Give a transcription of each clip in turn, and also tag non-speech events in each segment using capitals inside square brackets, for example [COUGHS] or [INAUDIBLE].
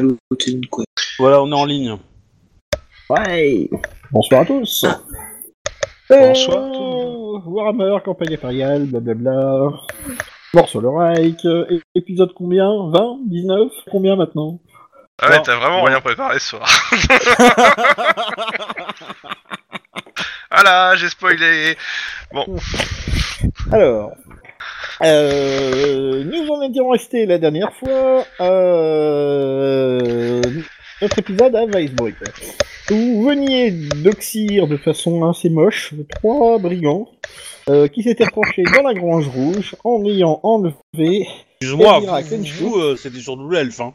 Valotin, quoi. Voilà, on est en ligne. Ouais Bonsoir à tous Bonsoir Euh, tout Warhammer, campagne impériale, blablabla... Mort sur le Reich, euh, é- épisode combien 20 19 Combien maintenant Ah ouais, Non, t'as vraiment non. rien préparé ce soir. ah là, j'ai spoilé. Alors... Euh, nous en étions restés la dernière fois euh, notre épisode à Weisbrück. Vous veniez d'oxyre de façon assez moche trois brigands euh, qui s'étaient approchés dans la Grange Rouge en ayant enlevé Excuse-moi, Elvira vous, Kenchu. vous, euh, c'était sur Blue Elf. Hein.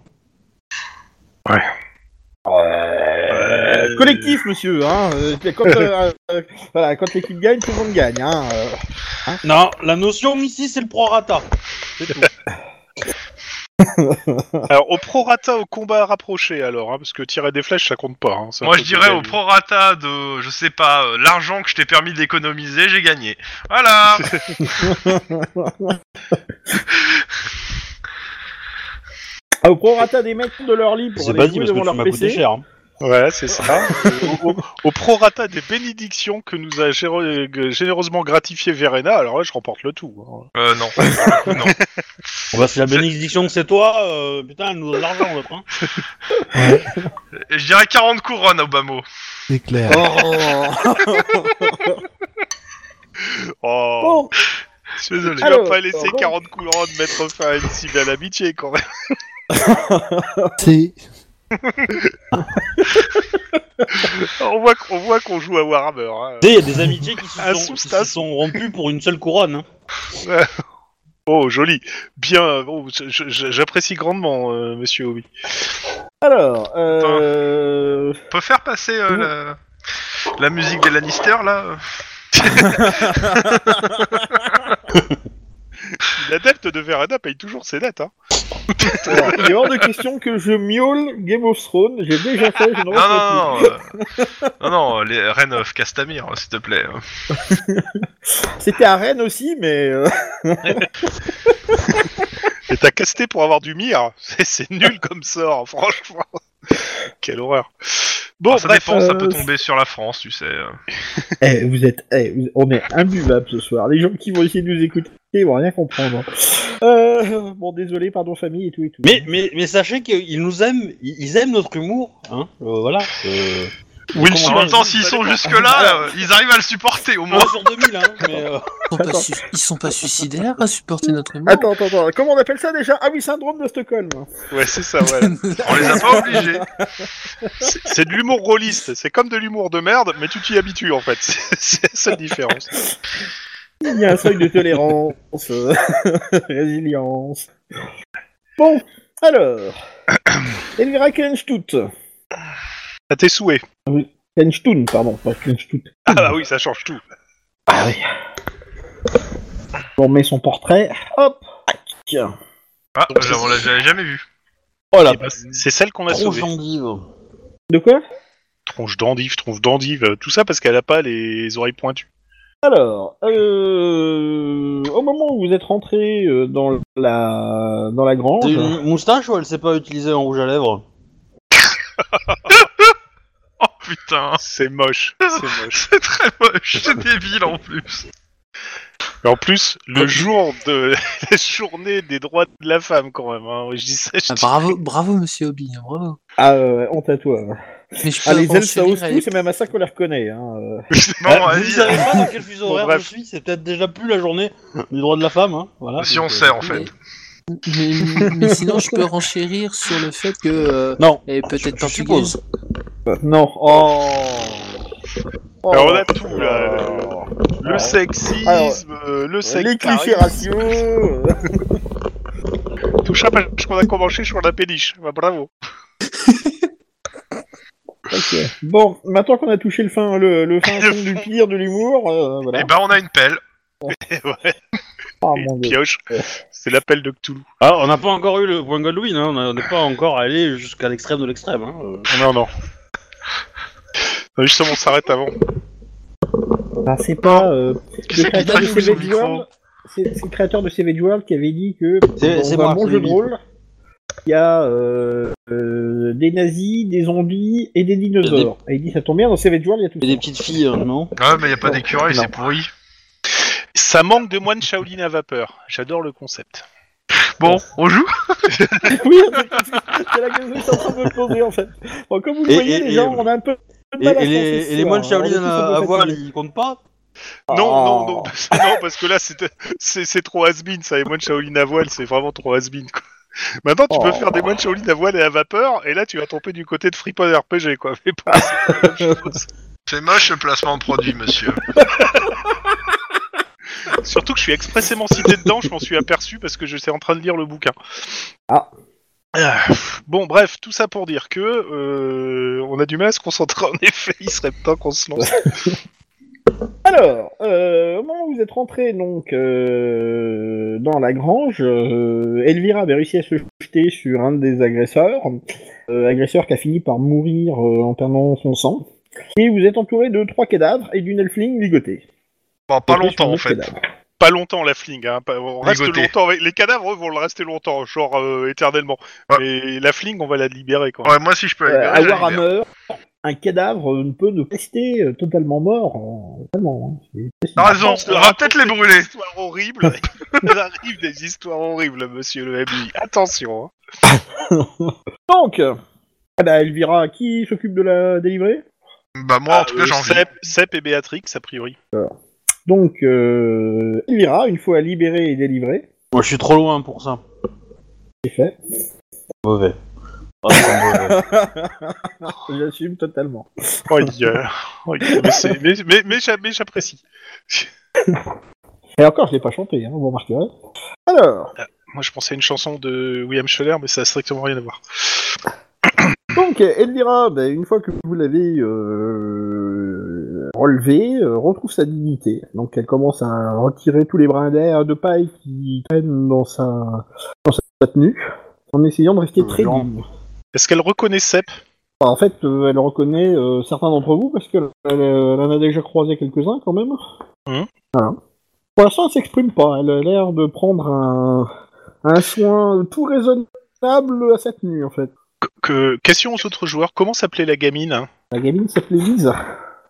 Euh, collectif, monsieur. Hein. euh, Quand, euh, euh, voilà, quand l'équipe gagne, tout le monde gagne. Hein. euh. Non, la notion ici, c'est le prorata. C'est tout. Alors, au prorata au combat rapproché, alors, hein, parce que tirer des flèches, ça compte pas. hein, ça Moi, je compte dirais pas. au prorata de, je sais pas, euh, l'argent que je t'ai permis d'économiser, j'ai gagné. Voilà. Ah, au prorata des mecs de leur lit pour C'est aller pas dit jouer parce que devant tu leur m'as coûté PC. cher. hein. Ouais, [LAUGHS] c'est ça. au, au- au prorata des bénédictions que nous a géro- que- généreusement gratifié Verena, alors là, je remporte le tout. hein. Euh, non. Bon, bah, c'est la C'est- bénédiction que c'est toi. euh, putain, elle nous a de l'argent, l'autre. Hein. Je dirais 40 couronnes, Obama. C'est clair. Oh, Bon, tu vas désolé. Alors, pas laisser bon. 40 couleurs de mettre fin à une si belle amitié, quand même. [LAUGHS] C'est. on voit qu'on voit qu'on joue à Warhammer. hein. Tu sais, il y a des amitiés qui se Un sont, qui se sous-stas. sont rompues pour une seule couronne. hein. Oh, joli. Bien, euh, oh, je- je- je- j'apprécie grandement, euh, monsieur Obi. alors, euh... On peut faire passer euh, la... la musique des Lannister là. L'adepte de Verena paye toujours ses dettes. Hein. voilà. il est hors de question que je miaule Game of Thrones. J'ai déjà fait, je n'en Non, refais non, non. euh, Non, non, les reines of Castamir, euh, s'il te plaît. plus. C'était à Rennes aussi, mais euh, Ah, Et t'as casté pour avoir du mire. [LAUGHS] C'est- [LAUGHS] C'est nul comme sort, franchement. [LAUGHS] Quelle horreur. Bon, Ah, ça bref, dépend, ça peut euh, tomber sur la France, tu sais. eh, vous êtes, eh, vous- on est imbuvable ce soir. Les gens qui vont essayer de nous écouter ils vont rien comprendre. Euh, bon, désolé, pardon famille et tout et tout. Mais, mais, mais sachez qu'ils nous aiment, ils ils aiment notre humour. Hein. euh, voilà. euh, Wilson, comment En on même dit, temps, ça s'ils sont dépend. jusque-là, euh, ils arrivent à le supporter au Un moins. sur 2000, hein, mais, euh, Ils sont, pas Attends. su- ils sont pas suicidaires à supporter notre humour. Attends, attends, attends. Comment on appelle ça déjà Ah oui, syndrome de Stockholm. ouais, c'est [LAUGHS] ça, ouais. On les a pas obligés. [LAUGHS] C'est c'est de l'humour rôliste. C'est comme de l'humour de merde, mais tu t'y habitues, en fait. [LAUGHS] C'est- C'est la seule différence. Il y a un seuil de tolérance, [LAUGHS] euh, résilience. Bon, alors. Elvira Klenstut. À tes souhaits. Klenstun, pardon, pas Klenstut. Ah bah oui, ça change tout. On met son portrait. Hop Tiens. Ah, je- on l'a- je l'avais jamais vu. [LAUGHS] Oh la bah, C'est celle qu'on a tronche sauvée. d'endive. De quoi Tronche d'endive, tronche d'endive. euh, Tout ça parce qu'elle a pas les oreilles pointues. Alors, euh, au moment où vous êtes rentré euh, dans la dans la C'est grange, Mm. une moustache ou elle sait pas utiliser un rouge à lèvres [LAUGHS] Oh putain, C'est moche. C'est moche. c'est très moche, c'est débile en plus. Et en plus, le jour de [LAUGHS] la journée des droits de la femme, quand même. hein. Je dis ça. je [LAUGHS] Ah, dis- bravo, bravo, monsieur Obi, hein, bravo. ah, euh, honte à toi. Mais je peux Ah, les elfes, ça enchaîner ose tout, avec- c'est même à ça qu'on les reconnaît. Hein. euh. Non, Ah, Vous savez vas-y. pas dans quel [LAUGHS] fuseau Bon, horaire bref. je suis, c'est peut-être déjà plus la journée du droit de la femme. Hein. Voilà, Si donc, on euh, sait en fait. mais, mais sinon, je peux renchérir sur le fait que. euh, Non, elle est peut-être Je- je portugaise. Non. Oh. Oh. Alors, Ah, on a tout, là. Le sexisme, Alors, euh, le sectarisme. Les clichés raciaux. euh. Touche pas parce qu'on a commencé sur la péniche. Bah, bravo. Ok. Bon, maintenant qu'on a touché le fin, le, le fin fond du pire de l'humour, euh, voilà. Eh ben, on a une pelle. Ah, Et mon Dieu. pioche. C'est l'appel de Cthulhu. Ah, on n'a pas encore eu le point Godwin, hein, on a- on n'est pas encore allé jusqu'à l'extrême de l'extrême. Hein. euh. Non, non. non Bah, justement, on s'arrête avant. Ah, c'est pas euh, Qui le [LAUGHS] c'est qui créateur de traque son Savage micro World. C'est c'est le créateur de Savage World qui avait dit que C'est- dans c'est un moi, bon c'est jeu de lui. rôle, il y a euh, euh, des nazis, des zombies et des dinosaures. Et il dit ça tombe bien, dans CV de joueur, il y a tout Et des ça. petites filles, euh, non Ouais, mais y a pas d'écureuil, Non. c'est pourri. Ça manque de moines Shaolin à vapeur. J'adore le concept. Bon, on joue oui, c'est la question que je suis en train de me poser en fait. Bon, comme vous le Et- voyez, et- les gens, et- on a un peu. de Et, mal à et les, foncer ce et les soir, moines euh, hein. Shaolin On est tous un à, peu à voile, fatigués. ils comptent pas Non, non, Oh. non, non, parce que là, c'est- c'est c'est trop has-been, ça. Les moines Shaolin à voile, c'est vraiment trop has-been, quoi. Maintenant, tu peux Oh. faire des moines Shaolin à voile et à vapeur, et là, tu vas tomber du côté de Freepod RPG, quoi. Mais pas C'est moche le placement de produit, monsieur. Surtout que je suis expressément cité dedans, je m'en suis aperçu parce que j'étais en train de lire le bouquin. Ah. Ah, Bon, bref, tout ça pour dire que euh, on a du mal à se concentrer. En effet, il serait temps qu'on se lance. Alors, euh, au moment où vous êtes rentré donc euh, dans la grange, euh, Elvira avait réussi à se jeter sur un des agresseurs, euh, agresseur qui a fini par mourir euh, en perdant son sang. Et vous êtes entouré de trois cadavres et d'une elfling ligotée. Bon, pas Côté sur longtemps en notre fait. cadavre. Pas longtemps la fling. Hein. pas- On reste Ligoté. longtemps. avec- Les cadavres eux, vont le rester longtemps, genre euh, éternellement. Ouais. Mais la fling, on va la libérer quand même. Ouais, moi si je peux. Euh, à aller, je vais aller vers. Warhammer, un cadavre euh, ne peut ne rester euh, totalement mort. euh, totalement, hein, c'est possible. T'as raison, on va peut-être les brûler. Des histoires horribles. Il arrive des histoires horribles, monsieur le MJ. Attention. hein. Donc, euh, ah bah, Elvira, qui s'occupe de la délivrer Bah, moi en tout cas, Euh, j'ai envie. Sep, Sep et Béatrix, a priori. Donc, euh, Elvira, une fois libérée et délivrée, Moi, je suis trop loin pour ça. c'est fait. Mauvais. Ah, c'est [LAUGHS] mauvais. J'assume totalement. Oh, il, euh, oh, il- mais c'est- mais- mais- mais j'a- mais j'apprécie. Et encore, je l'ai pas chanté, hein, vous remarquerez. Alors, Moi, je pensais à une chanson de William Scheller, mais ça a strictement rien à voir. donc Elvira, ben, une fois que vous l'avez euh, relevée, euh, retrouve sa dignité. Donc elle commence à retirer tous les brins d'air de paille qui traînent dans sa, dans sa tenue, en essayant de rester Euh, très Laurent. digne. Est-ce qu'elle reconnaît Sep Enfin, en fait, euh, elle reconnaît euh, certains d'entre vous parce qu'elle elle, euh, elle en a déjà croisé quelques-uns quand même. Mhm. Voilà. Pour l'instant, elle s'exprime pas. Elle a l'air de prendre un, un soin tout raisonnable à sa tenue, en fait. que, que- Question aux autres joueurs comment s'appelait la gamine hein La gamine s'appelait Lise.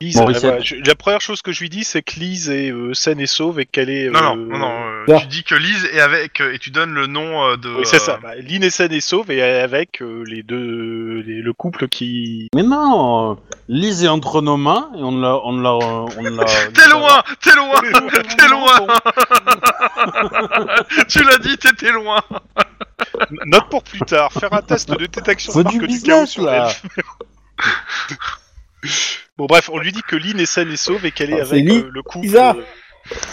Lise. Maurice ah, voilà, je- la première chose que je lui dis, c'est que Lise est euh, saine et sauve et qu'elle est. Non, non, euh, non, non. euh, Pierre. tu dis que Lise est avec euh, et tu donnes le nom euh, de. Oui, c'est ça. euh, bah, Lynn est saine et sauve et avec euh, les deux, les- le couple qui. Mais non euh, Lise est entre nos mains et on l'a. On l'a. euh, on l'a T'es loin, t'es [LAUGHS] loin, t'es loin. tu l'as dit, t'étais loin. Note pour plus tard. [LAUGHS] Faire un test de détection Faut de marque du du, chaos business sur là l'elfe. [LAUGHS] Bon bref, on lui dit que Lynn est saine et sauve et qu'elle est Ah, c'est avec Lynn. euh, le couple. Lisa. euh,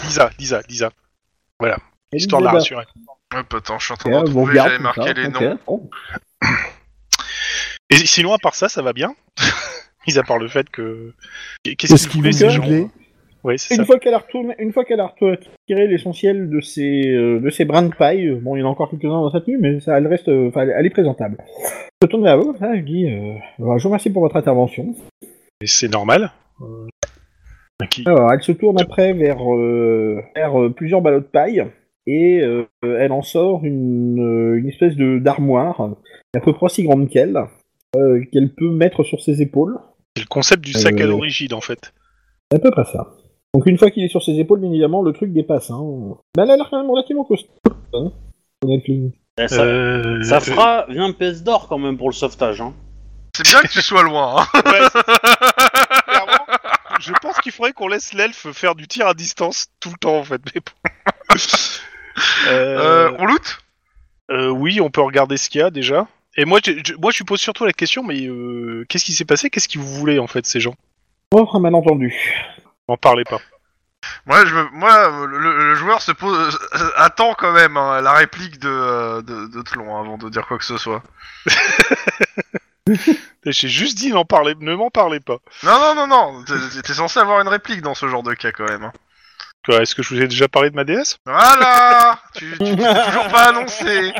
Lisa, Lisa, Lisa. Histoire de la Elisa. rassurer. Hop, attends, je suis en train Ok, de bon, retrouver, regarde j'avais tout marqué ça, les ok. noms. Bon. Et sinon, à part ça, ça va bien. [LAUGHS] Mis à part le fait que. Qu'est-ce Est-ce qu'ils qu'ils voulaient vont ces voulait, gens hein googler Ouais, c'est ça. Une fois qu'elle a retourné, une fois qu'elle a retiré l'essentiel de ses, euh, de ses brins de paille, euh, bon, il y en a encore quelques-uns dans sa tenue, mais ça, elle reste, euh, enfin, elle est présentable. Je tourne vers vous, là, je dis, euh, alors, je vous remercie pour votre intervention. Et C'est normal. Euh, qui- Alors, elle se tourne après vers, euh, vers, euh, plusieurs ballots de paille et euh, elle en sort une, euh, une espèce de d'armoire, à peu près aussi grande qu'elle, euh, qu'elle peut mettre sur ses épaules. C'est le concept du sac à Euh, dos rigide en fait. C'est à peu près ça. Donc une fois qu'il est sur ses épaules, bien évidemment, le truc dépasse. Hein. Mais elle a l'air quand même relativement costaud. Hein, son elfling. Eh, Ça, Euh, ça euh, fera 20 pièces d'or quand même pour le sauvetage. Hein. C'est bien que tu sois loin. hein. ouais, c'est- clairement, je pense qu'il faudrait qu'on laisse l'elfe faire du tir à distance tout le temps en fait. mais bon. Euh, Euh, on loot euh, oui, on peut regarder ce qu'il y a déjà. Et moi, je, je- moi, je pose surtout la question, mais euh, qu'est-ce qui s'est passé Qu'est-ce qu'ils vous voulaient en fait ces gens Oh, un malentendu. N'en parlez pas. Moi, je, me- moi, le, le joueur se pose, euh, attend quand même hein, la réplique de, euh, de, de Tlon avant de dire quoi que ce soit. J'ai juste dit n'en parlez, ne m'en parlez pas. Non, non, non, non. t'es- t'es- T'es censé avoir une réplique dans ce genre de cas quand même. hein. Euh, Est-ce que je vous ai déjà parlé de ma déesse Voilà. tu, tu t'es toujours pas annoncé.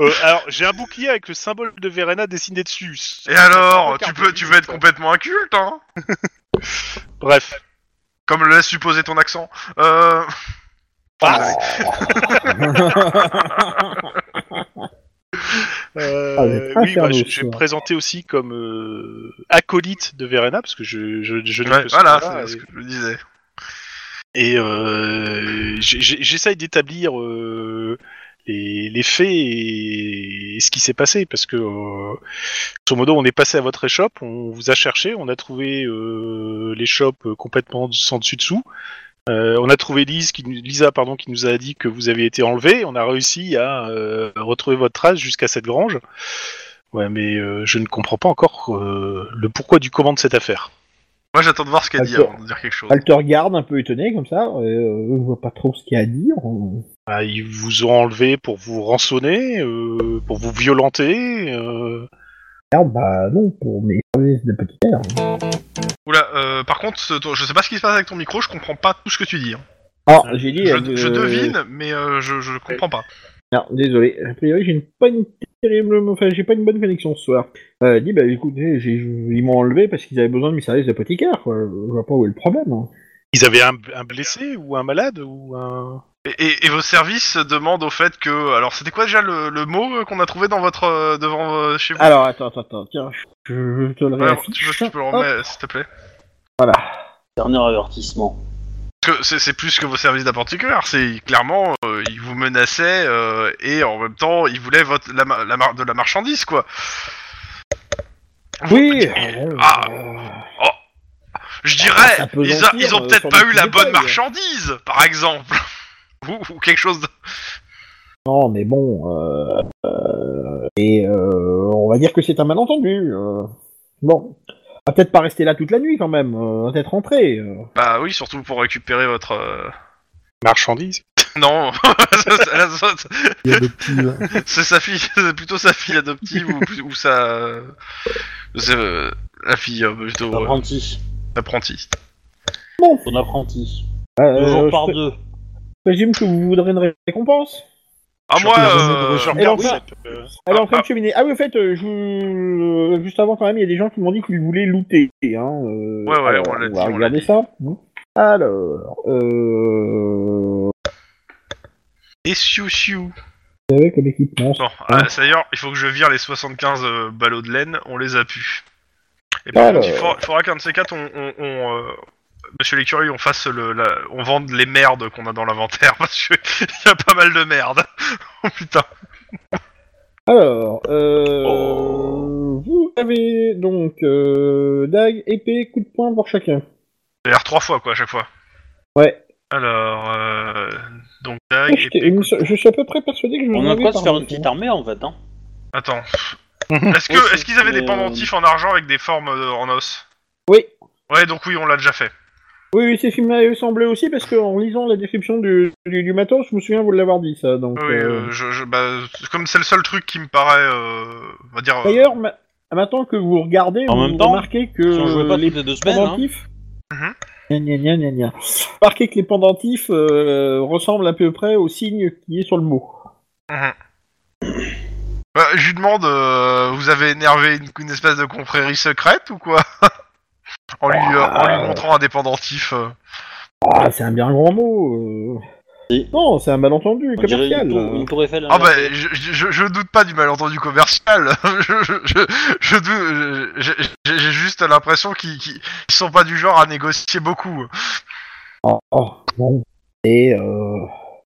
Euh, alors, j'ai un bouclier avec le symbole de Verena dessiné dessus. Et alors, tu peux, tu peux être complètement inculte, hein Bref. Comme le laisse supposer ton accent. Euh... Ah, [LAUGHS] Euh, Ah, vous êtes oui, bah, infernaux, je, ce je vais me soir. présenter aussi comme euh, acolyte de Verena, parce que je, je, je n'ai Ouais, que ce voilà, nom-là, c'est ce que je me disais. et, et, euh, j'ai- j'ai- j'essaye d'établir euh, les, les faits et, et ce qui s'est passé, parce que, euh, grosso modo, on est passé à votre échoppe, on vous a cherché, on a trouvé euh, l'échoppe complètement sans dessus dessous. Euh, on a trouvé Lise qui, nous- Lisa pardon, qui nous a dit que vous avez été enlevé. On a réussi à euh, retrouver votre trace jusqu'à cette grange. Ouais, mais euh, je ne comprends pas encore euh, le pourquoi du comment de cette affaire. Moi, j'attends de voir ce qu'elle dit D'accord. avant de dire quelque chose. Elle te regarde un peu étonné comme ça, euh, ne voit pas trop ce qu'il y a à dire. Ah, ils vous ont enlevé pour vous rançonner, euh, pour vous violenter. euh. Ah, bah non, pour mes services de petit air. Oula, euh, par contre, ce- ton- je sais pas ce qui se passe avec ton micro, je comprends pas tout ce que tu dis. hein. Alors, j'ai dit. Je, euh, je devine, mais euh, je, je comprends pas. Non, désolé. A priori, j'ai une- pas une terrible, enfin, j'ai pas une bonne connexion ce soir. Euh, elle dit, bah écoutez, j'ai- ils m'ont enlevé parce qu'ils avaient besoin de mes services d'apothicaire, quoi. Je vois pas où est le problème. hein. Ils avaient un, un blessé ou un malade ou un. Et, et- et vos services demandent au fait que. Alors, c'était quoi déjà le, le mot euh, qu'on a trouvé dans votre. euh, devant euh, chez vous Alors, attends, attends, attends, tiens, je, je te le Alors, réaffiche. tu, veux, tu peux le Hop, remettre, s'il te plaît Dernier avertissement. Parce que c'est- c'est plus que vos services d'apporticueur, c'est clairement, euh, ils vous menaçaient euh, et en même temps, ils voulaient votre, la, ma- la mar- de la marchandise, quoi. Oui Ah. Je dirais, Bah, ça peut ils, en a- dire, ils ont euh, peut-être sur pas le eu petit la bonne détail. marchandise, par exemple. [LAUGHS] ou, ou quelque chose de... Non, mais bon, euh, euh, et euh, on va dire que c'est un malentendu. euh. Bon, on va peut-être pas rester là toute la nuit quand même, euh, on va peut-être rentrer. euh. Bah oui, surtout pour récupérer votre... euh, Marchandise. Non, Ça, [LAUGHS] la zone, Il y a de pile. [LAUGHS] c'est sa fille, c'est plutôt sa fille adoptive ou, plus- ou sa... euh, c'est, euh, la fille euh, plutôt euh, Apprenti. apprentie. Ton apprenti. Euh, Deux jours je par pré- deux. présume que vous voudrez une récompense Ah Je moi, regarde- euh, je Et regarde donc là- cette, euh, Elle est en Ah, train de cheminer. Ah oui, au fait, euh, je... vous- euh, juste avant quand même, il y a des gens qui m'ont dit qu'ils voulaient looter. Hein. euh, Ouais, ouais, alors, on l'a dit, va on l'a regarder dit. ça. hein. Alors, euh... et siou siou. vous savez comme équipement Bon, ah, c'est d'ailleurs, il faut que je vire les 75 euh, ballots de laine, on les a pu. Et par Alors. contre, il faudra, il faudra qu'un de ces quatre, on, on- on, euh, Monsieur l'écurie, on fasse le, la- on vende les merdes qu'on a dans l'inventaire [LAUGHS] parce que y a pas mal de merde. [LAUGHS] oh putain. Alors, euh, Oh. vous avez donc euh, dague, épée, coup de poing pour chacun. J'ai l'air trois fois quoi à chaque fois. Ouais. Alors, euh, donc dague. Je, épée, coup- je suis à peu près persuadé que je vous On en a avais quoi de se faire parlé. une petite armée en fait. Hein. [LAUGHS] Attends. Est-ce Oui, que, c'est- est-ce qu'ils avaient euh, mais, des pendentifs en argent avec des formes euh, en os Oui. Ouais, donc oui, on l'a déjà fait. Oui, oui, c'est ce qui m'avait semblé aussi parce qu'en lisant la description du, du, du matos, je me souviens vous l'avoir dit ça. Donc, Oui, euh, euh, je, je- bah, comme c'est le seul truc qui me paraît, euh, on va dire. euh, D'ailleurs, ma- maintenant que vous regardez, En vous même temps, remarquez que Si on jouait pas Euh, les toutes les deux semaines. hein. pendentifs. Mhm. Gna, gna, gna, gna, gna. Remarquez que les pendentifs euh, ressemblent à peu près au signe qui est sur le mot. Bah, je lui demande, euh, vous avez énervé une, une espèce de confrérie secrète ou quoi [LAUGHS] en, lui, euh, en lui montrant un dépendantif. euh. Ah, c'est un bien grand mot. euh. Oui. Non, c'est un malentendu On dirait commercial. une, tour, euh. une tour Eiffel. hein. Ah bah, je, je, je doute pas du malentendu commercial. [LAUGHS] je, je, je, je doute- je- je- j'ai j'ai juste l'impression qu'ils qu'ils- qu'ils sont pas du genre à négocier beaucoup. Oh, oh, bon. Et euh,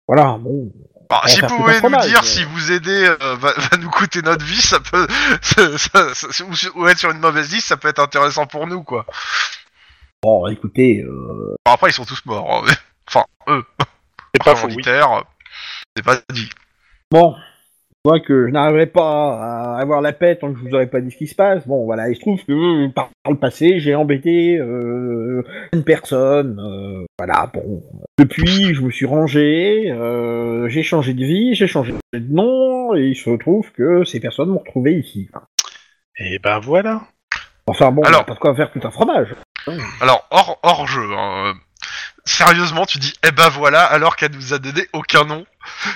voilà, bon. Bon, Ouais, Bah, si ça vous coûte un pouvez nous fromage, dire euh. si vous aider euh, va, va nous coûter notre vie, ça peut [LAUGHS] ça- ça- ça- ou, ou être sur une mauvaise liste, ça peut être intéressant pour nous quoi. Bon, écoutez, euh, Bon, après ils sont tous morts. hein. Enfin eux, C'est pas faux, oui. commanditaires, c'est pas dit. bon, je vois que je n'arriverai pas à avoir la paix tant que je vous aurais pas dit ce qui se passe. Bon, voilà, il se trouve que euh, par par le passé, j'ai embêté euh, une personne. euh, voilà, bon. Depuis, je me suis rangé, euh, j'ai changé de vie, j'ai changé de nom, et il se trouve que ces personnes m'ont retrouvé ici. Et ben voilà. Enfin bon, Alors- Alors... pas de quoi faire tout un fromage. Alors, hors, hors jeu, hein, euh, sérieusement, tu dis, eh ben voilà, alors qu'elle nous a donné aucun nom.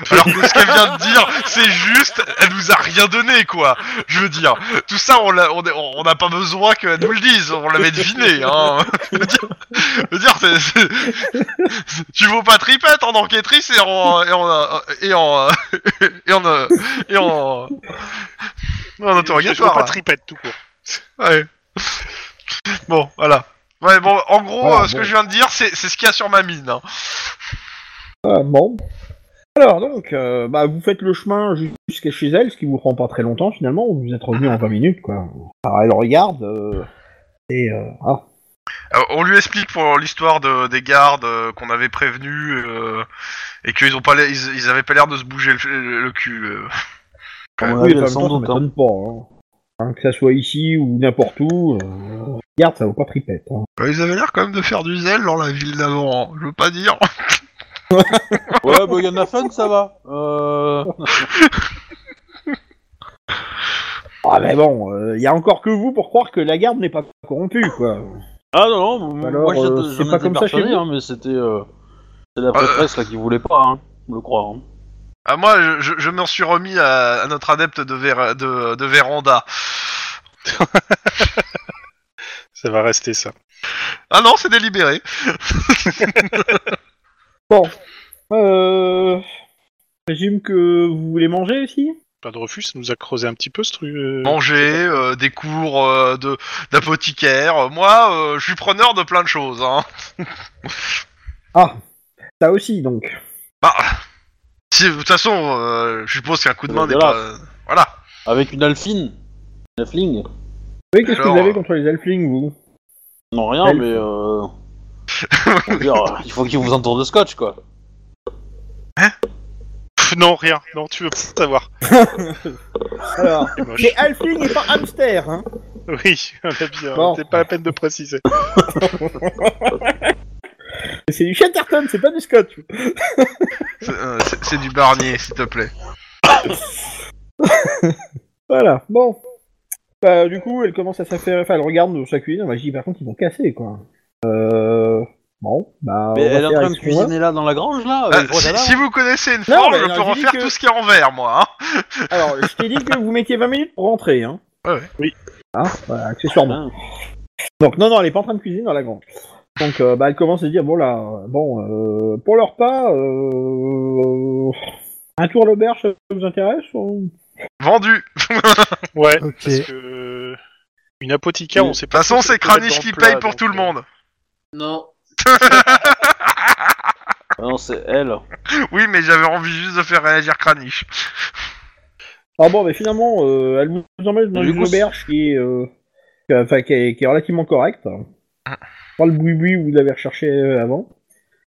Alors que ce qu'elle vient de dire, c'est juste, elle nous a rien donné, quoi. Je veux dire, tout ça, on l'a- on est- on n'a pas besoin qu'elle nous le dise, on l'avait deviné, hein. Je veux dire, je veux dire, c'est- c'est- tu vaux pas tripette en enquêtrice et en, et en, et en, et en, et en, et en interrogatoire. pas là. tripette tout court. Ouais. Bon, voilà. Ouais, bon, en gros, Voilà, euh, ce bon. que je viens de dire, c'est c'est ce qu'il y a sur ma mine. hein. Ah, bon. Alors donc, euh, bah, vous faites le chemin jusqu'à chez elle, ce qui vous prend pas très longtemps finalement. Vous êtes revenu en 20 minutes quoi. Alors elle regarde euh, et euh, ah. Euh, on lui explique pour l'histoire de, des gardes euh, qu'on avait prévenus euh, et qu'ils ont pas, l'air- ils, ils avaient pas l'air de se bouger le, le- le cul. euh. oui, mais enfin, sans ça doute, hein. m'étonne pas. hein. Hein, que ça soit ici ou n'importe où, euh, regarde, ça vaut pas tripette. hein. Ouais, Euh, ils avaient l'air quand même de faire du zèle dans la ville d'avant. hein. Je veux pas dire. Ouais, bah, y'en a fun, ça va. Euh... Ah mais bon, il y a encore que vous pour croire que la garde n'est pas corrompue quoi. Ah non, non, Alors, moi, j'en- euh, j'en c'est étais pas comme ça chez persuadé, vous hein, mais c'était... euh, C'est la presse là qui voulait pas, hein, le croire. hein. [LAUGHS] Ah, moi, je, je, je me suis remis à, à notre adepte de, Vér- de, de Véranda. Ça va rester ça. Ah non, c'est délibéré. Euh, J'assume que vous voulez manger aussi Pas de refus, ça nous a creusé un petit peu ce truc. euh. Manger, euh, des cours euh, de d'apothicaire. Moi, euh, je suis preneur de plein de choses. Hein. Ah, ça aussi donc. Bah, si, de toute façon, euh, je suppose qu'un coup de main n'est Voilà. pas. euh, Voilà. Avec une alphine. Une alphling. Oui, qu'est-ce que Alors, vous avez euh, contre les elflings vous Non, rien, Elf. mais... Euh... faut dire, euh, il faut qu'ils vous entourent de scotch, quoi. Pff, non, rien. Non, tu veux pas savoir. Alors, C'est moche. c'est Halfling et pas hamster, hein Oui, on a bien. Bon. C'était pas la peine de préciser. C'est du Chatterton, c'est pas du Scotch C'est euh, c'est- c'est du barnier, s'il te plaît. Voilà, bon. Bah, du coup, elle commence à s'affaire... Enfin, elle regarde sa cuisine, bah, je dis, par contre, ils vont casser, quoi. Euh... Bon, bah... Mais on va elle est en faire train de avec ce qu'on a. cuisiner là dans la grange là Hein Euh, Ah, avec le gros si, cadavre si vous connaissez une Non, forme, mais je non, peux je dis refaire que- tout ce qui est en verre, moi. hein. Alors, je t'ai dit que vous mettiez 20 minutes pour rentrer, hein Ouais, ouais. Oui. Ah, voilà, accessoirement. Hein. Donc, non, non, elle est pas en train de cuisiner dans la grange. Donc, euh, bah, elle commence à se dire, bon, là, euh, bon, euh, pour leur pas, euh... Un tour à l'auberge, ça vous intéresse ou... Vendu. Ouais, Ok. parce que. euh, Une apothicaire, on sait De toute pas. façon, trop ce c'est qu'on peut mettre Kranich dans qui le plat, paye pour donc, tout le euh, monde. Non. Ah Non, c'est elle. Oui, mais j'avais envie juste de faire réagir Kranich. Ah bon, mais finalement, euh, elle vous emmène dans Du une coup, auberge qui est, euh, qui, a- enfin, qui est, qui est relativement correcte. Ah. Pas le boui-boui que vous avez recherché euh, avant.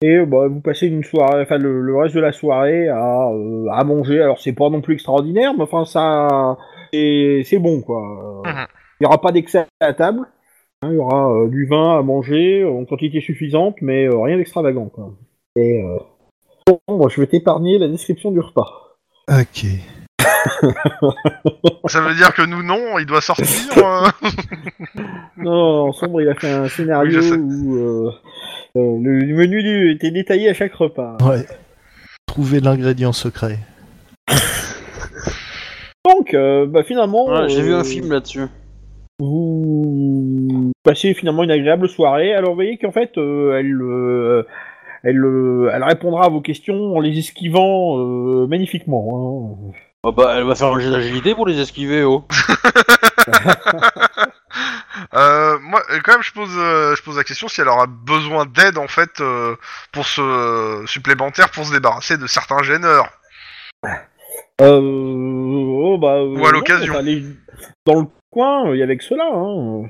Et euh, bah, vous passez une soirée, enfin le, le reste de la soirée à, euh, à manger. Alors c'est pas non plus extraordinaire, mais enfin ça, c'est c'est bon quoi. Euh, Ah. Mhm. Il y aura pas d'excès à la table. hein, Il y aura euh, du vin à manger en quantité suffisante, mais euh, rien d'extravagant quoi. Et euh, bon, moi, je vais t'épargner la description du repas. Ok. Ça veut dire que nous, non, il doit sortir. [LAUGHS] euh. Non, non, non, Sombre, il a fait un scénario Oui, je sais. où euh, euh, le menu du- était détaillé à chaque repas. Ouais. Trouver l'ingrédient secret. Donc, euh, bah, finalement, Ouais, J'ai vu euh, un film là-dessus. Vous passez finalement une agréable soirée. Alors, vous voyez qu'en fait, euh, elle, euh, elle, euh, elle répondra à vos questions en les esquivant euh, magnifiquement. hein. Ah bah, elle va faire un jet d'agilité pour les esquiver, oh. Euh, moi, euh, quand même, je pose, euh, je pose la question si elle aura besoin d'aide, en fait, euh, pour se supplémentaire pour se débarrasser de certains gêneurs. Euh, oh, bah, euh, Ou à l'occasion. non, enfin, les- dans le coin, il y avait que cela. Hein.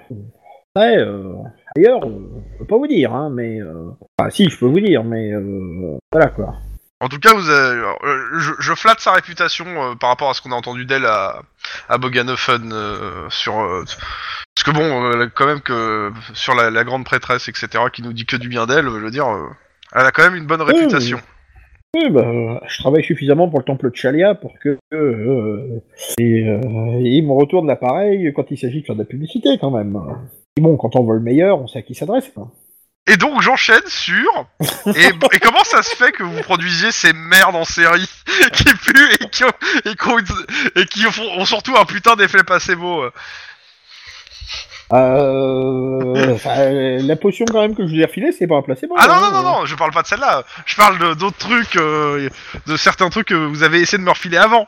Après, euh, ailleurs, euh, je peux pas vous dire, hein, mais. euh, ah, si, je peux vous dire, mais. euh, voilà quoi. En tout cas, vous avez- euh, je, je flatte sa réputation euh, par rapport à ce qu'on a entendu d'elle à, à Boganoffen euh, sur. euh, parce que bon, euh, quand même que sur la, la grande prêtresse, etc., qui nous dit que du bien d'elle, je veux dire, euh, elle a quand même une bonne réputation. Oui, bah, euh, je travaille suffisamment pour le temple de Chalia pour que. euh, et, euh, il me retourne l'appareil quand il s'agit de faire de la publicité quand même. Et bon, quand on veut le meilleur, on sait à qui s'adresse. quoi. Et donc j'enchaîne sur. Et, et comment ça se fait que vous produisiez ces merdes en série [LAUGHS] qui puent et qui ont, et qui ont une- et qui font- ont surtout un putain d'effet placebo euh. Euh, enfin, euh, la potion quand même que je vous ai refilée, c'est pas un placebo. Ah non, hein, non, non, non, je parle pas de celle-là. Je parle de- d'autres trucs, euh, de certains trucs que vous avez essayé de me refiler avant.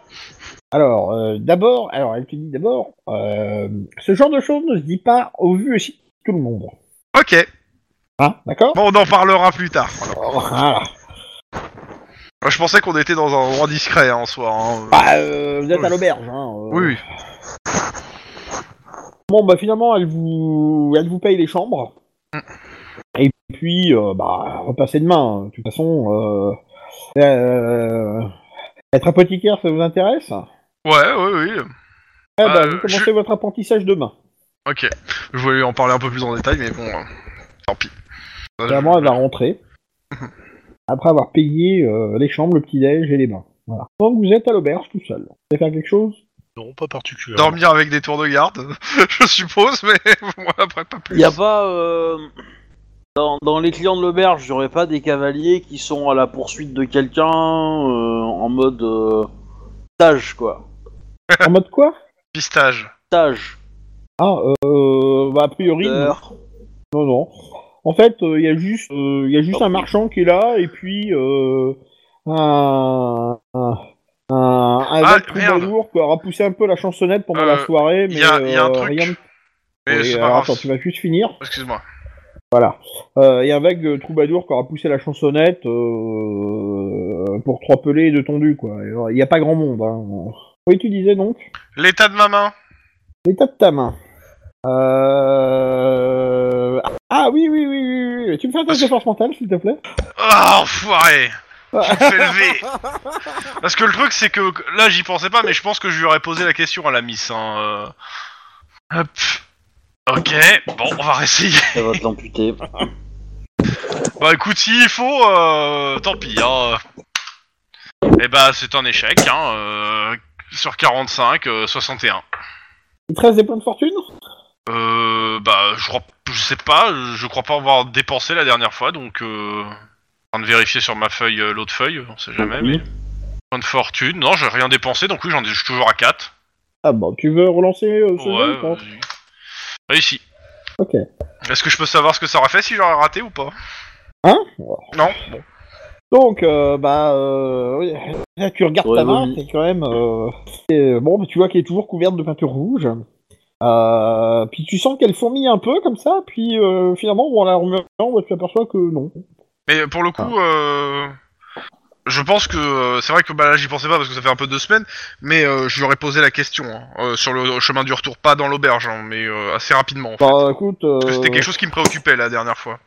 Alors, euh, d'abord, alors elle te dit d'abord, euh, ce genre de choses ne se dit pas au vu et chic de tout le monde. Ok, Hein, d'accord bon, on en parlera plus tard. Voilà. Je pensais qu'on était dans un endroit discret hein, en soi. hein. Bah, euh, vous êtes à Oui. l'auberge. Hein, euh. Oui, oui. Bon, bah finalement, elle vous, elle vous paye les chambres. Mm. Et puis, euh, bah, repassez demain. De toute façon, euh, euh, être apothicaire, ça vous intéresse Ouais, ouais, oui. Eh Bah, bah, euh, vous commencez votre apprentissage demain. Ok, je voulais en parler un peu plus en détail, mais bon, euh, tant pis. Euh, Vraiment, elle va rentrer. [LAUGHS] Après avoir payé euh, les chambres, le petit-déj et les bains. Voilà. Donc, vous êtes à l'auberge tout seul. Vous voulez faire quelque [LAUGHS] chose Non, pas particulièrement. Dormir avec des tours de garde, [LAUGHS] je suppose, mais [LAUGHS] moi après pas plus. Il a pas. euh, Dans, dans les clients de l'auberge, il aurait pas des cavaliers qui sont à la poursuite de quelqu'un euh, en mode euh, sage, quoi. En mode quoi Pistage. Sage. Ah, euh, bah, a priori, non. Heure. non, non. En fait, il y a juste, euh, y a juste un marchand qui est là, et puis euh, un, un, un, un Ah, vague merde. troubadour qui aura poussé un peu la chansonnette pendant la Euh, soirée, mais Il y a, y a un euh, truc. rien de- Mais Oui, c'est alors, pas attends, grave. tu vas juste finir. Excuse-moi. Il y a un vague euh, troubadour qui aura poussé la chansonnette euh, pour trois pelés et deux tondus, quoi. Il n'y a pas grand monde. Hein. Oui, tu disais donc L'état de ma main. L'état de ta main. Euh... Ah oui, oui, oui, oui, oui, oui. Tu me fais un test de force mentale, s'il te plaît Ah, enfoiré Tu me fais lever Parce que le truc, c'est que là, j'y pensais pas, mais je pense que je lui aurais posé la question à la miss. Hein. euh. Hop. Ok, bon, on va réessayer. Elle va te l'amputer. Ah, Bah écoute, s'il faut, euh, tant pis. Hein. Et bah, c'est un échec. Hein, euh, sur 45, euh, 61. Il te reste des points de fortune Euh, bah, je, crois, je sais pas, je crois pas avoir dépensé la dernière fois, donc euh, en train de vérifier sur ma feuille, euh, l'autre feuille, on sait jamais. Oui. Mais... Mmh. Point de fortune, non, j'ai rien dépensé, donc oui, j'en ai je suis toujours à 4. Ah bon, tu veux relancer euh, Ouais, ce jeu ou pas vas-y. réussi. Ok. Est-ce que je peux savoir ce que ça aurait fait si j'aurais raté ou pas Hein Voilà. Non Bon. Donc, euh, bah, euh, oui, là, tu regardes Ouais, ta main, oui. c'est quand même... euh, et, bon, bah, tu vois qu'elle est toujours couverte de peinture rouge. Euh, puis tu sens qu'elle fourmille un peu comme ça, puis euh, finalement, bon, en la remuant, bah, tu aperçois que non. Mais pour le Ah. coup, euh, je pense que euh, c'est vrai que bah, là, j'y pensais pas parce que ça fait un peu deux semaines, mais euh, je lui aurais posé la question hein, euh, sur le chemin du retour, pas dans l'auberge, hein, mais euh, assez rapidement. en fait. Bah, écoute... euh, Parce que c'était quelque chose qui me préoccupait la dernière fois.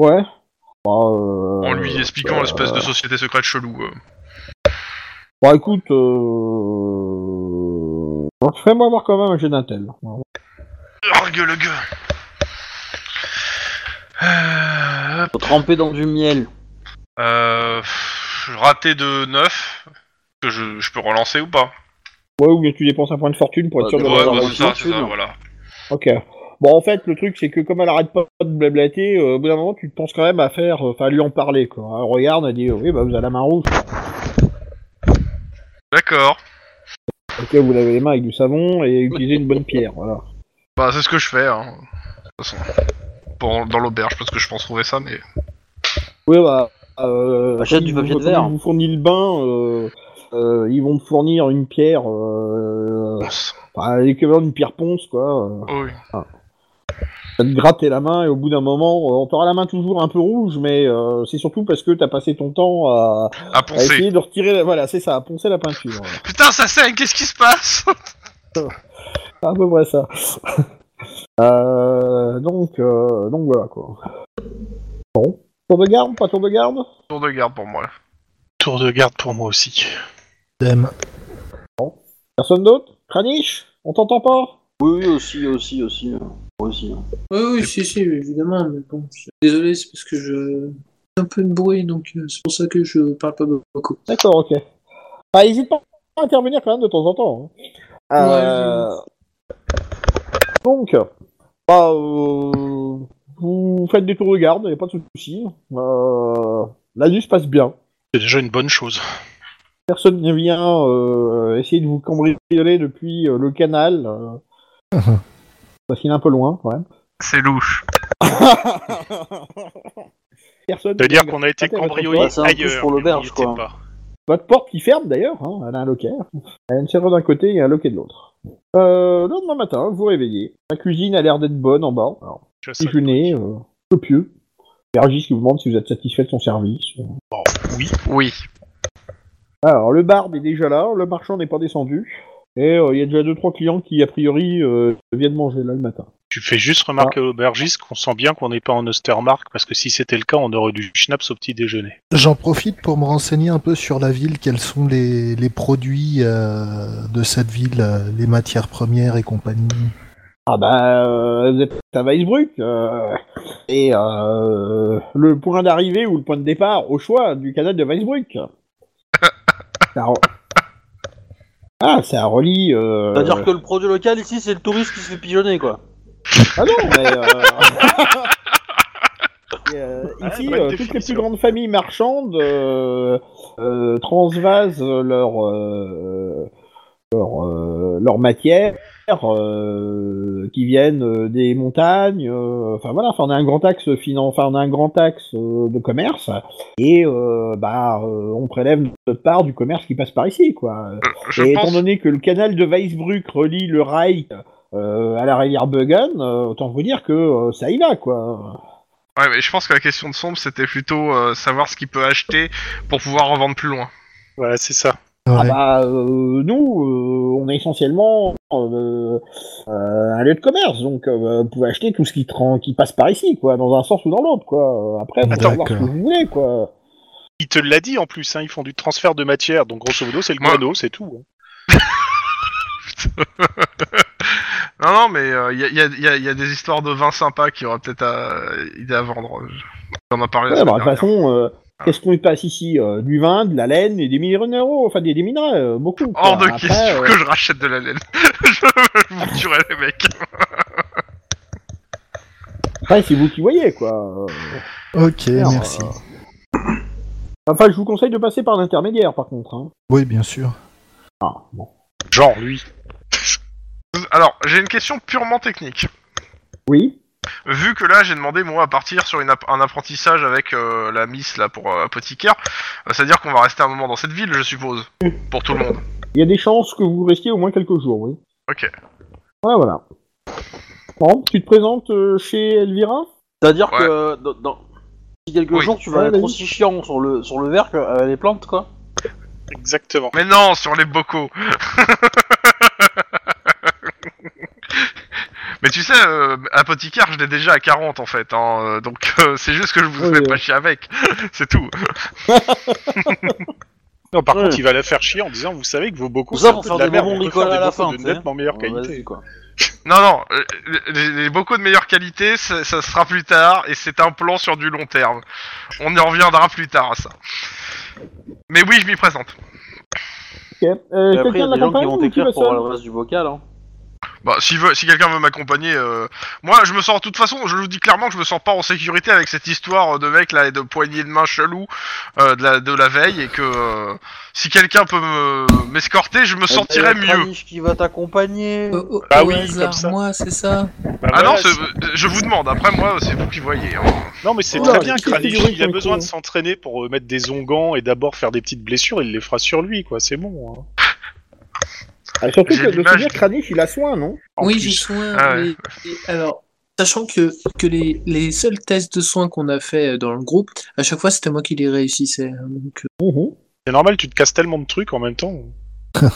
Ouais. Bah, euh, En lui expliquant l'espèce de société secrète chelou. euh. Bah écoute, euh... donc, fais-moi voir quand même un jeu d'intel. Orgue le gueux Euh, Faut tremper dans du miel. euh, pff, raté de 9. Que je, je peux relancer ou pas Ouais, ou bien tu dépenses un point de fortune pour être Bah, sûr de ouais, l'avoir bah, c'est réussi. ça, c'est ça, fortune. voilà. Ok. Bon, en fait, le truc, c'est que comme elle arrête pas de blablater, euh, au bout d'un moment, tu te penses quand même à faire, euh, enfin, à lui en parler, quoi. Elle regarde, elle dit, euh, oui, bah, vous avez la main rouge. D'accord. Ok, vous lavez les mains avec du savon et utilisez une bonne pierre, voilà. Bah, c'est ce que je fais. Hein. De toute façon, Bon, dans l'auberge, parce que je pense trouver ça, mais. Oui, bah, euh, Achète si du vous- papier de quand verre. Ils vous fournissent le bain, euh, euh, ils vont te fournir une pierre, euh, Ponce. enfin, l'équivalent d'une pierre ponce, quoi. euh. Oh, oui. Ça te gratter la main et au bout d'un moment, euh, on t'aura la main toujours un peu rouge, mais euh, c'est surtout parce que t'as passé ton temps à, À à poncer. essayer de retirer la... Voilà, c'est ça, à poncer la peinture. voilà. Putain, ça saigne, qu'est-ce qui se passe C'est [LAUGHS] à peu près ça. Euh, donc, euh, donc voilà, quoi. Bon. Tour de garde, pas tour de garde Tour de garde pour moi. Tour de garde pour moi aussi. Dem. Personne d'autre Kranich On t'entend pas Oui, oui, aussi, aussi, aussi. hein. Moi aussi. hein. Oui, oui, si, si, évidemment, mais bon. je- Désolé, c'est parce que je. un peu de bruit, donc euh, c'est pour ça que je parle pas beaucoup. D'accord, ok. Ah, hésite pas à intervenir quand même de temps en temps. hein. Euh, Donc, bah, euh, vous faites des tours de garde, il a pas de souci. Euh, la nuit se passe bien. C'est déjà une bonne chose. Personne ne vient euh, essayer de vous cambrioler depuis euh, le canal. euh, parce qu'il est un peu loin, quand même. C'est louche. Personne. Ça veut dire ne- qu'on a été Attends, attends, cambriolé ouais, c'est un plus ailleurs. pour mais on l'auberge, y était quoi. pas. Votre porte qui ferme d'ailleurs, hein, elle a un loquet. Elle a une serrure d'un côté et un loquet de l'autre. Euh, le lendemain matin, vous vous réveillez. La cuisine a l'air d'être bonne en bas. Alors, Tu vois, ça- déjeuner, euh, copieux. Bergis qui vous demande si vous êtes satisfait de son service. Oui. Alors, le barbe est déjà là, le marchand n'est pas descendu. Et euh, il y a déjà deux trois clients qui, a priori, euh, viennent manger là le matin. Tu fais juste Ah. remarquer à l'aubergiste qu'on sent bien qu'on n'est pas en Ostermark parce que si c'était le cas, on aurait du schnapps au petit déjeuner. J'en profite pour me renseigner un peu sur la ville, quels sont les, les produits euh, de cette ville, euh, les matières premières et compagnie. Ah bah, euh, vous êtes à Weisbruck. euh, et euh, le point d'arrivée ou le point de départ, au choix, du canal de Weisbruck. Ça re- Ah, ça relie... Euh... C'est-à-dire que le produit local ici, c'est le touriste qui se fait pigeonner, quoi. Ah non, mais... euh, et, euh, Ah, ici, bonne euh, toutes les plus définition. grandes familles marchandes euh, euh, transvasent leur, euh, leur, euh, leur matière euh, qui viennent euh, des montagnes. euh, Enfin voilà, enfin, on a un grand axe finan- enfin, on a un grand axe euh, de commerce et euh, bah euh, on prélève notre part du commerce qui passe par ici, quoi. Je Et étant pense. donné que le canal de Weisbruck relie le Reich euh, à la rivière Beugen, euh, autant vous dire que euh, ça y va, quoi. Ouais, mais je pense que la question de Sombre, c'était plutôt euh, savoir ce qu'il peut acheter pour pouvoir revendre plus loin. Voilà, c'est ça. Ah Ouais. bah, euh, nous, euh, on est essentiellement euh, euh, un lieu de commerce, donc euh, vous pouvez acheter tout ce qui, tran- qui passe par ici, quoi, dans un sens ou dans l'autre, quoi. Après, vous pouvez D'accord. voir ce que vous voulez, quoi. Il te l'a dit en plus, hein, ils font du transfert de matière, donc grosso modo, c'est le Moi- mono, c'est tout. hein. Non, non, mais il y, a, y a- y a- y a des histoires de vin sympa qui auraient peut-être à, euh, idée à vendre. On en a parlé la Ouais, bah, semaine de toute dernière. façon, euh, Ah. qu'est-ce qu'on y passe ici Euh, Du vin, de la laine et des minéraux, enfin des, des minerais, euh, beaucoup. quoi. Hors de Après, question euh, Oh, que je rachète de la laine. [LAUGHS] je vous tuerai les mecs. après, c'est vous qui voyez, quoi. Euh, Ok, Alors, euh, merci. Enfin, je vous conseille de passer par l'intermédiaire, par contre. Hein. Oui, bien sûr. Ah, bon. Genre, lui. Alors, j'ai une question purement technique. Oui. Vu que là, j'ai demandé, moi, à partir sur une app- un apprentissage avec euh, la Miss, là, pour euh, apothicaire, euh, c'est-à-dire qu'on va rester un moment dans cette ville, je suppose, pour tout le monde. Il y a des chances que vous restiez au moins quelques jours, oui. Ok. Voilà, voilà. Bon, tu te présentes euh, chez Elvira C'est-à-dire Ouais. que dans, dans- d'ici quelques Oui. jours, tu vas Ouais, être vas-y. aussi chiant sur le, sur le verre que euh, les plantes, quoi. Exactement. Mais non, sur les bocaux [LAUGHS] Mais tu sais, euh, apothicaire, je l'ai déjà à 40, en fait, hein, euh, donc euh, c'est juste que je vous Oui, fais oui. pas chier avec, [LAUGHS] c'est tout. Non, par Ouais. contre, il va la faire chier en disant Vous savez que vos bocaux Tout ça c'est pour un peu faire de la des merde, bonbons on peut bricolés à faire des la bocaux fin, de tu sais. nettement meilleure Ouais, qualité. vas-y, quoi. Non, non, euh, les, les bocaux de meilleure qualité, ça, ça sera plus tard, et c'est un plan sur du long terme. On y reviendra plus tard à ça. Mais oui, je m'y présente. Ok. Euh, Et après, il y a Quelqu'un des gens qui l'accompagne vont ou tu t'écrire vas pour seul avoir le reste du bocal. Hein. Bah, si, veut, si quelqu'un veut m'accompagner, euh, moi, je me sens, de toute façon, je vous dis clairement que je me sens pas en sécurité avec cette histoire euh, de mec là et de poignée de main chelou euh, de, la, de la veille, et que euh, si quelqu'un peut me- m'escorter, je me sentirais Il y a mieux. Kranich Euh, qui va t'accompagner. Au- au- Ah au oui, hasard, comme ça. moi, c'est ça. Bah Ah non, voilà, c'est- euh, je vous demande, après moi, c'est vous qui voyez. hein. Non, mais c'est Oh, très les bien, petites Kranich. figurines Il a sont besoin cool. de s'entraîner pour euh, mettre des ongans et d'abord faire des petites blessures. Il les fera sur lui, quoi. C'est bon. hein. Ah, Surtout J'ai que de l'image souvenir, de- Kranich, il a soin, non En oui, plus. j'ai soin. Ah mais- et alors, sachant que, que les, les seuls tests de soins qu'on a fait euh, dans le groupe, à chaque fois, c'était moi qui les réussissais. hein, donc, euh, Mhm. C'est normal, tu te casses tellement de trucs en même temps. Hein,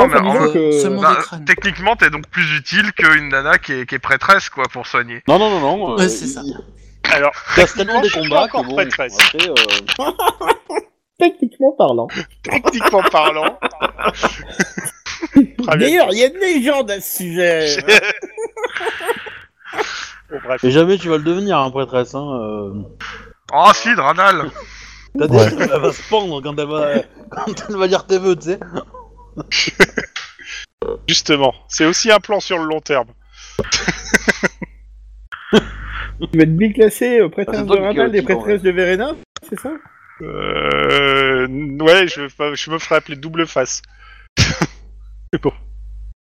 Ouais, mais ça me en- dit- euh, que- seulement bah, des crânes. techniquement, t'es donc plus utile qu'une nana qui est, qui est prêtresse, quoi, pour soigner. Non, non, non, non. euh, Ouais, c'est il- ça. il- Alors, il casse tellement des je suis combats encore que bon, prêtresse. après, euh, Techniquement parlant. techniquement parlant. Ah, Très bien. D'ailleurs, il y a une légende à ce sujet [LAUGHS] [LAUGHS] Bon, bref. Et jamais tu vas le devenir, un prêtresse. Hein, euh. Oh, si, Dranal T'as Ouais. des- elle va se pendre quand elle va, [LAUGHS] quand elle va lire tes vœux, tu sais. Justement, c'est aussi un plan sur le long terme. Tu vas être biclassé euh, prêtresse C'est de toi qui as Ravel le des titre, prêtresses de Verena, c'est ça Euh, ouais, je, je me ferai appeler double face. C'est bon.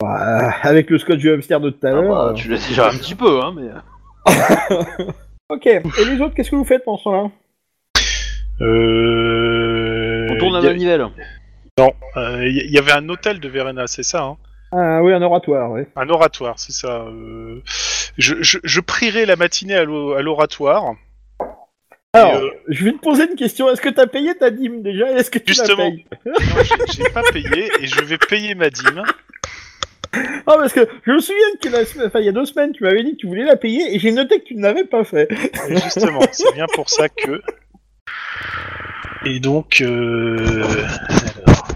Bah, Avec le scotch du hamster de tout à Ah l'heure. bah, euh. tu l'as déjà un petit peu, hein, mais... Ok, et les autres, qu'est-ce que vous faites pendant ce temps-là Euh, On tourne la y a- manivelle. euh, y, y avait un hôtel de Verena, c'est ça hein Ah oui, un oratoire, ouais. Un oratoire, c'est ça. euh. Je, je- je prierai la matinée à l'o- à l'oratoire. Alors, euh, je vais te poser une question. Est-ce que t'as payé ta dîme déjà Est-ce que tu la Justement. payes Non, j'ai- j'ai pas payé et je vais payer ma dîme. Ah, parce que je me souviens que la semaine- enfin, il y a deux semaines, tu m'avais dit que tu voulais la payer et j'ai noté que tu ne l'avais pas fait. Et justement, c'est bien pour ça que. Et donc, euh... alors,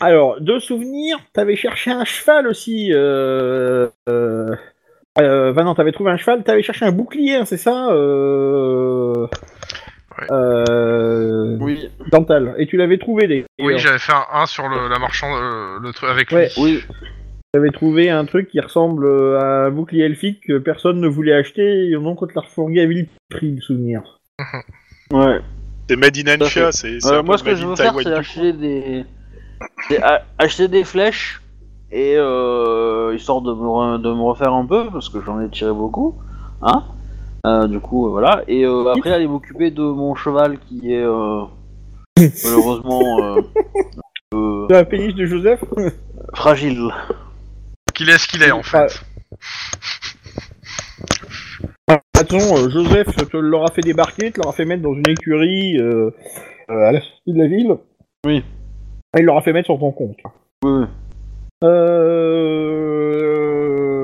Alors, de souvenir, t'avais cherché un cheval aussi. Euh... Euh... euh, bah non, t'avais trouvé un cheval, t'avais cherché un bouclier, hein, c'est ça euh... Ouais. Euh... Oui. Dental. Et tu l'avais trouvé des. Oui, j'avais fait un 1 sur le, la marchande, euh, le truc avec Ouais. lui. Oui. J'avais trouvé un truc qui ressemble à un bouclier elfique que personne ne voulait acheter et on compte la refourguer à vil prix de souvenir. Ouais. c'est Madine Tout à fait. Anfia, c'est c'est Euh, un moi, peu ce que je Made in veux faire, Taiwan c'est du acheter des... c'est a- acheter des flèches, et euh, histoire de me, re- de me refaire un peu, parce que j'en ai tiré beaucoup. Hein Euh, Du coup, euh, voilà. Et euh, après, aller m'occuper de mon cheval qui est... euh, [LAUGHS] malheureusement... euh, euh, La péniche de Joseph fragile. Qu'il est ce qu'il est, en Ah. fait. Attends, euh, Joseph te l'aura fait débarquer, te l'aura fait mettre dans une écurie euh, euh, à la sortie de la ville. Oui. Et il l'aura fait mettre sur ton compte. Oui.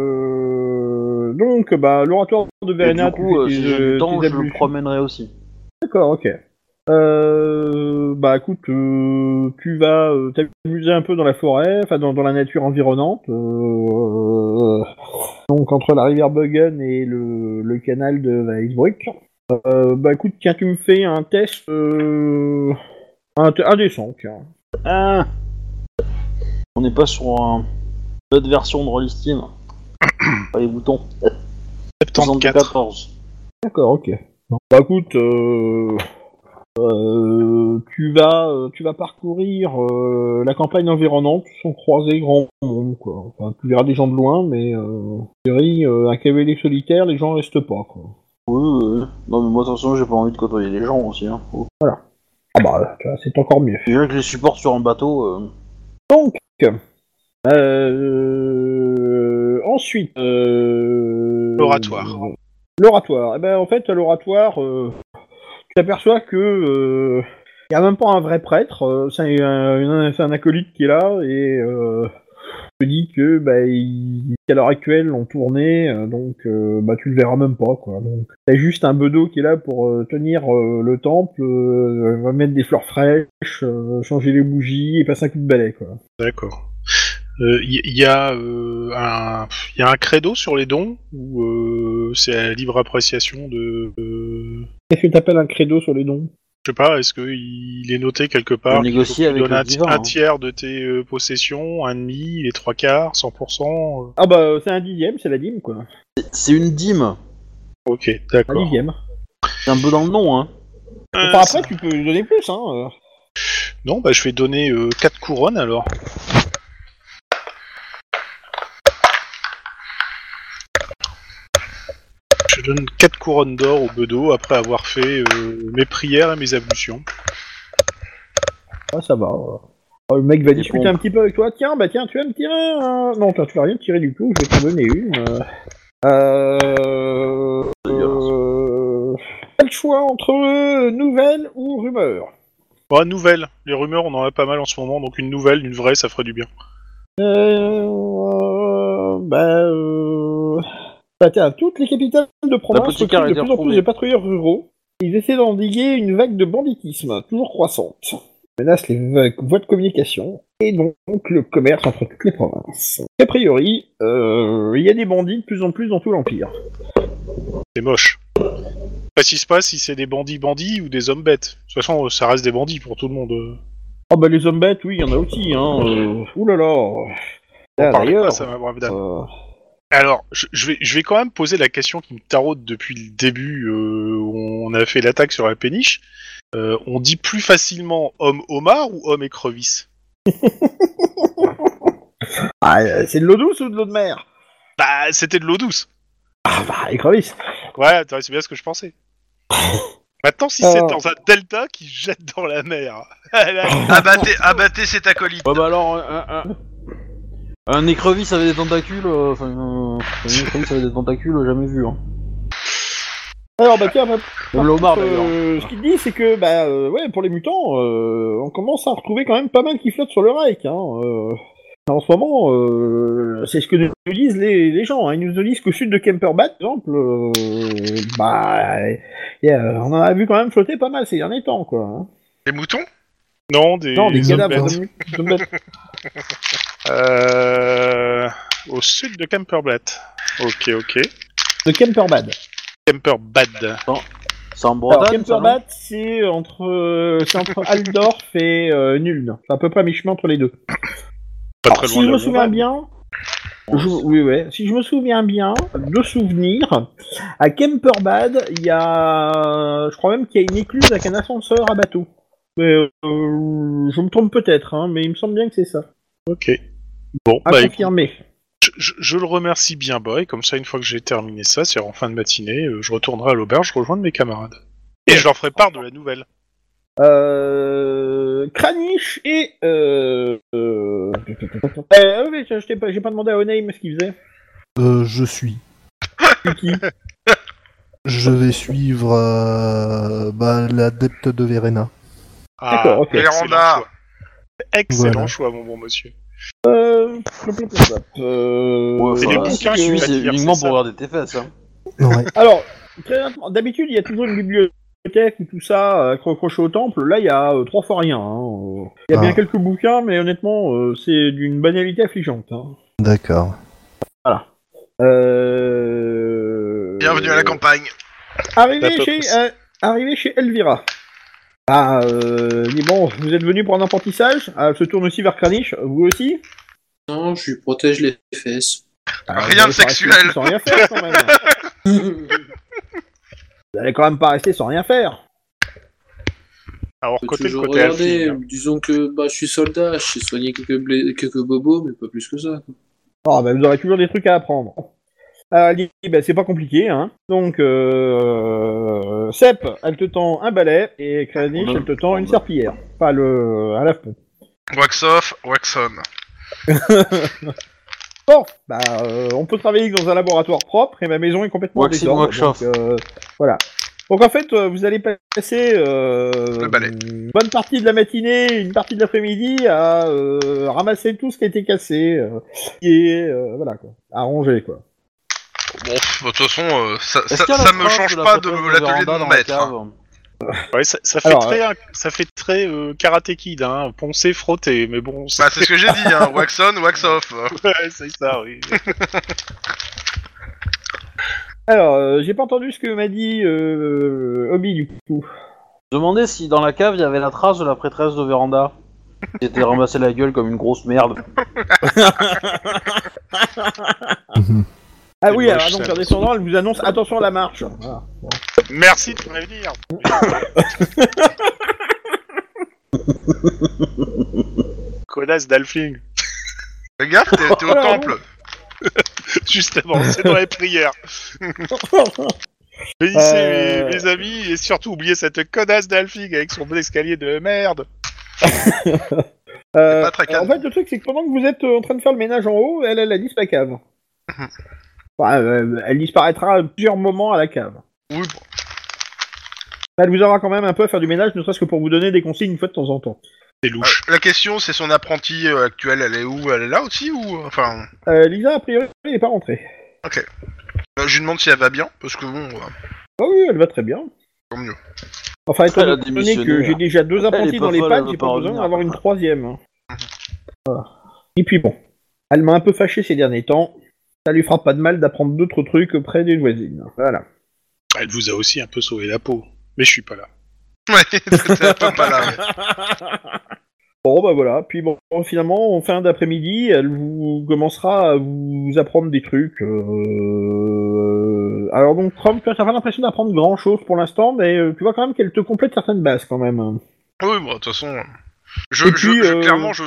Euh... Donc, bah, l'oratoire de Et Verena, du coup, euh, tu si fais tes- j'ai tes du temps, je le ablutions. promènerai aussi. D'accord, ok. Euh, bah écoute, euh, tu vas euh, t'amuser un peu dans la forêt, enfin dans, dans la nature environnante. euh, donc entre la rivière Buggen et le, le canal de Weisbruck. Euh, bah écoute, tiens, tu me fais un test. Euh, un, t- un des cinq, hein. Ah. On n'est pas sur un... notre version de Roll Steam. Pas les boutons. Coup. 74. 74. D'accord, ok. Bah écoute, euh, euh, tu vas euh, tu vas parcourir euh, la campagne environnante sans croiser grand monde quoi. Enfin, tu verras des gens de loin, mais euh, en théorie, euh, un cavalier solitaire, les gens restent pas quoi. Oui, oui, oui. Non, mais moi, de toute façon, j'ai pas envie de côtoyer les gens aussi. Hein. Faut- Ah bah tu vois, c'est encore mieux. Déjà que je les supporte sur un bateau. euh, Donc euh, ensuite euh, L'oratoire. L'oratoire. Eh ben, en fait, à l'oratoire, euh, tu t'aperçois que euh, y a même pas un vrai prêtre. euh, c'est un, un- c'est un acolyte qui est là et euh, te dit que bah, il- qu'à l'heure actuelle, on tournait, euh, donc euh, bah, tu le verras même pas. quoi. Donc, t'as juste un bedeau qui est là pour euh, tenir euh, le temple, euh, va mettre des fleurs fraîches, euh, changer les bougies et passer un coup de balai. Quoi. D'accord. Il y, y a euh, un, y a un credo sur les dons ou euh, c'est à libre appréciation de. euh, Qu'est-ce que t'appelles un credo sur les dons je sais pas, est-ce qu'il est noté quelque part On qu'il faut négocie que tu avec donnes le un, divin, un hein. tiers de tes euh, possessions, un demi, les trois quarts, 100%. euh. Ah bah c'est un dixième, c'est la dîme quoi. c'est- C'est une dîme. Ok, Un d'accord. dixième. C'est un peu dans le nom, hein. Euh, Enfin, après tu peux donner plus hein. euh. Non, bah je vais donner 4 couronnes alors. Je donne 4 couronnes d'or au bedeau après avoir fait euh, mes prières et mes ablutions. Ah, ça va. euh. Oh, le mec va Des discuter pompes. un petit peu avec toi. Tiens, bah tiens, tu vas me tirer un. Non, toi, tu vas rien me tirer du tout, je vais t'en donner une. euh. Euh. euh, T'as le choix entre euh, nouvelle ou rumeur. Bon, nouvelle. Les rumeurs, on en a pas mal en ce moment, donc une nouvelle, une vraie, ça ferait du bien. Euh. Bah. Euh... Bah, tiens, toutes les capitales de province s'occupent L'apothicaire a de été plus en plus retrouvé. de patrouilleurs ruraux. Ils essaient d'endiguer une vague de banditisme, toujours croissante. Menacent les vo- voies de communication et donc le commerce entre toutes les provinces. A priori, euh, il y a des bandits de plus en plus dans tout l'Empire. C'est moche. Je précise pas si c'est des bandits bandits ou des hommes bêtes. De toute façon, ça reste des bandits pour tout le monde. euh. Ah bah les hommes bêtes, oui, il y en a aussi, hein. euh, Ouh là là. Là, Parlez d'ailleurs, pas, ça, ma brave dame. euh, Alors, je, je vais, je vais quand même poser la question qui me taraude depuis le début euh, où on a fait l'attaque sur la péniche. Euh, on dit plus facilement homme homard ou homme écrevisse Ah, euh, c'est de l'eau douce ou de l'eau de mer Bah, c'était de l'eau douce. Ah bah, écrevisse Ouais, t'as- c'est bien ce que je pensais. Maintenant, si Euh. c'est dans un delta qui jette dans la mer. [LAUGHS] [LAUGHS] Ah Là, Abattez, abattez cet acolyte. Ah. Ouais, bah alors, un, un, un- un écrevisse avec des tentacules, euh, enfin, euh, un écrevisse avec des tentacules, euh, jamais vu. Hein. Alors, bah tiens, bah, Ou l'homard d'ailleurs. euh, ce qu'il dit, c'est que, bah, euh, ouais, pour les mutants, euh, on commence à retrouver quand même pas mal qui flottent sur le Reich. Hein, euh. En ce moment, euh, c'est ce que nous disent les, les gens. hein. Ils nous disent qu'au sud de Kemperbat, par exemple, euh, bah, il y a- on en a vu quand même flotter pas mal ces derniers temps, quoi. hein. Des moutons non, des, Non, des des cadavres hommes de mu- de bêtes. bêtes. Euh, Au sud de Camperblatt. Ok, ok. de Kemperbad. Camperbad. C'est en Alors, Bretagne. ça, non Kemperbat, c'est entre, euh, c'est entre Aldorf et euh, Nuln. Enfin, à peu près à mi-chemin entre les deux. Pas Alors, très si loin je de me la souviens Bourgogne. bien, je- oui, ouais. Si je me souviens bien, de souvenirs, à Kemperbad, il y a, je crois même qu'il y a une écluse avec un ascenseur à bateau. Mais, euh, je me trompe peut-être, hein, mais il me semble bien que c'est ça. Ok. Bon, À bah, écoute, confirmer. je, je- je le remercie bien, Boy. Comme ça, une fois que j'ai terminé ça, c'est en fin de matinée, euh, je retournerai à l'auberge rejoindre mes camarades. Et je leur ferai part de la nouvelle. Euh, Kranich et euh, euh... euh, oui, je- je t'ai pas- j'ai pas demandé à Oneim ce qu'il faisait. Euh, je suis. C'est qui Je vais suivre euh, bah, l'adepte de Verena. Ah, D'accord, ok. excellent Véranda. choix. Excellent Voilà. choix, mon bon monsieur. Euh, plop, plop, plop, plop. Euh, Ouais, C'est enfin, des si bouquins tu que suis, tu vas c'est lire, uniquement c'est pour ça. regarder tes fesses. Hein. Ouais. Alors, très honnêtement, d'habitude, il y a toujours une bibliothèque ou tout ça euh, accroché au temple. Là, il y a euh, trois fois rien. hein. Euh, Il y a Ah. bien quelques bouquins, mais honnêtement, euh, c'est d'une banalité affligeante. hein. [LAUGHS] D'accord. Euh... Bienvenue à la campagne. Arrivé La top- chez, euh, arrivé chez Elvira. Ah, euh, mais bon, vous êtes venu pour un apprentissage Ah, Elle se tourne aussi vers Kranich, vous aussi Non, je lui protège les fesses. Ah, Rien vous de allez pas rester sexuel. ici Sans rien faire, quand [LAUGHS] même. Vous allez quand même pas rester sans rien faire. Alors, Faut côté le toujours côté regarder. alphi, hein. Disons que bah, je suis soldat, je sais soigner quelques, blé- quelques bobos, mais pas plus que ça. quoi. Ah bah vous aurez toujours des trucs à apprendre. Alors, elle dit, eh ben, c'est pas compliqué, hein. Donc, euh, Sep, elle te tend un balai, et Kranich, Ah, elle te tend une serpillière. Pas le... un lave-pont. Wax off, wax on. Bon, bah, euh, on peut travailler dans un laboratoire propre, et ma maison est complètement Waxing, désordre, wax off. donc, euh, voilà. Donc en fait, euh, vous allez passer euh, Le balai. une bonne partie de la matinée, une partie de l'après-midi à euh, ramasser tout ce qui a été cassé, euh, et euh, voilà quoi, à ranger quoi. Bon, pff, de toute façon, euh, ça, Est-ce ça- qu'il y a la ça me trace change la pas de prothèse l'atelier de Véranda mon dans la maître. cave hein. Ouais, ça, ça fait Alors, euh, très, ça fait très euh, karaté kid, hein, poncer, frotter, mais bon, ça- Bah, c'est ce que j'ai dit, [LAUGHS] hein. wax on, wax off. Bah, Ouais, [LAUGHS] c'est ça, oui. Alors, euh, j'ai pas entendu ce que m'a dit euh, Obi du coup. Demandez si dans la cave il y avait la trace de la prêtresse de Véranda. Qui s'était ramassé la gueule comme une grosse merde. Mhm. Ah C'est oui, moche, alors donc ça. en descendant, elle vous annonce attention à la marche. Voilà. Merci de prévenir. [LAUGHS] Connasse d'Alfling. [LAUGHS] Regarde, t'es Oh t'es au Alors, temple. Justement, c'est dans [LAUGHS] les prières. Bénissez Euh. mes, mes amis et surtout oubliez cette connasse d'Alfling avec son bon escalier de merde. Euh, pas très En calme. fait, le truc, c'est que pendant que vous êtes euh, en train de faire le ménage en haut, elle, elle a disparu la cave. Mhm. Enfin, euh, elle disparaîtra à plusieurs moments à la cave. Oui, bon. euh, Elle vous aura quand même un peu à faire du ménage, ne serait-ce que pour vous donner des consignes une fois de temps en temps. C'est louche. La question, c'est son apprenti euh, actuel, elle est où Elle est là aussi ou Enfin, Euh, Lisa, a priori, elle n'est pas rentrée. euh, je lui demande si elle va bien, parce que bon, euh, Ah oui, elle va très bien. tant mieux. Enfin, étant Elle a donné démissionné, que j'ai hein. déjà deux est apprentis pas dans les folle, pattes, elle veut j'ai pas pas besoin revenir. d'en avoir une troisième. Mhm. Voilà. Et puis bon, elle m'a un peu fâché ces derniers temps. Ça lui fera pas de mal d'apprendre d'autres trucs auprès d'une voisine. Voilà. Elle vous a aussi un peu [LAUGHS] sauvé la peau. Mais je suis pas là. Ouais, t'es un peu pas là. ouais. Bon, bah voilà. Puis bon, finalement, en fin d'après-midi, elle vous commencera à vous apprendre des trucs. euh, Alors donc, Chrome, tu n'as pas l'impression d'apprendre grand-chose pour l'instant, mais euh, tu vois quand même qu'elle te complète certaines bases quand même. Ah Oui, bon, de toute façon. Je, Et je- puis, je- euh, clairement, je.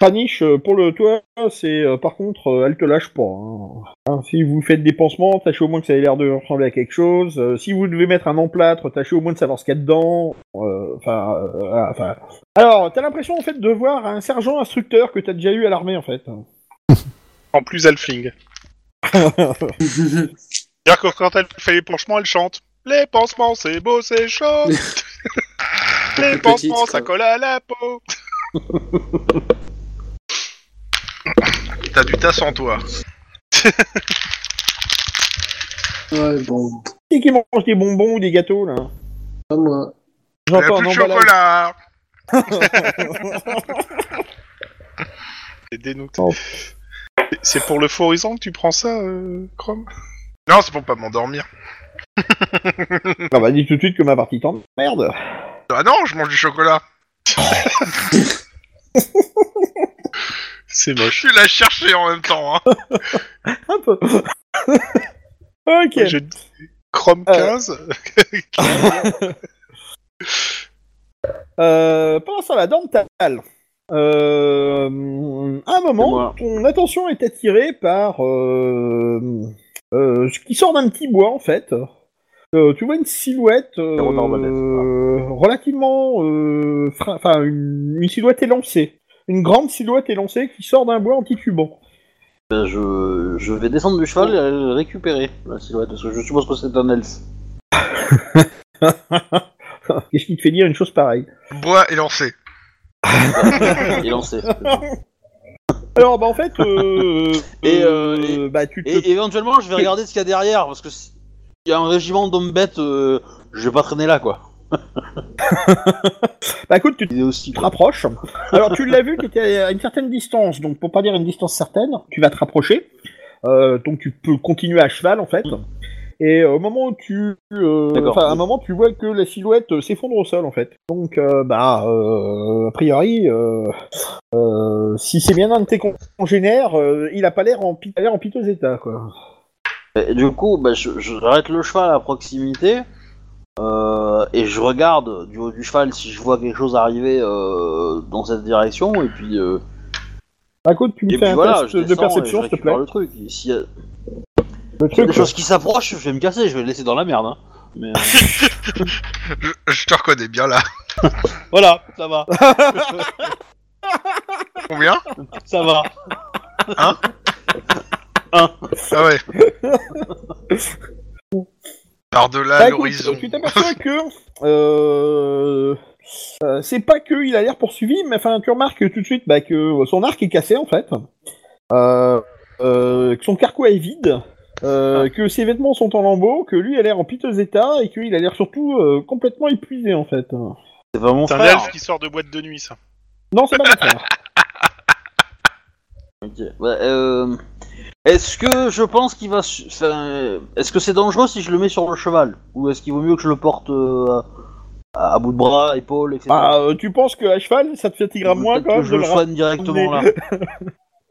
Paniche, euh, pour le toi, c'est euh, par contre, euh, elle te lâche pas. hein. Hein, si vous faites des pansements, tâchez au moins que ça ait l'air de ressembler à quelque chose. Euh, si vous devez mettre un emplâtre, tâchez au moins de savoir ce qu'il y a dedans. Euh, Enfin, euh, voilà, enfin. Alors, t'as l'impression en fait de voir un sergent instructeur que t'as déjà eu à l'armée en fait. En plus, elle [LAUGHS] flingue. C'est-à-dire que quand elle fait les pansements, elle chante. Les pansements, c'est beau, c'est [LAUGHS] chaud. les Petite, pansements, ça quoi. colle à la peau. T'as du tas sans toi. Ouais, bon, Qui qui mange des bonbons ou des gâteaux là pas moi. Il y a Euh, plus de bah chocolat C'est dénouté. Oh. C'est- C'est pour le forisant que tu prends ça, euh, Chrome Non, c'est pour pas m'endormir. Ah bah dis tout de suite que ma partie t'emmerde. Ah non, je mange du chocolat. C'est moche. Tu l'as cherché en même temps. Hein. Un peu. ok. Je- [LAUGHS] Chrome Euh. 15 Euh, pendant ça, la dent totale. Euh, à un C'est moment, moi. ton attention est attirée par euh, euh, ce qui sort d'un petit bois en fait. Euh, tu vois une silhouette euh, Renard Bonnet, relativement, euh, fra- enfin une, une silhouette élancée, une grande silhouette élancée qui sort d'un bois en titubant. Ben, je, je vais descendre du Oh. cheval et le récupérer, la silhouette, parce que je suppose que c'est un elfe. [LAUGHS] Qu'est-ce qui te fait dire une chose pareille Bois et lancé. Il est [LAUGHS] lancé. Alors bah en fait, euh, [LAUGHS] Et, euh, et- bah tu te Et éventuellement, je vais regarder ce qu'il y a derrière, parce que s'il y a un régiment d'hommes bêtes, euh, je vais pas traîner là, quoi. bah écoute, tu Il est aussi te rapproches. Alors tu l'as vu, tu étais à une certaine distance, donc pour pas dire une distance certaine, tu vas te rapprocher. Euh, donc tu peux continuer à cheval en fait. Et euh, au moment où tu, euh, D'accord. enfin, à un moment tu vois que la silhouette euh, s'effondre au sol en fait. Donc euh, bah euh, a priori, euh, euh, si c'est bien un de tes congénères, euh, il a pas l'air en, pi- il a l'air en piteux état quoi. Et du coup, bah, je, je arrête le cheval à proximité euh, et je regarde du haut du cheval si je vois quelque chose arriver euh, dans cette direction. Et puis, euh, Bah, écoute, tu me et fais puis un voilà, test je de descends perception et je s'il te récupère plaît. le truc. Et S'il y a Le s'il y a truc. des choses qui s'approchent, je vais me casser, je vais le laisser dans la merde. hein. Mais, euh, Je, je te reconnais bien là. voilà, ça va, Combien ça va. Ah [LAUGHS] ouais. Bah, Par-delà Ah, écoute, l'horizon. Tu t'aperçois que euh, euh, c'est pas que il a l'air poursuivi, mais enfin tu remarques tout de suite bah, que son arc est cassé en fait, Euh, euh, que son carquois est vide, euh, que ses vêtements sont en lambeaux, que lui a l'air en piteux état et qu'il a l'air surtout euh, complètement épuisé en fait. C'est pas mon C'est un frère. elfe qui sort de boîte de nuit, ça. Non, c'est pas mon frère. Ok. Bah, euh, est-ce que je pense qu'il va. su- enfin, euh, est-ce que c'est dangereux si je le mets sur le cheval Ou est-ce qu'il vaut mieux que je le porte euh, à, à bout de bras, épaule, etc. Ah, euh, tu penses que à cheval ça te fatiguera moins Peut-être quand que même je de le le soigne directement là. ramener. [LAUGHS]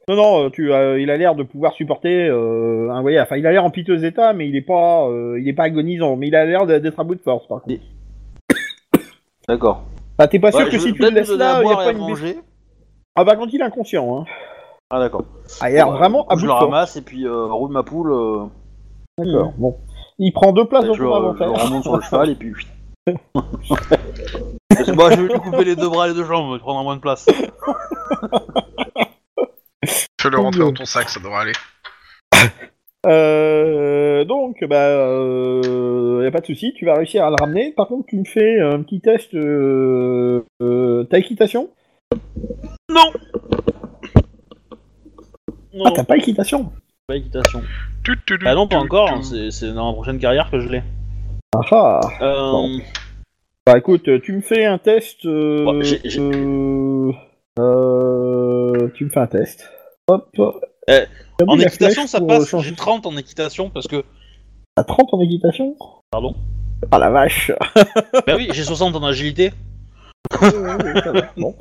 Non, non, euh, tu, euh, il a l'air de pouvoir supporter. Euh, un voyage. Enfin, il a l'air en piteux état, mais il est pas, euh, il est pas agonisant. Mais il a l'air d'être à bout de force. Par contre. D'accord. Bah, t'es pas sûr Ouais, que je si veux tu le peut-être laisses lui donner à là, il a boire et pas à une blessure. manger. Ah bah quand il est inconscient, hein. Ah d'accord. Ah, il a l'air Bon, vraiment du coup, à bout Je de Ah, le force. ramasse et puis euh, roule ma poule. euh, D'accord, bon. Il prend deux places et dans Ah, je, le- ton je le inventaire. remonte sur le cheval et puis. Parce que moi, je vais lui couper les deux bras et les deux jambes, prendre moins de place. Fais-le rentrer dans ton sac, ça devrait aller. [LAUGHS] Euh, donc, bah, euh, y a pas de souci, tu vas réussir à le ramener. Par contre, tu me fais un petit test. Euh, euh, T'as équitation Non, Ah, t'as pas équitation pas équitation. Tu, tu, tu, Bah non, pas tu, encore, tu. hein, c'est c'est dans la prochaine carrière que je l'ai. Ah ah Euh, Bon. Bah écoute, tu me fais un test. Euh, Ouais, j'ai- j'ai- euh, euh, tu me fais un test. Hop. Eh, T'as En mis la équitation, flèche ça pour euh, passe. changer J'ai 30 en équitation parce que. [LAUGHS] À 30 en équitation Pardon Ah la vache Bah oui, j'ai 60 en agilité. Ouais, ouais, ouais, ça va. Bon.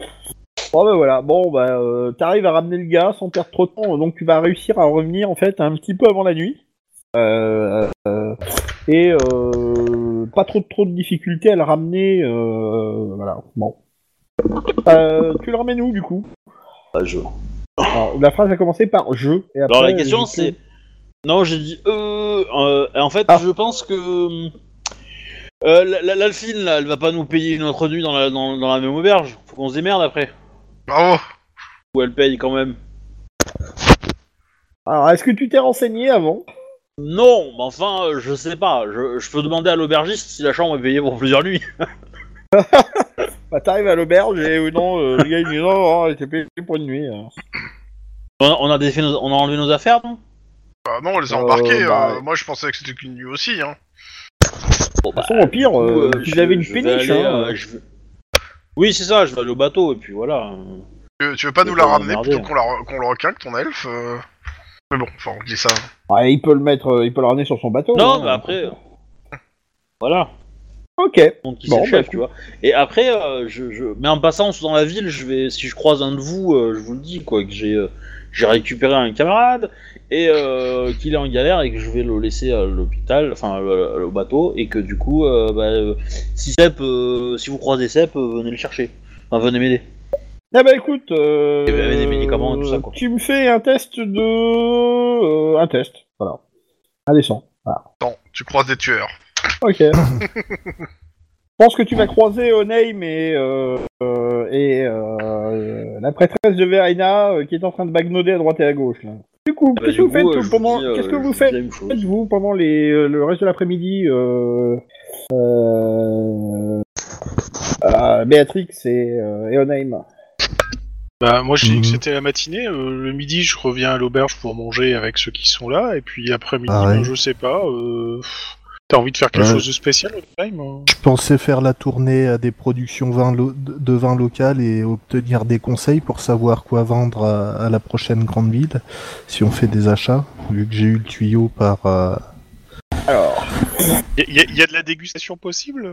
Bon, bah voilà, bon bah euh, t'arrives à ramener le gars sans perdre trop de temps, donc tu vas réussir à revenir en fait un petit peu avant la nuit. Euh, euh, et euh, pas trop trop de difficultés à le ramener. euh, voilà, bon. Euh, tu le ramènes où du coup Bah, je- Alors, La phrase a commencé par je. Et après, Alors la question euh, c'est. Non, j'ai dit euh, euh, En fait, Ah. je pense que. Euh, la- la- L'Alphine, là, elle va pas nous payer notre nuit dans la, dans, dans la même auberge. Faut qu'on se démerde après. Bravo Ou elle paye quand même. Alors est-ce que tu t'es renseigné avant Non, mais enfin, euh, je sais pas. Je, je peux demander à l'aubergiste si la chambre est payée pour plusieurs nuits. [LAUGHS] Bah t'arrives à l'auberge et euh, non, euh, le gars il dit non, non, il était payé pour une nuit. euh. On a, on a défait nos- on a enlevé nos affaires, non Bah non, on les a Euh, embarqués. bah, euh, ouais. Moi, je pensais que c'était qu'une nuit aussi. Hein. Bon, De toute façon, au pire, euh, Euh, tu je- avais une je vais péniche. aller, hein. euh, je vais- Oui, c'est ça, je vais aller au bateau, et puis voilà. Oh, Tu, tu veux pas Faut nous la pas ramener l'emmerder, plutôt hein. qu'on la re- qu'on le requinque, ton elfe euh Mais bon, enfin, on dit ça. Ah, il peut le mettre, euh, il peut le ramener sur son bateau. non, hein. mais après. euh, Voilà, Ok. monde qui Bon, s'échappe, bah, tu vois. Et après, euh, je, je... mais en passant dans la ville, je vais, si je croise un de vous, euh, je vous le dis, quoi, que j'ai euh, j'ai récupéré un camarade, et euh, qu'il est en galère, et que je vais le laisser à l'hôpital, enfin, euh, au bateau, et que du coup, euh, bah, euh, si Sepp, euh, si vous croisez Sepp, euh, venez le chercher. Enfin, venez m'aider. Ah bah écoute. Euh, Il y avait des médicaments et tout ça, quoi. Tu me fais un test de. euh, un test, voilà. Un descend. Voilà. Attends, tu croises des tueurs. Ok. Je pense que tu vas croiser Oneim et, euh, euh, et euh, la prêtresse de Verina euh, qui est en train de bagnoder à droite et à gauche. Là. Du coup, Bah, qu'est-ce que du vous faites coup, euh, tout je pendant- dis, euh, Qu'est-ce que je vous dis faites la même chose. Faites-vous pendant les, euh, le reste de l'après-midi euh, euh, euh, Béatrix et, euh, et Onaim Bah, moi, je dis que Mhm. c'était la matinée. euh, le midi, je reviens à l'auberge pour manger avec ceux qui sont là. Et puis après-midi, Pareil. ben, je sais pas. euh, pff, T'as envie de faire quelque Ah Ouais. chose de spécial au time hein Je pensais faire la tournée à des productions vin lo- de de vin local et obtenir des conseils pour savoir quoi vendre à, à la prochaine grande ville, si on fait des achats, vu que j'ai eu le tuyau par... euh, Alors, [LAUGHS] Y a- y, a- y a de la dégustation possible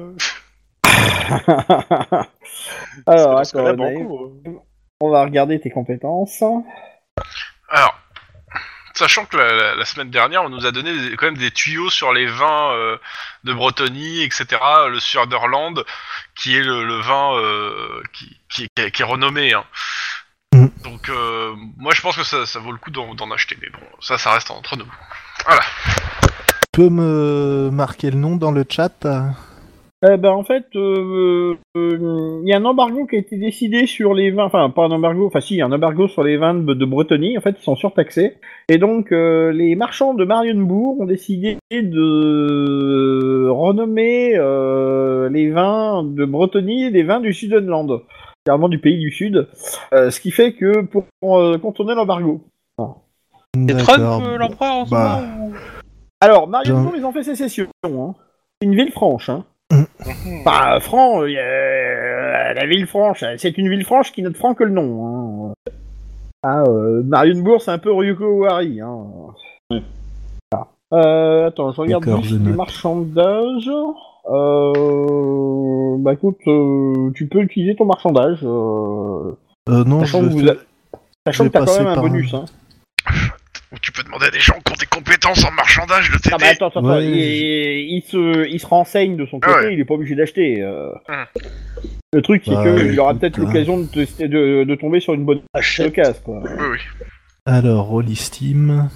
Parce que alors dans ce cas-là, attends, banco, Onaim, euh, on va regarder tes compétences. Alors, sachant que la, la- la semaine dernière, on nous a donné des- quand même des tuyaux sur les vins euh, de Bretonnie, etc. Le Sutherland, qui est le, le vin euh, qui, qui, qui est, qui est renommé. hein. Mm. Donc, euh, moi, je pense que ça, ça vaut le coup d'en d'en acheter. Mais bon, ça, ça reste entre nous. Tu peux me marquer le nom dans le chat euh Eh ben en fait, euh, euh, euh, il y a un embargo qui a été décidé sur les vins, enfin pas un embargo, enfin si, un embargo sur les vins de, de Bretonnie. En fait, ils sont surtaxés et donc euh, les marchands de Marienbourg ont décidé de renommer euh, les vins de Bretonnie des vins du Sudenland, carrément du pays du Sud, Euh, ce qui fait que pour, euh, contourner l'embargo. C'est D'accord. Trump, euh, l'empereur, en ce Bah. moment ou- Alors Marienbourg, ils ont fait sécession, hein. C'est une ville franche, hein. Mm. Bah, euh, Franc, euh, y a- la ville franche, euh, c'est une ville franche qui n'a de franc que le nom. Hein. Ah, euh, Marienbourg, c'est un peu Ryuko Owari. Hein. Ah. Euh, attends, je regarde D'accord, juste je les note. marchandages. Euh, bah écoute, euh, tu peux utiliser ton marchandage, euh, Euh, non, Sachant je que vous fais- a- sachant que Je vais t'as quand passer même un par bonus. Hein. Ou tu peux demander à des gens qui ont des compétences en marchandage de Ah bah t'aider. attends, attends, Ouais, attends, il, il se, il se renseigne de son Ah côté, ouais. il est pas obligé d'acheter. euh. Ah. Hum. Le truc, c'est Bah, qu'il aura écoute, peut-être hein. l'occasion de, te- de- de tomber sur une bonne Achète. occasion, quoi. Oui, oui. Alors, Roll Steam,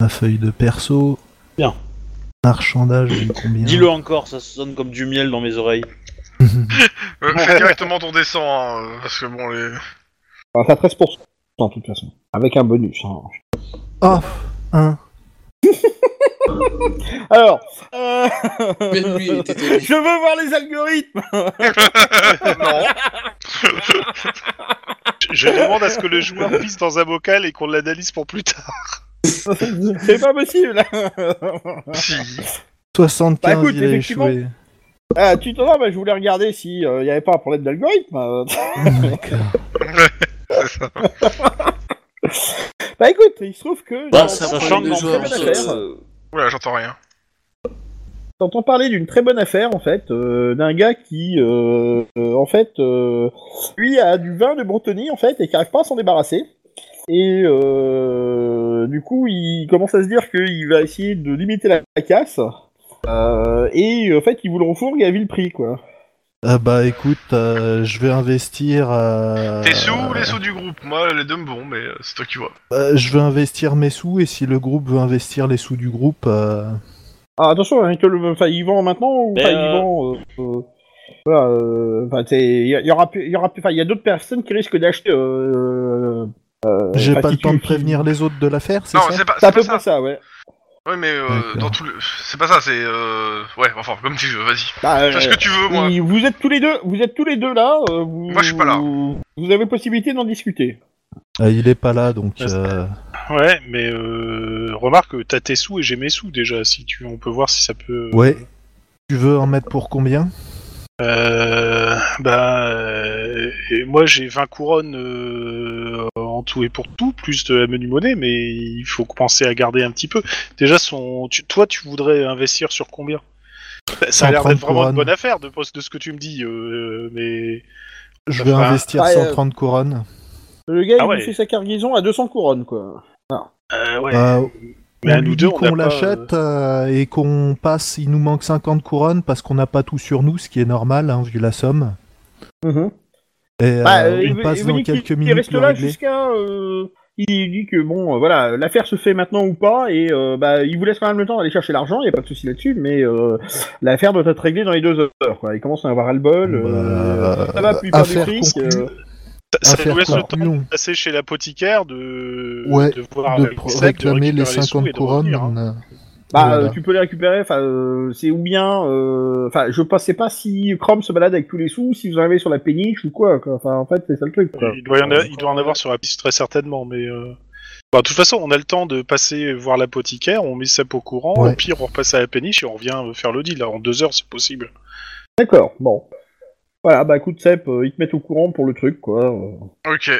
ma feuille de perso. Bien. [COUGHS] Marchandage, j'ai combien Dis-le encore, ça sonne comme du miel dans mes oreilles. Euh, Fais directement ton dessin, hein, parce que bon, les... Enfin, ça 13% de toute façon, avec un bonus. hein. Oh Un [LAUGHS] Alors, euh, [LAUGHS] Mais lui, il [LAUGHS] était terrible. je veux voir les algorithmes je, je demande à ce que le joueur pisse dans un bocal et qu'on l'analyse pour plus tard. C'est pas possible [LAUGHS] si. 75, Bah, écoute, il a effectivement. échoué. [LAUGHS] Ah, Tu t'en vas, bah, je voulais regarder s'il n'y avait pas un problème d'algorithme. euh. [LAUGHS] D'accord. C'est ça. Bah écoute, il se trouve que... Bah, dans- ça dans- change dans- de euh, dans- joueur, dans- ça. dans- dans- Oula, j'entends rien. t'entends parler d'une très bonne affaire en fait, euh, d'un gars qui euh, euh, en fait euh, lui a du vin de Bretonnie en fait et qui arrive pas à s'en débarrasser. Et euh, du coup, il commence à se dire qu'il va essayer de limiter la, la casse. Euh, et en fait, il vous le refourgue à vil prix quoi. Ah bah écoute, euh, je vais investir. euh, Tes sous ou les sous du groupe Moi, les deux me vont, mais euh, c'est toi qui vois. euh, Je vais investir mes sous et si le groupe veut investir les sous du groupe, euh, Ah, attention, hein, que le, enfin, il vend maintenant ou Mais, enfin, euh, il vend. euh, euh, voilà, euh, enfin, c'est- il y, a- il y aura, plus- il y aura, plus- enfin, il y a d'autres personnes qui risquent d'acheter. Euh, euh, j'ai pas le Fatitude. temps de prévenir les autres de l'affaire, c'est Non, ça c'est pas, C'est à Ah, c'est pas peu ça. près ça, ouais. Ouais, mais euh, D'accord. dans tout le. C'est pas ça, c'est. Euh... Ouais, enfin, comme tu veux, vas-y. Bah, euh, Fais ce que tu veux, moi. oui, vous êtes tous les deux, vous êtes tous les deux là. euh, vous, Moi, je suis pas là. Vous avez possibilité d'en discuter. Ah, Il est pas là donc. Ouais, c'est- euh, Ouais, mais euh, remarque, t'as tes sous et j'ai mes sous déjà. Si tu, on peut voir si ça peut. Ouais. Tu veux en mettre pour combien Euh, bah, euh, et moi j'ai 20 couronnes euh, en tout et pour tout, plus de la menu monnaie, mais il faut penser à garder un petit peu. Déjà, son, tu- toi, tu voudrais investir sur combien Bah, Ça- Ça a l'air 130 d'être vraiment une couronnes. bonne affaire de, poste- de ce que tu me dis, euh, mais Je Ça vais fera- investir Ah, euh, 130 couronnes. Le gars, Ah il ouais. vous fait sa cargaison à 200 couronnes, quoi. euh, ouais. Bah, mais on à lui nous dit deux, on n'a qu'on pas, l'achète euh, euh, et qu'on passe, il nous manque 50 couronnes parce qu'on n'a pas tout sur nous, ce qui est normal hein, vu la somme. Et euh, Bah, euh, on veut- passe veut dans dire qu'il- quelques Il minutes reste le là régler. jusqu'à. euh, il dit que bon, euh, voilà, l'affaire se fait maintenant ou pas, et euh, bah, il vous laisse quand même le temps d'aller chercher l'argent, il n'y a pas de souci là-dessus, mais euh, l'affaire doit être réglée dans les deux heures, quoi. Il commence à avoir ras-le-bol. euh, Bah, ça va, plus par du affaire fric. conclue. euh, ça, ça Affaire nous laisse le temps conclue, on- de passer chez l'apothicaire, de, Ouais, de voir de avec pro- les sacs, de réclamer les récupérer sous 50 et de couronnes. revenir, hein. euh, Bah, Voilà. euh, tu peux les récupérer. Enfin, euh, c'est ou bien. euh, Enfin, je ne sais pas si Chrome se balade avec tous les sous, si vous arrivez sur la péniche ou quoi. quoi. Enfin, en fait, c'est ça le truc. Quoi. Il doit, y en a- il doit en avoir sur la piste très certainement, mais euh, bah, de toute façon, on a le temps de passer voir l'apothicaire, on met ça au courant, Ouais. au pire on repasse à la péniche et on revient euh, faire le deal. Là, en deux heures, c'est possible. D'accord. Bon. Voilà. Bah, écoute, Sep, euh, ils te mettent au courant pour le truc, quoi. euh. Ok.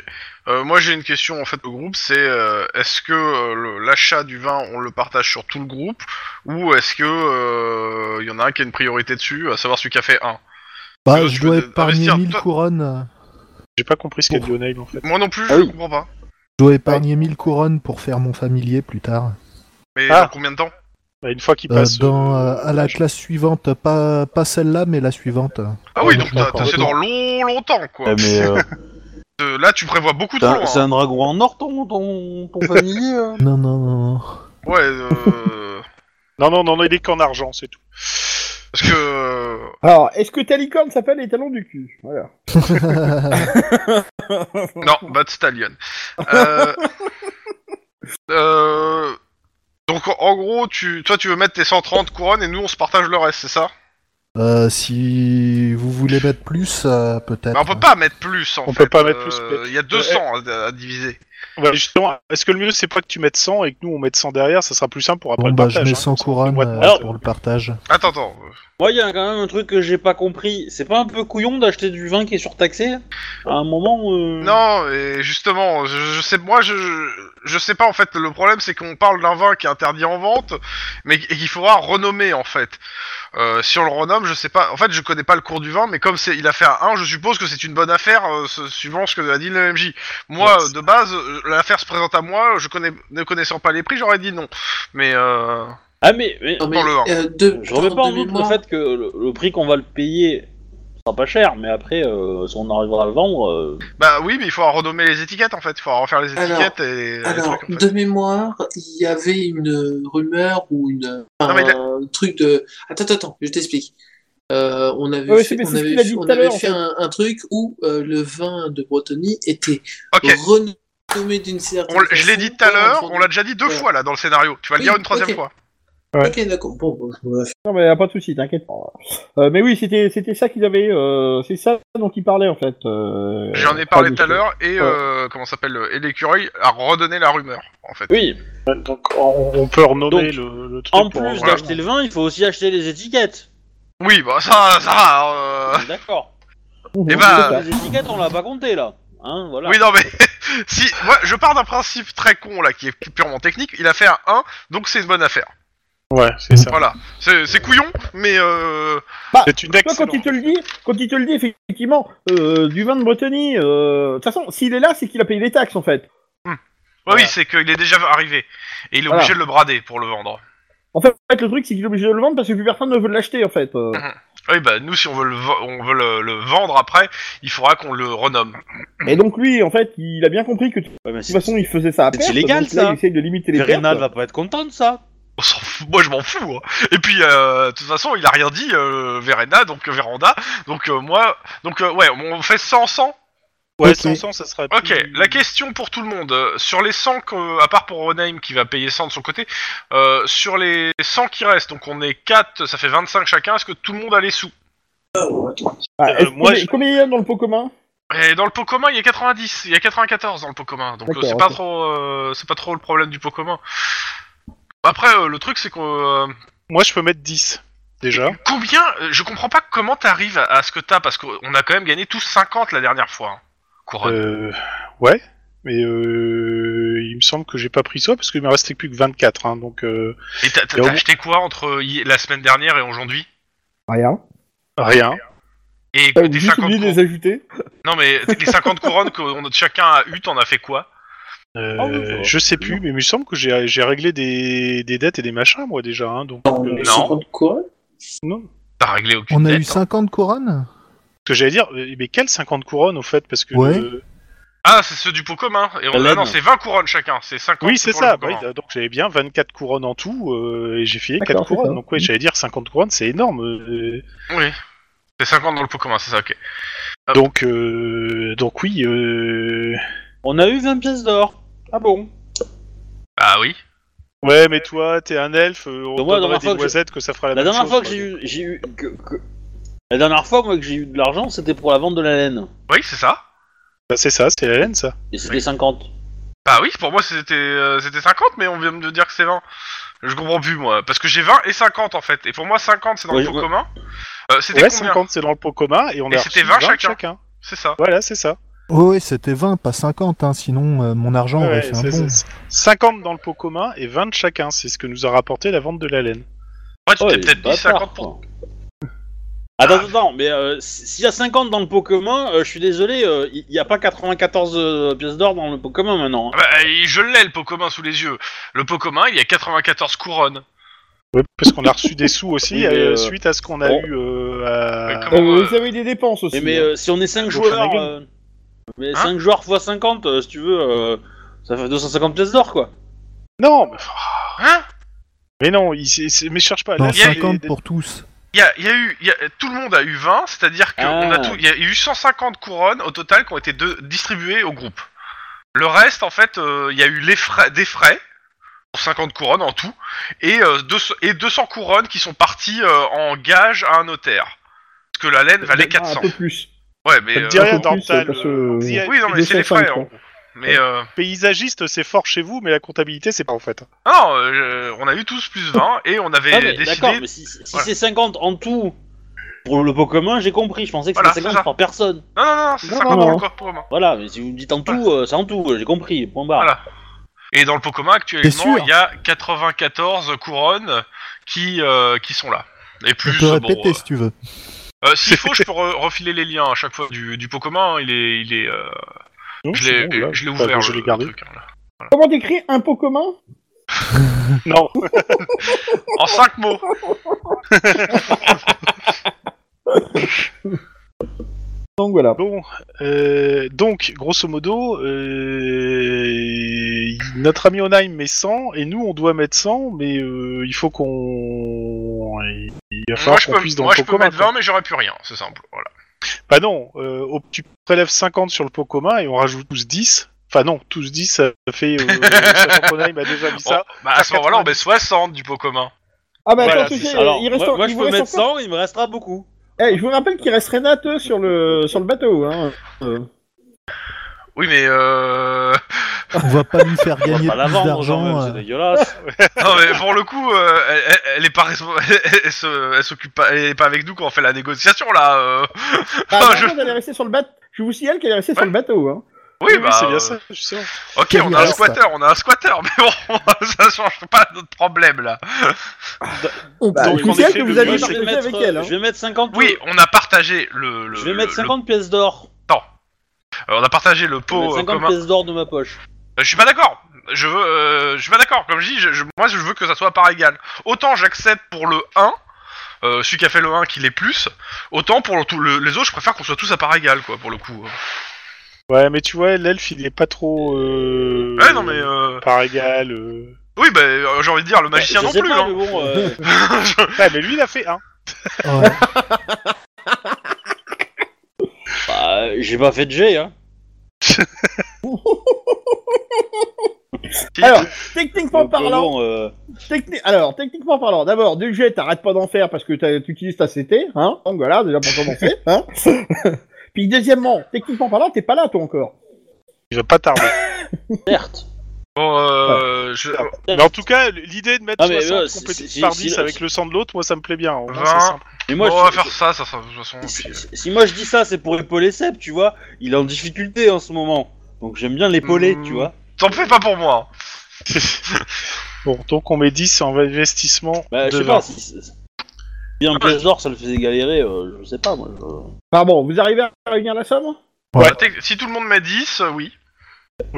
Euh, moi, j'ai une question en fait au groupe c'est euh, est-ce que euh, le- l'achat du vin, on le partage sur tout le groupe Ou est-ce que. euh, Il y en a un qui a une priorité dessus, à savoir celui qui a fait 1 Bah, veux- je tu dois veux épargner investir 1000 toi- couronnes. euh, J'ai pas compris ce qu'a dit O'Neill en fait. Moi non plus, Ah je oui. comprends pas. Je dois épargner 1000 couronnes pour faire mon familier plus tard. Mais Ah. dans combien de temps Bah, une fois qu'il Euh, passe. dans, euh, euh, à la classe suivante, pas, pas celle-là, mais la suivante. Ah oui, Ah, donc non, t'as- d'accord. c'est dans long, longtemps quoi. Ah Eh, mais euh, Euh, Là, tu prévois beaucoup c'est trop un, loin. hein. c'est un dragon en or ton, ton, ton familier euh Non, non, non. non. Ouais, euh, Non, non, non, non, il est qu'en argent, c'est tout. parce que euh, Alors, est-ce que ta licorne s'appelle les talons du cul Voilà. non, Bad Stallion. Euh, [LAUGHS] euh, Donc en- en gros, tu, toi, tu veux mettre tes 130 couronnes et nous, on se partage le reste, c'est ça Euh, si vous voulez mettre plus, euh, peut-être. Mais on peut pas mettre plus. En On fait. peut pas mettre plus, Euh, Il y a 200 à, à diviser. Ouais, justement, est-ce que le mieux c'est pas que tu mettes 100 et que nous on mette 100 derrière Ça sera plus simple pour après Bon, le bah, partage. je mets hein. 100 couronnes Moi, de euh, moi, pour le partage. Attends, attends. Moi, il y a quand même un truc que j'ai pas compris. C'est pas un peu couillon d'acheter du vin qui est surtaxé À un moment. euh, Non, et justement, je, je sais, moi, je, je- je sais pas en fait. Le problème, c'est qu'on parle d'un vin qui est interdit en vente, mais et qu'il faudra renommer en fait. Euh, si on le renomme, je sais pas. En fait, je connais pas le cours du vin, mais comme c'est, il a fait un 1, je suppose que c'est une bonne affaire, euh, ce- suivant ce que a dit le MJ. Moi, Ouais, euh, de base, euh, l'affaire se présente à moi. Je connais, ne connaissant pas les prix, j'aurais dit non. Mais euh, Ah, mais. mais- Non, mais, Dans le vin. euh, de- Je remets pas en de doute le mémoire- fait que le, le prix qu'on va le payer sera pas cher, mais après, euh, si on arrivera à le vendre. euh, bah oui, mais il faudra renommer les étiquettes en fait. Il faudra refaire les Alors- étiquettes et. les Alors, trucs, en fait. de mémoire, il y avait une rumeur ou une, Non, mais un truc de. Attends, attends, attends, je t'explique. Euh, on avait Ouais, c'est- fait, mais on c'est ce avait qu'il a fait- dit tout on à l'heure, avait en fait fait. un, un truc où euh, le vin de Bretonnie était Ok. renommé d'une certaine On l- je l'ai dit tout à l'heure, on l'a déjà dit deux Voilà. fois là dans le scénario. Tu vas le Oui, dire une troisième ok. fois. déjà Ok, d'accord. Bon, bon, bon, Non, mais y a pas de souci, t'inquiète pas. Euh, mais oui, c'était c'était ça qu'ils avaient. euh, c'est ça dont ils parlaient en fait. euh, J'en ai parlé Fred, tout à l'heure et Ouais. euh, comment ça s'appelle euh, et l'écureuil a redonné la rumeur en fait. Oui, Donc on, on peut renommer Donc, le, le truc. en pour- plus voilà. d'acheter le vin, il faut aussi acheter les étiquettes. Oui, bah ça, ça. euh, D'accord. Mhm, Eh ben, c'est ça. Les étiquettes, on l'a pas compté là. Hein, voilà. Oui, non mais [LAUGHS] si, moi je pars d'un principe très con là qui est purement technique. Il a fait un 1, donc c'est une bonne affaire. Ouais, c'est Ah. ça. Voilà. C'est c'est couillon, mais euh, C'est une Toi, quand il excellente. te le dit, quand il te le dit, effectivement, euh, du vin de Bretagne, euh, de toute façon, s'il est là, c'est qu'il a payé les taxes, en fait. ouais, Voilà. oui, c'est qu'il est déjà arrivé. Et il est Voilà. obligé de le brader pour le vendre. En fait, le truc, c'est qu'il est obligé de le vendre parce que plus personne ne veut l'acheter, en fait. euh. Oui, bah nous, si on veut le, vo- on veut le, le vendre après, il faudra qu'on le renomme. Et donc, lui, en fait, il a bien compris que de toute Ouais, mais c'est- façon, il faisait ça à C'est perte, illégal, donc là, ça. Il essaye de limiter les Verena pertes. va pas être contente de ça. On s'en fout. Moi, je m'en fous. hein. Et puis, euh, de toute façon, il a rien dit, euh, Verena, donc euh, Véranda. Donc euh, moi, donc euh, ouais, on fait 100 100. Ouais, Ok. sans sang, ça sera. Ok, Mmh. plus- la question pour tout le monde. Euh, Sur les 100, que, à part pour Ronaim qui va payer 100 de son côté, euh, sur les 100 qui restent, donc on est 4, ça fait 25 chacun, est-ce que tout le monde a les sous Ah, est-ce Euh, moi, que- je- Combien il y a dans le pot commun Et dans le pot commun, il y a 90, il y a 94 dans le pot commun, donc euh, D'accord, c'est pas ok. trop, euh, c'est pas trop le problème du pot commun. Après, euh, le truc c'est qu'on, euh, Moi, je peux mettre 10, déjà. combien, euh, je comprends pas comment t'arrives à, à ce que t'as parce qu'on a quand même gagné tous 50 la dernière fois. hein, couronne. Euh, ouais. Mais euh, il me semble que j'ai pas pris ça parce qu'il me restait plus que 24. Hein, donc euh, Et t'as, t'as- et au t'as bout- acheté quoi entre hi- la semaine dernière et aujourd'hui Rien. rien. Et T'as des juste 50 oublié de cour- Euh, les ajouter Non mais les 50 couronnes qu'on a- chacun a eu, t'en as fait quoi Euh, Ah oui, ça va. je sais plus, mais il me semble que j'ai j'ai réglé des, des dettes et des machins, moi, déjà. Hein, donc, euh, Les Non. 50 couronnes non. T'as réglé aucune On a dette, eu hein. 50 couronnes Ce que j'allais dire, euh, mais quelles 50 couronnes, au fait Parce que. Ouais. euh, Ah, c'est ceux du pot commun. Et on... ah Hélène. non, c'est 20 couronnes chacun, c'est 50 oui, c'est pour le ça. pot bah commun. oui, donc, j'avais bien 24 couronnes en tout, euh, et j'ai filé 4 D'accord, c'est couronnes. ça. Donc, ouais, j'allais dire 50 couronnes, c'est énorme. euh, Oui. C'est 50 dans le pot commun, c'est ça, ok. Hop. Donc, euh, donc oui, euh... On a eu 20 pièces d'or. Ah bon Ah oui. ouais, mais toi, t'es un elfe, euh, on Donc moi, la donnerait dernière fois des que noisettes que, ça fera la, La même dernière chose, fois que quoi. j'ai eu, j'ai eu que, que- la dernière fois moi que j'ai eu de l'argent, c'était pour la vente de la laine. Oui, c'est ça. Bah, c'est ça, c'est la laine, ça. Et c'était 50. Bah oui, pour moi c'était euh, c'était 50, mais on vient de dire que c'est 20. Je comprends plus, moi. Parce que j'ai 20 et 50 en fait. Et pour moi, 50 c'est dans Oui, le pot ouais. commun. Euh, c'était Ouais, combien 50, c'est dans le pot commun, et on Et a c'était reçu 20 20 chacun. chacun. C'est ça. Voilà, c'est ça. Oh, oui, c'était 20, pas 50, hein, sinon euh, mon argent aurait Ouais, fait un c'est- bon. c'est- 50 dans le pot commun et 20 chacun, c'est ce que nous a rapporté la vente de la laine. Ouais, tu Oh, t'es il est peut-être dit bâtard, 50 pour. Ah. quoi. Attends, attends, attends, mais euh, si- s'il y a 50 dans le pot commun, euh, je suis désolé, euh, il n'y a pas 94 euh, pièces d'or dans le pot commun maintenant. hein. Ah Bah, et je l'ai le pot commun sous les yeux. Le pot commun, il y a 94 couronnes. Ouais, parce qu'on a reçu des sous aussi Oui, mais, euh, euh, suite à ce qu'on a bon. eu. euh, à- Mais comment- Euh, Vous avez des dépenses Ah, aussi. bah, Mais, mais hein. euh, si on est 5 Pour faire joueurs, la gueule. euh, mais Hein 5 joueurs x 50, euh, si tu veux, euh, ça fait 250 pièces d'or quoi. Non, mais, Hein mais non, il, c'est- c'est- mais cherche pas. Non, Là, il y a des- 50 des- pour tous. Il y a, il y a eu. il y a- tout le monde a eu 20, c'est-à-dire qu'il Ah. a tout- il y a eu 150 couronnes au total qui ont été de- distribuées au groupe. Le reste, en fait, euh, il y a eu les frais, des frais, pour 50 couronnes en tout, et, euh, 200, et 200 couronnes qui sont parties euh, en gage à un notaire. Parce que la laine valait Ah, un 400. peu plus. Ouais, mais. Ça me euh, dit rien, Un peu plus, Dorntal, parce que- euh, on dit- oui, non, mais c'est les 205, frais, quoi. en gros. Mais. euh, Paysagiste, c'est fort chez vous, mais la comptabilité, c'est pas en fait. non, euh, on a eu tous plus 20, et on avait Ah, mais D'accord, décidé mais si, si voilà. c'est 50 en tout pour le pot commun, j'ai compris, je pensais que Voilà, c'était c'est 50 ça. par personne. Non, non, non, c'est Non, 50 non, dans non. le corps pour moi. Voilà, mais si vous me dites en tout, euh, c'est en tout, euh, j'ai compris, point barre. Voilà. Et dans le pot commun, T'es actuellement, sûr il y a 94 couronnes qui, euh, qui sont là. Et Tu plus, peux euh, répéter bon, si tu veux. euh, euh, s'il faut, je peux re- refiler les liens à chaque fois du, du pot commun. Il est, il est, euh, Non, je c'est l'ai bon, là, je l'ai enfin, ouvert, je le, l'ai gardé. le truc. hein, là. Comment t'écris un pot commun Non, En 5 mots. Donc voilà. Bon, euh, donc, grosso modo, euh, notre ami Onheim met 100, et nous, on doit mettre 100, mais euh, il faut qu'on... Il, il va Moi, falloir je qu'on peux, puisse dans moi, le je pot peux commun. mettre 20, mais j'aurais plus rien. C'est simple. Voilà. quoi. Bah non, euh, au- tu prélèves 50 sur le pot commun, et on rajoute tous 10. Enfin non, tous 10, ça fait... [LAUGHS] Euh, sachant qu'Onheim a déjà mis ça. Bon, bah, à ce faire moment-là, on 90. met 60 du pot commun. Ah bah Voilà, attends, c'est tu sais, Alors, il reste moi, en- moi, il je vous peux reste mettre encore- 100, il me restera beaucoup. Eh, je vous rappelle qu'il reste Renate sur le sur le bateau. Hein. Euh, Oui, mais euh... [LAUGHS] On va pas lui faire On va gagner pas la plus vendre, quand même, d'argent. hein, c'est euh. dégueulasse. non, mais pour le coup, euh, elle, elle- elle est pas responsable. [LAUGHS] Elle, elle se- elle s'occupe pas. Elle est pas avec nous quand on fait la négociation là. euh. Bah, Ah, par je- contre, elle est restée sur le bateau. Je vous signale qu'elle est restée sur le bateau. Hein. Oui, bah, c'est euh, bien ça, justement. Ok, Oui, on a un alors, squatter, on a un squatter, mais bon, [LAUGHS] ça change pas notre problème là. On Bah, peut- Donc, tu en sais effet, que le vous avez mieux, je, c'est- vais marché mettre, euh, avec elle. hein. je vais mettre 50. Oui, on a partagé le. le je vais mettre le- 50 pièces d'or. euh, on a partagé le Je vais pot mettre euh, 50 commun. pièces d'or de ma poche. Euh, Je suis pas d'accord. Je veux, euh, je suis pas d'accord. Comme je dis, je- je- moi je veux que ça soit par égal. Autant j'accepte pour le 1, euh, celui qui a fait le 1 qu'il est plus, autant pour le- tout- le- les autres, je préfère qu'on soit tous à part égale, quoi, pour le coup. Euh, Ouais, mais tu vois, l'elfe, il est pas trop. Euh... Ouais, non mais. euh, Par égal. euh. Oui, bah, euh, j'ai envie de dire, le magicien Je non sais plus. pas, hein. mais bon, [LAUGHS] euh, Ouais, mais lui, il a fait un. Ouais. bah, euh, j'ai pas fait de G, hein. Si. Alors, techniquement Donc, euh, parlant, bon, euh, Techni- Alors, techniquement parlant, d'abord, du jet, t'arrêtes pas d'en faire parce que t'as- t'utilises ta CT, hein, donc voilà, déjà pour [LAUGHS] commencer, hein. Puis deuxièmement, techniquement parlant, t'es pas là, toi, encore. Il va pas tarder. certes. Bon, euh, je- mais en tout cas, l'idée de mettre Ah, mais, 60 euh, si- compétitifs si- par si- 10 si- avec le sang de l'autre, moi, ça me plaît bien. Au moins, Vingt. c'est simple. Mais moi, bon, je- on va faire ça, ça, ça, de toute façon. si, puis- si- si moi je dis ça, c'est pour épauler Seb, tu vois. Il est en difficulté en ce moment. Donc j'aime bien l'épauler, Mmh. tu vois. T'en fais pas pour moi. Bon, donc on met 10 en investissement. Bah, je de sais vingt. pas. Si, si- si- Ah, bien bah, pièce d'or, ça le faisait galérer, euh, je sais pas, moi. je- Pardon, vous arrivez à réunir la somme Ouais. Bah, t'es- Si tout le monde met 10, euh, oui.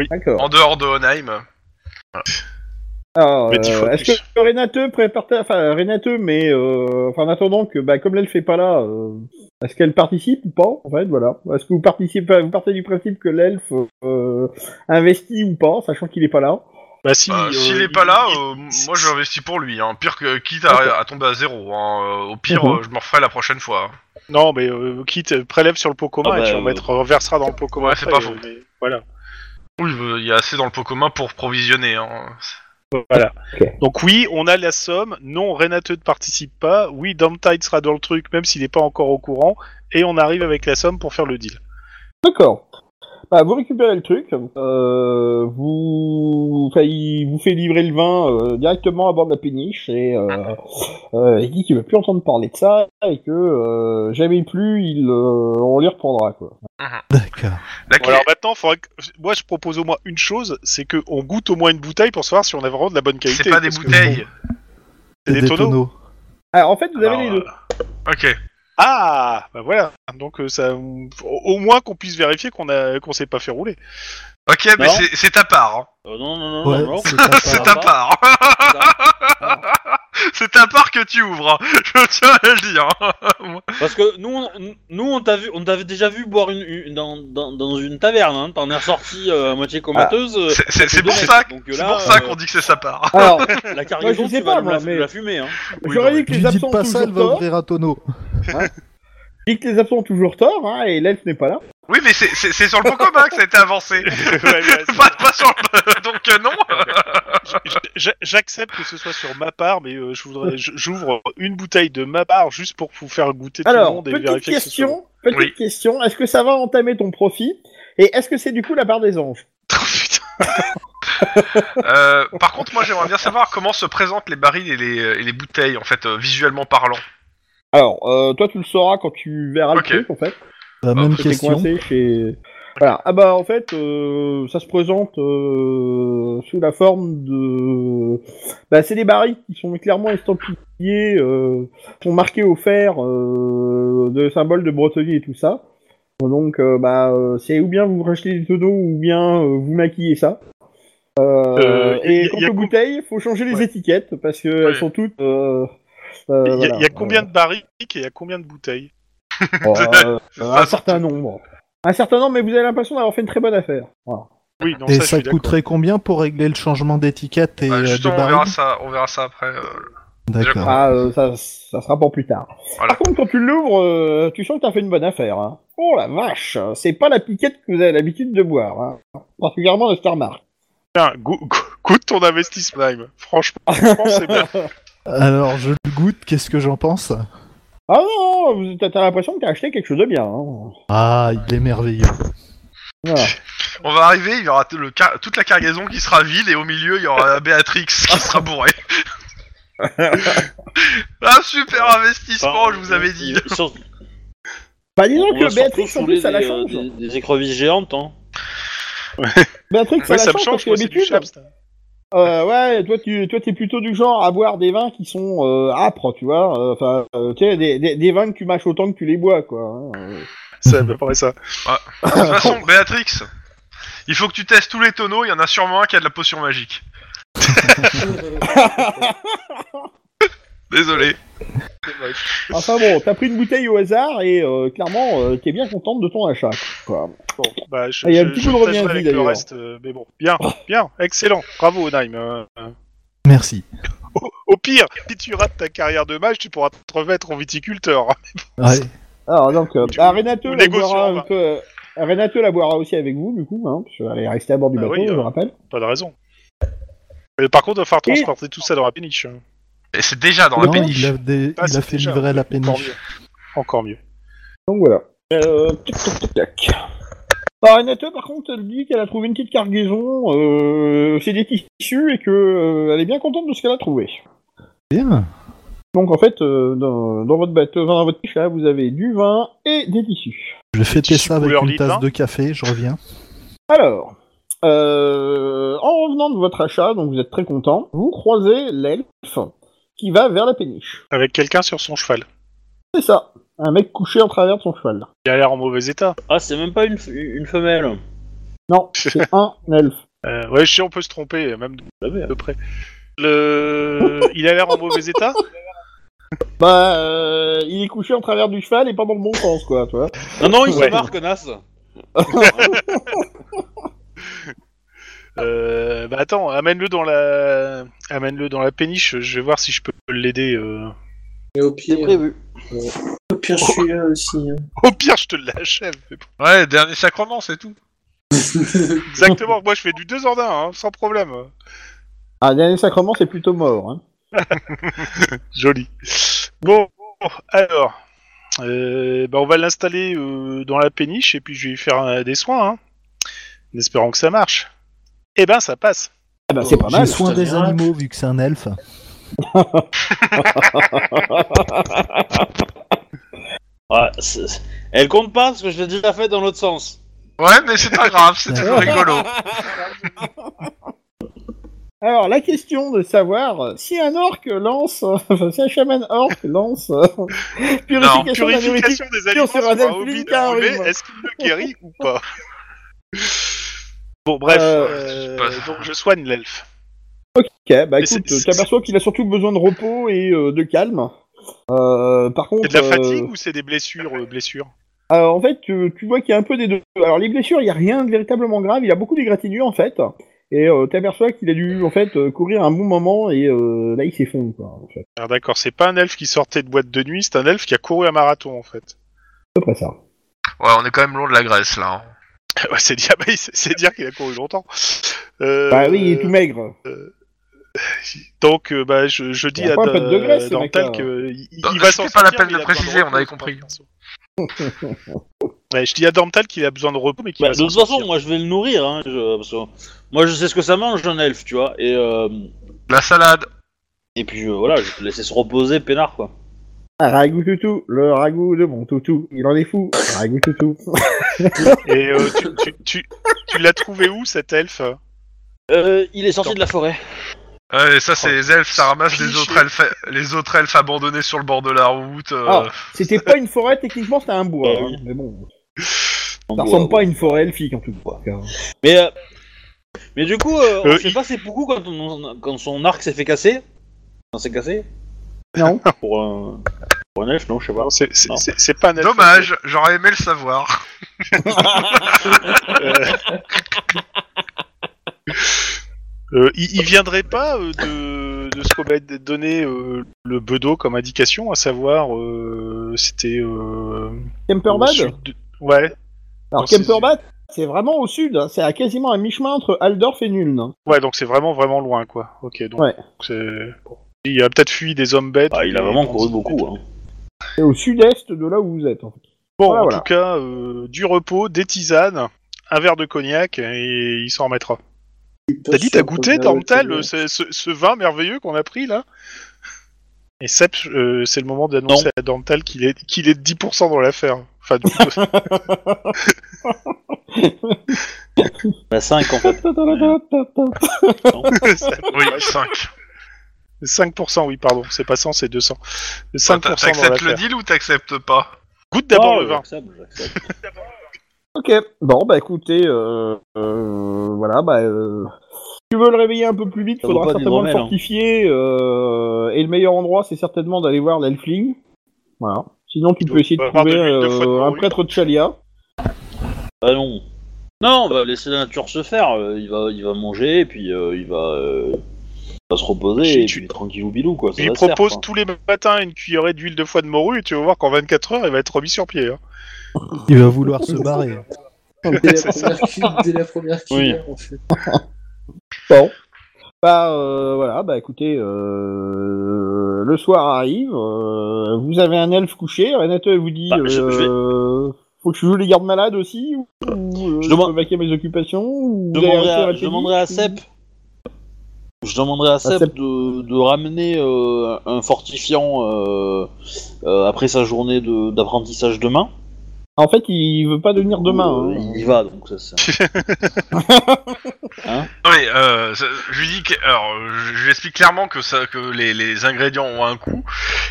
D'accord. En dehors de Honheim. Alors, Mais dix euh, fois est-ce plus. que Renate prépare, enfin, Renate, mais, euh, enfin, en attendant que, bah, comme l'elfe est pas là, euh, est-ce qu'elle participe ou pas, en fait, voilà. Est-ce que vous participez, vous partez du principe que l'elfe, euh, investit ou pas, sachant qu'il est pas là Bah, si, Bah, euh, S'il il- est pas là, il- euh, moi j'investis pour lui. Hein. Pire que quitte à, D'accord. à tomber à zéro. hein. Euh, Au pire, Mhm. euh, je me referai la prochaine fois. Non, mais euh, quitte, euh, prélève sur le pot commun Ah, et bah, tu euh, remettras- reverseras dans le pot commun. Ouais, c'est après, pas euh, faux. mais voilà. Oui, euh, il y a assez dans le pot commun pour provisionner. Hein. voilà. Ok. Donc, oui, on a la somme. Non, Renate ne participe pas. Oui, Domtide sera dans le truc, même s'il n'est pas encore au courant. Et on arrive avec la somme pour faire le deal. D'accord. Bah, vous récupérez le truc, euh, vous, enfin, il vous fait livrer le vin euh, directement à bord de la péniche et euh, euh, il dit qu'il veut plus entendre parler de ça et que euh, jamais plus il, euh, on les reprendra quoi. D'accord. La Bon, clé- alors maintenant, faudrait que... moi je propose au moins une chose, c'est qu'on goûte au moins une bouteille pour savoir si on a vraiment de la bonne qualité. c'est pas des parce que- bouteilles. [LAUGHS] C'est des, tonneaux. Alors en fait vous avez Alors, les euh, deux. Ok. Ah, bah voilà. Donc euh, ça, au au moins qu'on puisse vérifier qu'on a, qu'on s'est pas fait rouler. Ok, mais Non. c'est- c'est ta part. hein. Euh, non, non, non, Ouais, non, non. c'est ta part. [LAUGHS] C'est ta part. [LAUGHS] [LAUGHS] c'est ta part que tu ouvres. hein. [LAUGHS] Je tiens à le dire. hein. Parce que nous, on, nous, on t'a vu, on t'avait déjà vu boire une, une- dans, dans, dans une taverne. Hein. T'en es ressorti euh, à moitié comateuse. euh, C'est- Ah. C'est ça fait c'est deux pour mètres. ça, que- Donc, c'est là, pour ça euh, qu'on dit que c'est sa part. Alors La cargaison, Moi, je sais tu vas pas, nous moi, la, mais- nous la fumer. Hein. Oui, j'aurais non, dit que Tu les dis absents ont pas ça, elle toujours va tort. ouvrir un tonneau. Je dis que les absents ont toujours tort hein, et l'elfe n'est pas là. Oui, mais c'est- c'est c'est sur le pot commun que ça a été avancé. Ouais, ouais, [LAUGHS] pas, pas sur le... [LAUGHS] Donc euh, non. c'est- Bah, j'a- J'accepte que ce soit sur ma part, mais euh, je voudrais, j- j'ouvre une bouteille de ma part juste pour vous faire goûter tout le Alors monde et petite vérifier que ce soit question, petite Oui. question, est-ce que ça va entamer ton profit et est-ce que c'est du coup la part des anges Euh, par contre, moi j'aimerais bien savoir comment se présentent les barils et les, et les bouteilles, en fait, euh, visuellement parlant. Alors euh, toi tu le sauras quand tu verras Ok. le truc en fait. Bah, La même J'étais question. coincé chez. Voilà. Ah bah en fait, euh, ça se présente euh, sous la forme de. Bah c'est des barils qui sont clairement estampillés, euh, sont marqués au fer euh, de symboles de Bretonnie et tout ça. Donc euh, bah euh, c'est ou bien vous rachetez des tonneaux ou bien euh, vous maquillez ça. Euh, Euh, y- et y- quant y a aux com- bouteilles, faut changer les Ouais. étiquettes parce que Ouais. elles sont toutes. Euh, euh, Il y a- voilà. il y a combien de barriques et il y a combien de bouteilles [LAUGHS] Bon, euh, Ça, un ça- certain nombre. Un certain nombre, mais vous avez l'impression d'avoir fait une très bonne affaire. Voilà. Oui, non, Et ça, je ça, suis d'accord. coûterait combien pour régler le changement d'étiquette et Ouais, euh, de Bah, justement, on baril verra ça, on verra ça après. euh. D'accord. Ah, euh, ça, ça sera pour plus tard. Voilà. Par contre, quand tu l'ouvres, euh, tu sens que t'as fait une bonne affaire. hein. Oh la vache, c'est pas la piquette que vous avez l'habitude de boire, hein. particulièrement de Starmark. Tiens, go- go- goûte ton investissement, Lime. [LAUGHS] franchement, franchement, c'est bien. Alors, je le goûte, qu'est-ce que j'en pense Ah non, vous- t'as t'as l'impression que t'as acheté quelque chose de bien. hein. Ah, il est merveilleux. Voilà. On va arriver, il y aura t- le car- toute la cargaison qui sera vide et au milieu il y aura Béatrix qui sera [LAUGHS] bourrée. Un super investissement, je vous avais dit. Sur- Bah disons on va que surtout Béatrix, en saouler plus, ça la des, euh, change. Des, des écrevisses géantes. Hein. Patrick, ça, Ouais, la ça me change, change, parce que moi, c'est du hein. d'habitude, Chaps. Euh, ouais, toi tu toi t'es plutôt du genre à boire des vins qui sont euh, âpres, tu vois. euh, Enfin, euh, tu sais, des, des, des vins que tu mâches autant que tu les bois, quoi. hein, euh. Ça me paraît ça. De toute façon, Béatrix, il faut que tu testes tous les tonneaux, il y en a sûrement un qui a de la potion magique. Désolé. Enfin bon, t'as pris une bouteille au hasard et euh, clairement euh, t'es bien contente de ton achat. Quoi. Bon, bah, je, Ah, il y a un je- petit je bout de tâcherai revient à avec vie, le d'ailleurs. reste, euh, mais bon. Bien, bien, excellent. Bravo, Naim. euh, euh. Merci. Au, au pire, si tu rates ta carrière de mage, tu pourras te remettre en viticulteur. Ouais. Alors donc, euh, Tu- bah, Renato nous la négocions, boira on va. un peu. euh, Renato la boira aussi avec vous, du coup, hein, parce qu'elle est restée à bord du Ah bateau, oui, je euh. le rappelle. Pas de raison. Euh, par contre, il va falloir transporter tout ça dans la péniche. hein. Et c'est déjà dans la Non, péniche. Il a, des- Ah, il a c'est fait déjà- livrer la Encore péniche. mieux. Encore mieux. Donc voilà. Euh, tic, tic, tic, tac. Bah, Renato, par contre, elle dit qu'elle a trouvé une petite cargaison, euh, c'est des tissus et que euh, elle est bien contente de ce qu'elle a trouvé. Eh Bien. Donc en fait, euh, dans, dans votre bateau, enfin, dans votre pichat, vous avez du vin et des tissus. Je fais Tissu ça avec couleur une litre, hein. tasse de café, je reviens. Alors, euh, en revenant de votre achat, donc vous êtes très content, vous croisez l'elfe qui va vers la péniche. Avec quelqu'un sur son cheval. C'est ça, un mec couché en travers de son cheval. Il a l'air en mauvais état. Ah, c'est même pas une, f- une femelle. Non, c'est un elfe. Euh, ouais, je sais, on peut se tromper, même de, à peu près. Le... Il a l'air en mauvais état Bah, euh, il est couché en travers du cheval et pas dans le bon sens, quoi, tu vois. Non, non, il Ouais. se marre, connasse. Euh, bah attends, amène-le dans la, amène-le dans la péniche. Je vais voir si je peux l'aider. euh. Et au C'est pire, prévu. au pire, je suis là aussi. [LAUGHS] hein. Au pire, je te l'achève. mais bon. Ouais, dernier sacrement, c'est tout. Exactement. Moi, je fais du deux en un, hein, sans problème. Ah, dernier sacrement, c'est plutôt mort. Hein. Joli. Bon, alors, euh, bah, on va l'installer euh, dans la péniche et puis je vais lui faire un- des soins, hein, en espérant que ça marche. Eh ben, ça passe. Ah bah, c'est pas mal. J'ai soin c'est un des miracle. animaux vu que c'est un elfe. Ouais, Ah, c'est- Elle compte pas parce que je l'ai déjà fait dans l'autre sens. Ouais, mais c'est pas grave, c'est toujours rigolo. [LAUGHS] Alors, la question de savoir euh, si un orc lance, [LAUGHS] enfin, si un chaman orc lance euh, purification, de la nourriture. Purification des aliments sur sur un un elfe hobbit lutin, oui, enrhumé, moi. est-ce qu'il le guérit ou pas Bon, bref, Euh, euh, donc je soigne l'elfe. Ok, bah Mais c'est- écoute, c'est- t'aperçois qu'il a surtout besoin de repos et euh, de calme. Euh, par contre, C'est de la euh, fatigue ou c'est des blessures euh, blessures alors, en fait, euh, tu, tu vois qu'il y a un peu des deux. Alors les blessures, il y a rien de véritablement grave. Il a beaucoup d'égratignures en fait, et euh, t'aperçois qu'il a dû en fait euh, courir un bon moment et euh, là il s'effondre quoi. En fait, à Alors d'accord, c'est pas un elfe qui sortait de boîte de nuit, c'est un elfe qui a couru un marathon en fait. [LAUGHS] peu près ça. Ouais, on est quand même loin de la Grèce là. hein. ouais, c'est dire, [LAUGHS] bah, c'est- c'est dire qu'il a couru longtemps. Euh, Bah oui, il est tout maigre. Donc, euh, bah, je, je dis Il a à pas un peu de degré, ce Dantal mec-là. qu'il il, Bah, il va c'était s'en pas la sortir, peine mais de il a besoin préciser, on repos, avait quoi, compris. perso. Ouais, je dis à Dantal qu'il a besoin de repos, mais qu'il Bah, va de s'en toute façon, sortir. moi je vais le nourrir. Hein, je- parce que moi je sais ce que ça mange un elfe, tu vois. Et, euh, La salade. et puis euh, voilà, je vais te laisser se reposer, peinard quoi. Ah, ragout toutou, le ragout de mon toutou, il en est fou. Ragout toutou. Et euh, tu, tu, tu, tu l'as trouvé où cet elfe Euh, il est sorti de la forêt. Ouais, et ça, c'est les elfes, ça ramasse les Cliché. autres elfes, les autres elfes abandonnés sur le bord de la route. euh, Ah, c'était pas une forêt, techniquement c'était un bois. Bah hein, oui. Mais bon, En ça gros, ressemble euh, pas à une forêt elfique en tout cas. Mais, euh, mais du coup, euh, on Euh, sait il- pas c'est beaucoup quand, on- quand son arc s'est fait casser. Quand c'est cassé Non. [LAUGHS] Pour un, pour un elfe, non, je sais pas. Non, c'est- c'est Non. c'est- c'est pas un elfe. Dommage, j'aurais aimé le savoir. Euh, euh, il, il viendrait pas euh, de, de ce qu'on m'a donné euh, le bedeau comme indication, à savoir euh, c'était. Euh, au Kemperbad sud de- Ouais, Alors Non, c'est- Kemperbad, c'est vraiment au sud, hein, c'est à quasiment à mi-chemin entre Aldorf et Nuln. hein. ouais, donc c'est vraiment vraiment loin quoi. Ok, donc Ouais. c'est- bon. il a peut-être fui des hommes bêtes. Ah, il a ou des- vraiment couru beaucoup. Hein. C'est au sud-est de là où vous êtes. En fait. Bon, Voilà, en voilà. tout cas, euh, du repos, des tisanes, un verre de cognac et il s'en remettra. T'as dit, t'as goûté, Dormtal, euh, ce, ce- ce vin merveilleux qu'on a pris là Et Sep, euh, c'est le moment d'annoncer [LAUGHS] à Dormtal qu'il est, qu'il est 10% dans l'affaire. Enfin, du coup, Bah 5 en fait. Oui, 5. 5%, oui, pardon, c'est pas 100, c'est 200. Le 5% dans T'acceptes le l'affaire. deal ou t'acceptes pas Goûte [LAUGHS] d'abord le Oh, vin. j'accepte, j'accepte. Ok, bon bah écoutez, euh, euh, voilà, bah euh, si tu veux le réveiller un peu plus vite, Ça vaut faudra pas certainement le d'hydromel, hein. fortifier, euh, et le meilleur endroit c'est certainement d'aller voir l'elfling, voilà. Sinon tu peux Donc, essayer de bah, voir de trouver l'huile de foie de euh, un morue. prêtre de Chalia. Ah non. Non, on va laisser la nature se faire. euh, Il va, il va manger et puis euh, il va, euh, il va se Tu- reposer. Et tu- puis tranquille ou bilou quoi. Ça Tu lui va se faire, proposes quoi. tous les matins une cuillerée d'huile de foie de morue et tu vas voir qu'en 24 heures, il va être remis sur pied. hein. Il va vouloir se barrer. Dès la première cuve- dès la première cuillère, en fait. Bon. Bah euh, voilà, bah écoutez, euh, le soir arrive, euh, vous avez un elfe couché, Renate elle vous dit, Bah, je- je vais- euh, faut que je joue les gardes malades aussi, ou, ou, euh, Je je, demande- peux vaquer mes occupations, ou Je vous allez demanderai rester à, votre je demanderai à pays Sep. Je demanderai à Sep, Sep. De, de ramener euh, un fortifiant euh, euh, après sa journée de- d'apprentissage demain. En fait, il veut pas devenir demain. Euh, hein. Il y va donc ça. c'est- [LAUGHS] Oui, euh, ça- je lui dis que, alors, je, je lui explique clairement que ça, que les, les ingrédients ont un coût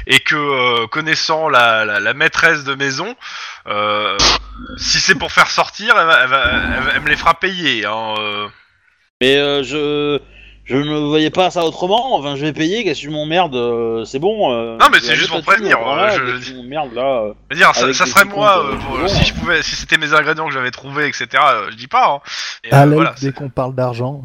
et que euh, connaissant la, la, la maîtresse de maison, euh, si c'est pour faire sortir, elle, va- elle va- elle va- elle me les fera payer. Hein, euh. Mais euh, je je ne voyais pas ça autrement. Enfin, je vais payer. Qu'est-ce que tu m'emmerdes euh, C'est bon. euh, Non, mais je c'est vais juste mettre pour la thune, prévenir, voilà, euh, je- qu'est-ce que tu m'emmerdes, là. euh. [LAUGHS] Je veux dire, ça, Avec ça des serait petits moi, comptes, euh, euh, pour- bon, si hein. je pouvais, si c'était mes ingrédients que j'avais trouvés, etc. euh, je dis pas. Hein. Et, À euh, l'aide, voilà, dès qu'on parle d'argent.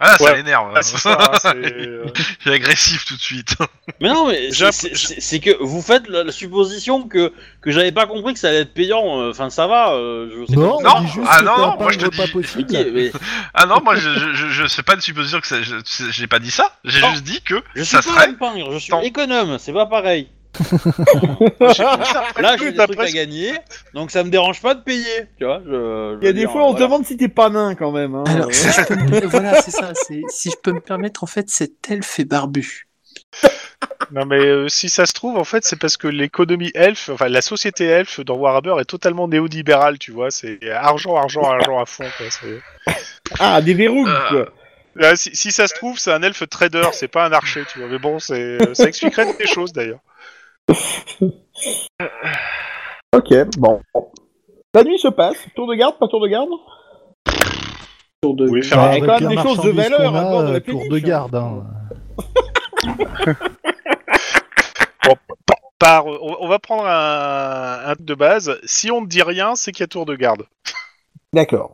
Ah, ça Ouais. l'énerve. Ah, c'est ça, hein, [LAUGHS] c'est, [LAUGHS] euh, J'ai agressif tout de suite. [LAUGHS] Mais non, mais J'ai c'est- c'est c'est- c'est que vous faites la, la supposition que que j'avais pas compris que ça allait être payant. euh, Enfin, ça va. euh, je sais Non, pas. Non, on dit juste ah que non, t'as non, pas moi, de je te repas dis- Ok, possible. mais Ah non, moi je, je, je, je sais pas de supposition que ça, je, c'est- j'ai pas dit ça. J'ai Non. juste dit que je suis ça pas serait. un pingre, je suis Tant. économe, c'est pas pareil. [LAUGHS] d'après Là, ce que- j'ai des d'après trucs à ce- gagner, donc ça me dérange pas de payer. Tu vois, je- je Il y a veux des dire, fois, on te voilà. demande si t'es pas nain quand même. hein. Alors, Euh, si je peux me... [LAUGHS] voilà, c'est ça. c'est- Si je peux me permettre, en fait, cet elfe est barbu. Non, mais euh, si ça se trouve, en fait, c'est parce que l'économie elfe, enfin la société elfe dans Warhammer est totalement néolibérale, tu vois. C'est argent, [LAUGHS] argent, argent à fond. Quoi, c'est- Ah, des verrous, Euh, quoi. Là, si, si ça se trouve, c'est un elfe trader, c'est pas un archer, tu vois. Mais bon, c'est, euh, ça expliquerait des choses d'ailleurs. Ok, bon. La nuit se passe. Tour de garde, pas tour de garde Tour de- Oui, faire Bah, un- avec quand même la des choses de marchandise valeur qu'on à a, bord de la euh, tour de péniche, hein. garde. hein. par, on, on va prendre un, un de base. Si on ne dit rien, c'est qu'il y a tour de garde. D'accord.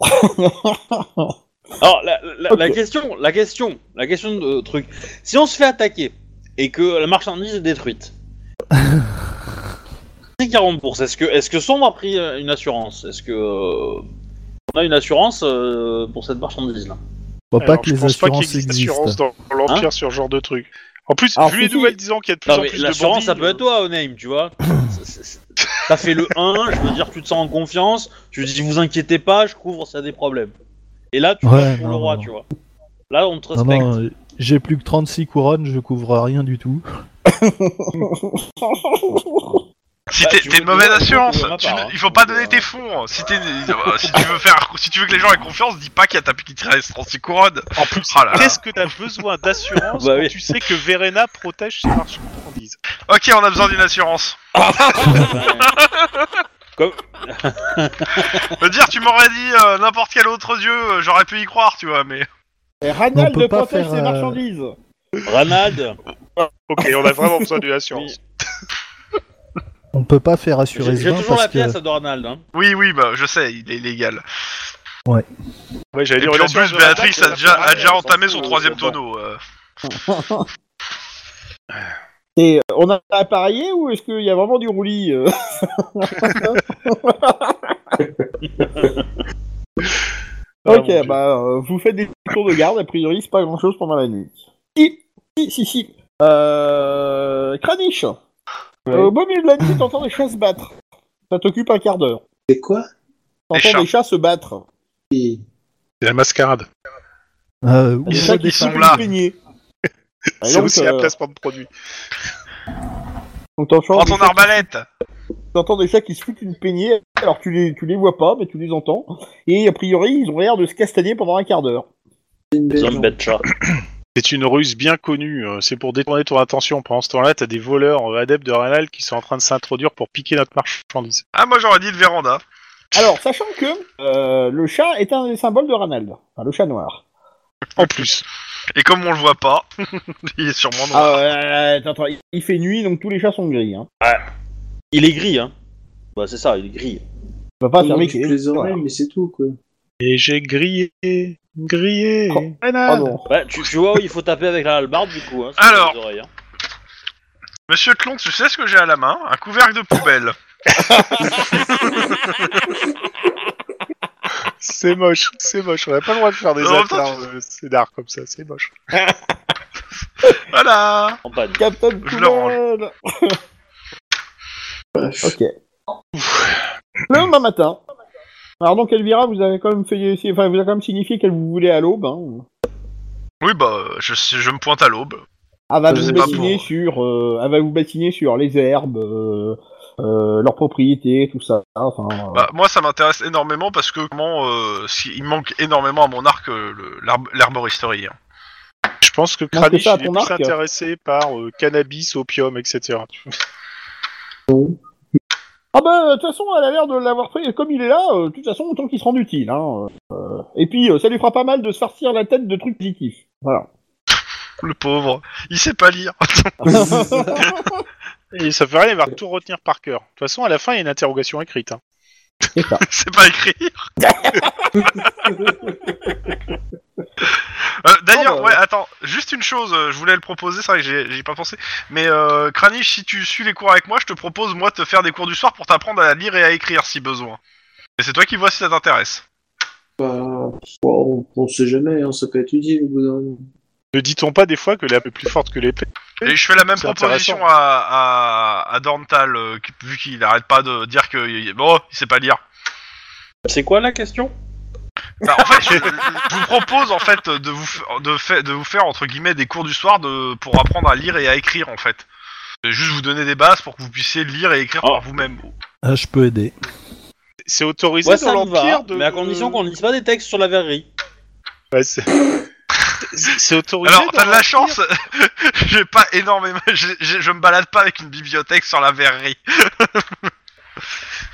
Alors la, la, la Ok. question, la question, la question de truc. Si on se fait attaquer et que la marchandise est détruite, [LAUGHS] c'est 40 bourses. Est-ce que est-ce que Sombre a pris euh, une assurance Est-ce que euh, on a une assurance euh, pour cette marchandise là Faut pas Alors, que je les pense pas qu'il assurances y ait des assurances existent. dans l'Empire sur ce genre de truc. En plus, Alors, vu si, les si. nouvelles disant qu'il y a de plus Hein Non en mais plus de bandits... l'assurance ça peut être toi, Onaim, tu [LAUGHS] vois. C'est- c'est- c'est- T'as fait le 1, je veux dire, tu te sens en confiance. Tu dis, vous inquiétez pas, je couvre s'il y a des problèmes. Et là, tu Ouais, passes pour non, le roi, non. tu vois. Là, on te Non, respecte. non, euh, j'ai plus que 36 couronnes, je couvre rien du tout. Si Bah, t'es tu t'es veux une mauvaise donner, assurance, tu veux tu ma ne- part, il faut hein. pas donner tes fonds. Si, t'es- euh, si tu veux faire, si tu veux que les gens aient confiance, dis pas qu'il y a ta petite restance qui couronne. En plus, Ah là là. qu'est-ce que t'as besoin d'assurance Bah quand oui. tu sais que Verena protège ses marchandises Ok, on a besoin d'une assurance. [LAUGHS] Comme- Je veux dire, tu m'aurais dit euh, n'importe quel autre dieu, euh, j'aurais pu y croire, tu vois, mais. Et On Ranald peut de pas protège faire, ses euh, marchandises. Ranad. Ok, on a vraiment besoin [LAUGHS] d'une assurance. On peut pas faire assurer J'ai ce j'ai vin toujours parce la que. pièce à Dornald. Hein. Oui, oui, bah, je sais, il est illégal. Ouais, j'allais Et dire puis en relation plus, de Béatrix Verena, a déjà, a déjà Verena, entamé son euh, troisième bon. tonneau. euh. Et euh, on a appareillé ou est-ce qu'il y a vraiment du roulis euh Ah, Ok, mon Dieu. bah euh, vous faites des tours de garde, a priori c'est pas grand chose pendant la nuit. Si, si, si, si. Euh, Kranich, Euh, au beau milieu de la nuit t'entends des chats se battre. Ça t'occupe un quart d'heure. C'est quoi Des chats. T'entends des chats se battre. Et- C'est la mascarade. Euh, ou Des Ils chats sont- qui ils redéfin- sont sont là. peignés. Ah, euh, euh, C'est aussi un placement de produit. Donc t'entends Prends des ton chats- arbalète entends des chats qui se foutent une peignée, alors tu les, tu les vois pas, mais tu les entends. Et a priori, ils ont l'air de se castagner pendant un quart d'heure. C'est une belle C'est un bête chat. C'est une ruse bien connue. euh, C'est pour détourner ton attention. Pendant ce temps-là, t'as des voleurs euh, adeptes de Rennal qui sont en train de s'introduire pour piquer notre marchandise. Ah, moi j'aurais dit le véranda. Alors, sachant que euh, le chat est un des symboles de Ranald, enfin, le chat noir. En plus. Et comme on le voit pas, il est sûrement noir. Ah, euh, attends, attends, il- il fait nuit, donc tous les chats sont gris. Hein. Il est gris, hein. Bah, c'est ça, il est gris. On va pas affirmer qu'il est. plaisanterie, mais c'est tout, quoi. Et j'ai grillé, grillé. Oh, Rennal. Pardon. Ouais, tu, tu vois où il faut taper avec la hallebarde, du coup. Hein, sur Alors. les oreilles, hein. Monsieur Tlon, tu sais ce que j'ai à la main Un couvercle de poubelle. C'est moche, c'est moche. On n'a pas le droit de faire des En même temps, avatars euh, scénar comme ça, c'est moche. Voilà En panne. Captain Je le range. Coulon. Ok. Le lendemain matin. Alors donc Elvira, vous avez quand même fait, enfin, vous avez quand même signifié qu'elle vous voulait à l'aube. Hein. Oui, bah, je, je me pointe à l'aube. Elle va Je vous sais pas bassiner pour- sur, euh, elle va vous bassiner sur les herbes, euh, euh, leurs propriétés, tout ça. Enfin, euh, Bah, moi, ça m'intéresse énormément parce que comment, euh, si- il manque énormément à mon arc euh, le- l'arb- l'herboristerie. hein. Je pense que que Kranich ça à il est ton plus arc. intéressé par euh, cannabis, opium, etc. Ah bah, de toute façon, elle a l'air de l'avoir pris. Comme il est là, euh, de toute façon, autant qu'il se rende utile. Hein. Euh, et puis, euh, ça lui fera pas mal de se farcir la tête de trucs positifs. [LAUGHS] Voilà. Le pauvre, il sait pas lire. [LAUGHS] Et ça fait rien, il va tout retenir par cœur. De toute façon, à la fin, il y a une interrogation écrite. hein. [LAUGHS] C'est pas écrit. Euh, D'ailleurs, Oh, bah, ouais, attends, juste une chose, euh, je voulais le proposer, c'est vrai que j'ai- j'y ai pas pensé. Mais euh, Kranich, si tu suis les cours avec moi, je te propose, moi, de te faire des cours du soir pour t'apprendre à lire et à écrire si besoin. Et c'est toi qui vois si ça t'intéresse. Bah, on, on sait jamais, hein, ça peut être utile au bout d'un moment. Ne dit-on pas des fois que l'âme est plus forte que l'épée Et je fais la même C'est proposition à, à, à Dorntal, euh, qui- vu qu'il arrête pas de dire que. il- Bon, il sait pas lire. C'est quoi la question Enfin, Bah, en fait, je, je vous propose en fait de vous f- de, fa- de vous faire entre guillemets des cours du soir de pour apprendre à lire et à écrire en fait. Et Juste vous donner des bases pour que vous puissiez lire et écrire par vous-même. Ah, je peux aider. C'est autorisé Ouais, dans ça me va, l'Empire de... mais à condition qu'on ne lise pas des textes sur la verrerie. Ouais, c'est... [LAUGHS] c'est- c'est autorisé Alors dans t'as de la l'Empire chance. [LAUGHS] J'ai pas énormément. j'ai- j'ai- je me balade pas avec une bibliothèque sur la verrerie.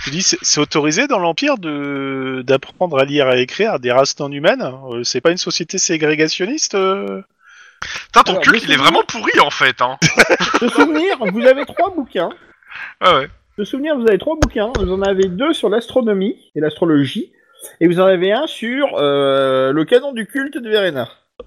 Je dis, c'est, c'est autorisé dans l'Empire de... d'apprendre à lire et à écrire à des races non humaines hein. Euh, C'est pas une société ségrégationniste euh Putain ton Alors, cul le il est souvenir- vraiment pourri en fait. Hein. De souvenir, vous avez trois bouquins. Ouais, ouais. De souvenir, vous avez trois bouquins. Vous en avez deux sur l'astronomie et l'astrologie. Et vous en avez un sur euh, le canon du culte de Verena. Oh,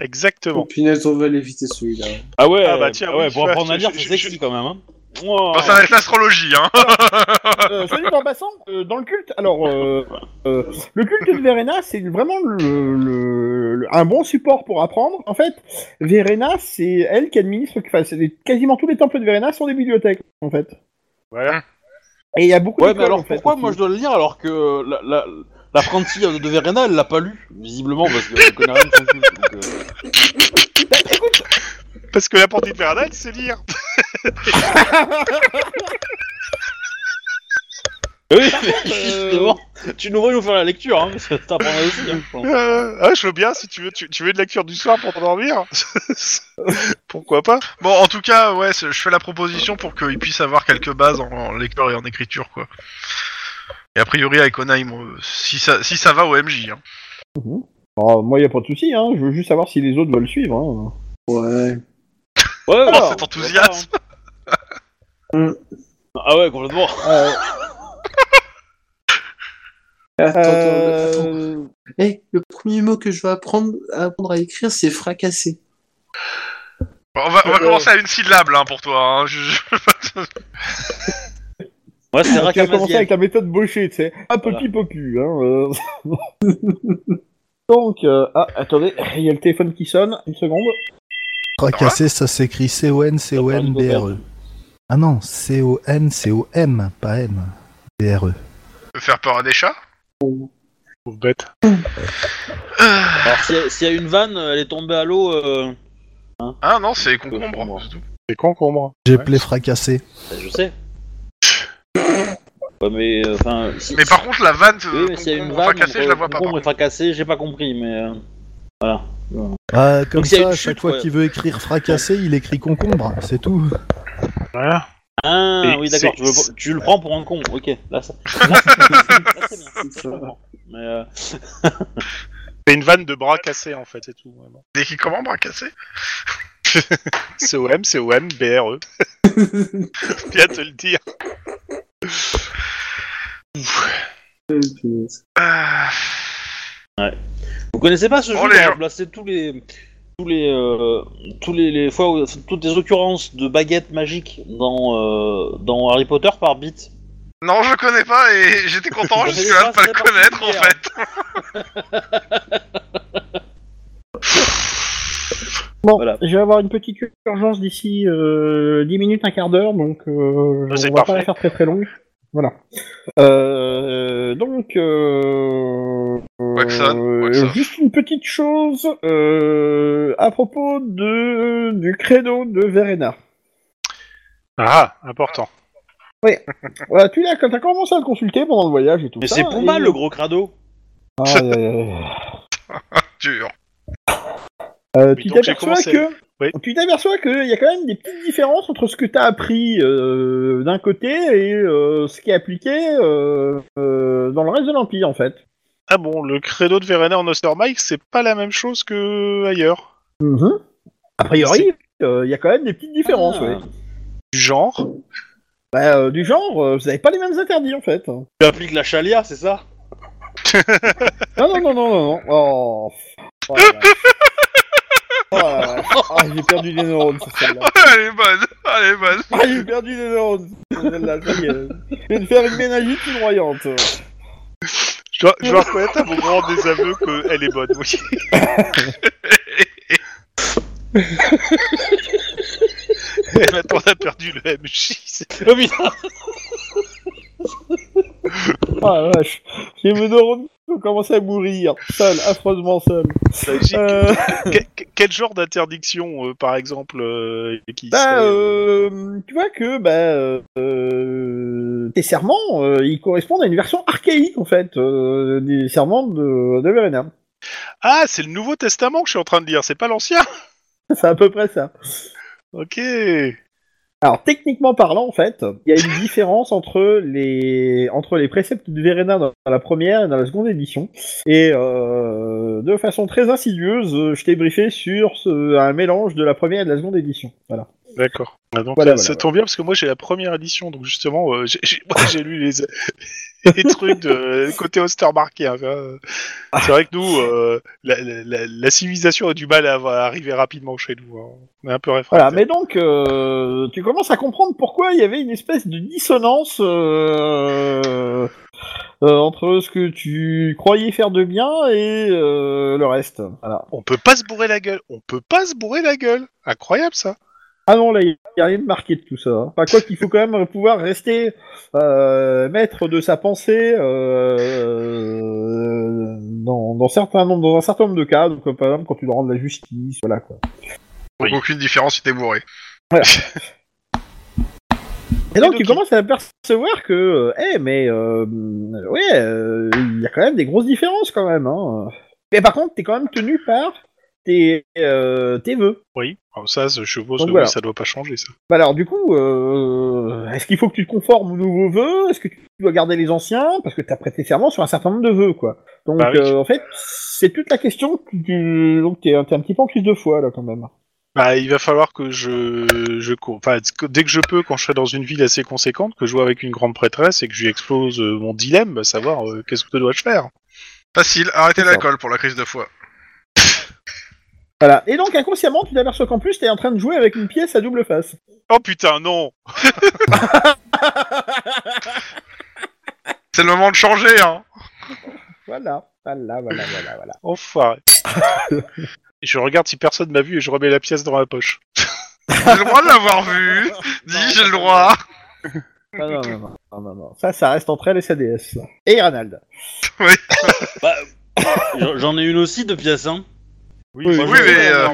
Exactement. punaise, on va l'éviter celui-là. Ah ouais, Ah bah tiens, ouais, oui, pour je- apprendre à je- lire, je- c'est je- sexy quand même. Hein. Wow. euh, Bon, ça va être l'astrologie hein. [LAUGHS] Euh, soit dit en passant, euh, dans le culte, alors, euh, euh, le culte de Verena, c'est vraiment le, le- le- un bon support pour apprendre. En fait, Verena, c'est elle qui administre, enfin, c'est les- quasiment tous les temples de Verena sont des bibliothèques, en fait. Voilà. Et il y a beaucoup Ouais, mais d'écoles, alors en fait, pourquoi aussi. moi je dois le lire alors que euh, la, la, la Francie de Verena elle l'a pas lu Visiblement parce qu'elle connaît rien de son truc. donc, euh. Parce que la portée de Verdun, c'est lire. [LAUGHS] Oui, contre, mais justement, Euh, tu nous vois nous faire la lecture, hein, parce que t'apprendras aussi. Hein, je pense. Euh, ah, je veux bien, si tu veux, tu, tu veux de la lecture du soir pour t'endormir [LAUGHS] Pourquoi pas Bon en tout cas ouais c'est- je fais la proposition pour qu'il puisse avoir quelques bases en, en lecture et en écriture quoi. Et a priori avec Onaim, euh, si ça si ça va au MJ. Hein. Oh, moi, il n'y a pas de souci, hein. je veux juste savoir si les autres veulent suivre. hein. Ouais. Ouais, Oh, alors, cet enthousiasme Ah ouais, complètement. Euh, Attends, euh, attends, attends. Eh, le premier mot que je vais apprendre, apprendre à écrire, c'est fracasser. Bon, On va, on va Euh, commencer à une syllabe là pour toi. Hein. Je- je- Ouais, c'est tu vas commencer Rakamazien. avec la méthode Bochet, tu sais. Un peu Voilà. pipo cul, hein. euh. [LAUGHS] Donc, euh, ah, attendez, il y a le téléphone qui sonne, une seconde. Tracasser, ça s'écrit C-O-N-C-O-N-B-R-E. E. Ah non, C-O-N-C-O-M, pas M. E. B-R-E. Faire peur à des chats Pauvre bête. Alors, s'il y, a- s'il y a une vanne, elle est tombée à l'eau. euh, Ah non, c'est concombre. c'est tout. C'est con pour moi. J'ai plaît fracassé. bah, je sais. Ouais, mais euh, enfin. si- Mais par contre, la vanne, Oui, euh, mais s'il y a une concombre vanne, fracassée, je la vois pas. par concombre fracassé, j'ai pas compris, mais euh, voilà. Ah, comme Donc, il y a ça, une à chute, chaque fois ouais. qu'il veut écrire fracassé, il écrit concombre, c'est tout. Voilà. Ah Et oui, d'accord. c'est- Tu, veux- tu le prends pour un con. Ok, là, [LAUGHS] ça... là, c'est- là, c'est bien. Je comprends. Mais euh, C'est une vanne de bras cassés en fait, c'est tout. vraiment. contre. Des qui comment bras cassés COM, COM, BRE. E. [LAUGHS] Bien te le dire. Euh, vous connaissez pas ce Bon, hein. jeu les qui a gens- remplacé tous les tous les euh, tous les, les fois où enfin, toutes les occurrences de baguettes magiques dans euh, dans Harry Potter par bit. Non, je connais pas et [LAUGHS] j'étais content Vous jusque-là de savez pas pas, le Bah, c'est connaître en particulier, fait. Bon, Voilà. je vais avoir une petite urgence d'ici euh, 10 minutes, un quart d'heure, donc euh, Ah, c'est on va parfait. pas la faire très très longue. Voilà. Euh, donc, euh, Waxon, euh, Waxon. juste une petite chose euh, à propos de, du credo de Verena. Ah, important. Voilà, tu l'as, quand t'as commencé à le consulter pendant le voyage et tout Mais ça. c'est Pumba et- le gros crado. Ah, ouais, ouais, ouais. Dur. [LAUGHS] Euh, Oui, tu donc j'ai t'aperçois commencé- que Oui. tu t'aperçois qu'il y a quand même des petites différences entre ce que tu as appris euh, d'un côté et euh, ce qui est appliqué euh, euh, dans le reste de l'empire en fait. Ah bon, le credo de Verena en Ostermike, c'est pas la même chose que ailleurs. A priori, euh, il y a quand même des petites différences. Ah. ouais. Du genre. Bah, euh, du genre, euh, vous n'avez pas les mêmes interdits en fait. Non Tu appliques la chalia, c'est ça non non non non. non. Oh. oh la [LAUGHS] vache. Oh la vache. Ah, j'ai perdu des neurones sur celle-là. Elle est bonne, elle est bonne. Ah, j'ai perdu des neurones sur celle-là. ça y est. Je viens de faire une ménagite foudroyante. Je dois, je dois reconnaître à mon grand désaveu qu'elle est bonne, oui. [LAUGHS] Et maintenant, on a perdu le MJ. c'est- Oh putain Ah la vache, j'ai mes neurones qui ont commencé à mourir, seul, affreusement seul. Euh, [LAUGHS] Que- que- quel genre d'interdiction, euh, par exemple, euh, qui bah, serait- euh, tu vois que bah, euh, euh, tes serments, euh, ils correspondent à une version archaïque en fait euh, des serments de, de Verena. Ah, c'est le Nouveau Testament que je suis en train de lire, c'est pas l'Ancien [LAUGHS] C'est à peu près ça. Ok Alors techniquement parlant en fait, il y a une différence entre les entre les préceptes de Verena dans la première et dans la seconde édition. Et euh, de façon très insidieuse, euh, je t'ai briefé sur ce- un mélange de la première et de la seconde édition. Voilà. D'accord. Ah, donc, Voilà, euh, voilà, ça voilà. tombe bien parce que moi j'ai la première édition, donc justement, euh, j'ai- [LAUGHS] j'ai moi, j'ai lu les, [LAUGHS] les trucs de côté Ostermark. hein, enfin, euh, c'est vrai que nous, euh, la, la- la- la civilisation a du mal à, à arriver rapidement chez nous. hein. On est un peu Voilà, réfractaires. mais donc euh, tu commences à comprendre pourquoi il y avait une espèce de dissonance euh, euh, entre ce que tu croyais faire de bien et euh, le reste. Voilà. On peut pas se bourrer la gueule. On peut pas se bourrer la gueule. Incroyable ça. Ah non, là, il n'y a rien de marqué de tout ça. hein. Enfin, quoi qu'il faut quand même pouvoir rester euh, maître de sa pensée euh, dans, dans, certains nombres- dans un certain nombre de cas, donc, comme par exemple quand tu dois rendre la justice, voilà quoi. Oui. Aucune différence si t'es bourré. Et donc, Et donc, tu il- commences à percevoir que, euh, eh, mais, euh, ouais, euh, il y a quand même des grosses différences quand même. Hein. Mais par contre, t'es quand même tenu par tes, euh, tes vœux. Oui. Alors ça, je suppose Donc que voilà. oui, ça doit pas changer ça. Bah alors, du coup, euh, est-ce qu'il faut que tu te conformes aux nouveaux vœux Est-ce que tu dois garder les anciens Parce que t'as prêté serment sur un certain nombre de vœux, quoi. Donc, Bah oui. euh, en fait, c'est toute la question. que tu- Donc, t'es t'es un petit peu en crise de foi, là, quand même. Bah, il va falloir que je, je cours. Enfin, que- dès que je peux, quand je serai dans une ville assez conséquente, que je vois avec une grande prêtresse et que je lui explose euh, mon dilemme, à savoir euh, qu'est-ce que dois-je faire. Facile, arrêtez C'est ça. l'alcool pour la crise de foi. Voilà. Et donc, inconsciemment, tu t'aperçois qu'en plus, t'es en train de jouer avec une pièce à double face. Oh putain, non [LAUGHS] C'est le moment de changer, hein. Voilà, voilà, voilà, voilà, voilà. Enfoiré Je regarde si personne m'a vu et je remets la pièce dans ma poche. J'ai le droit de l'avoir [LAUGHS] vu. Dis, j'ai le droit. Ah, Non, non, non, non, non, non, non. Ça, ça reste entre elle et sa déesse. là. Et Ranald. Bah, j'en- j'en ai une aussi de pièces, hein. Oui, oui, mais, euh,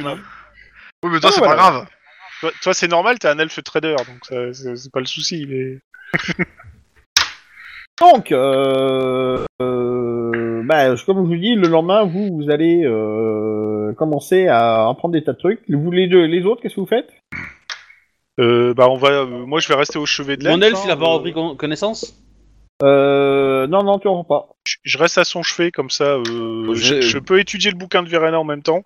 Oui, mais toi, Ah, c'est voilà. pas grave. Toi, toi, c'est normal, t'es un elfe trader, donc ça, c'est c'est pas le souci. Mais... Donc, euh, euh, bah, je- comme je vous dis, le lendemain, vous, vous allez euh, commencer à apprendre des tas de trucs. Vous, les, deux, les autres, qu'est-ce que vous faites Euh, bah on va, euh, moi je vais rester au chevet de l'elfe. Mon elfe, hein, il a pas euh, repris con- connaissance euh, Non, non, tu en pas. je- Je reste à son chevet comme ça. euh, J'ai- je, je peux étudier le bouquin de Verena en même temps.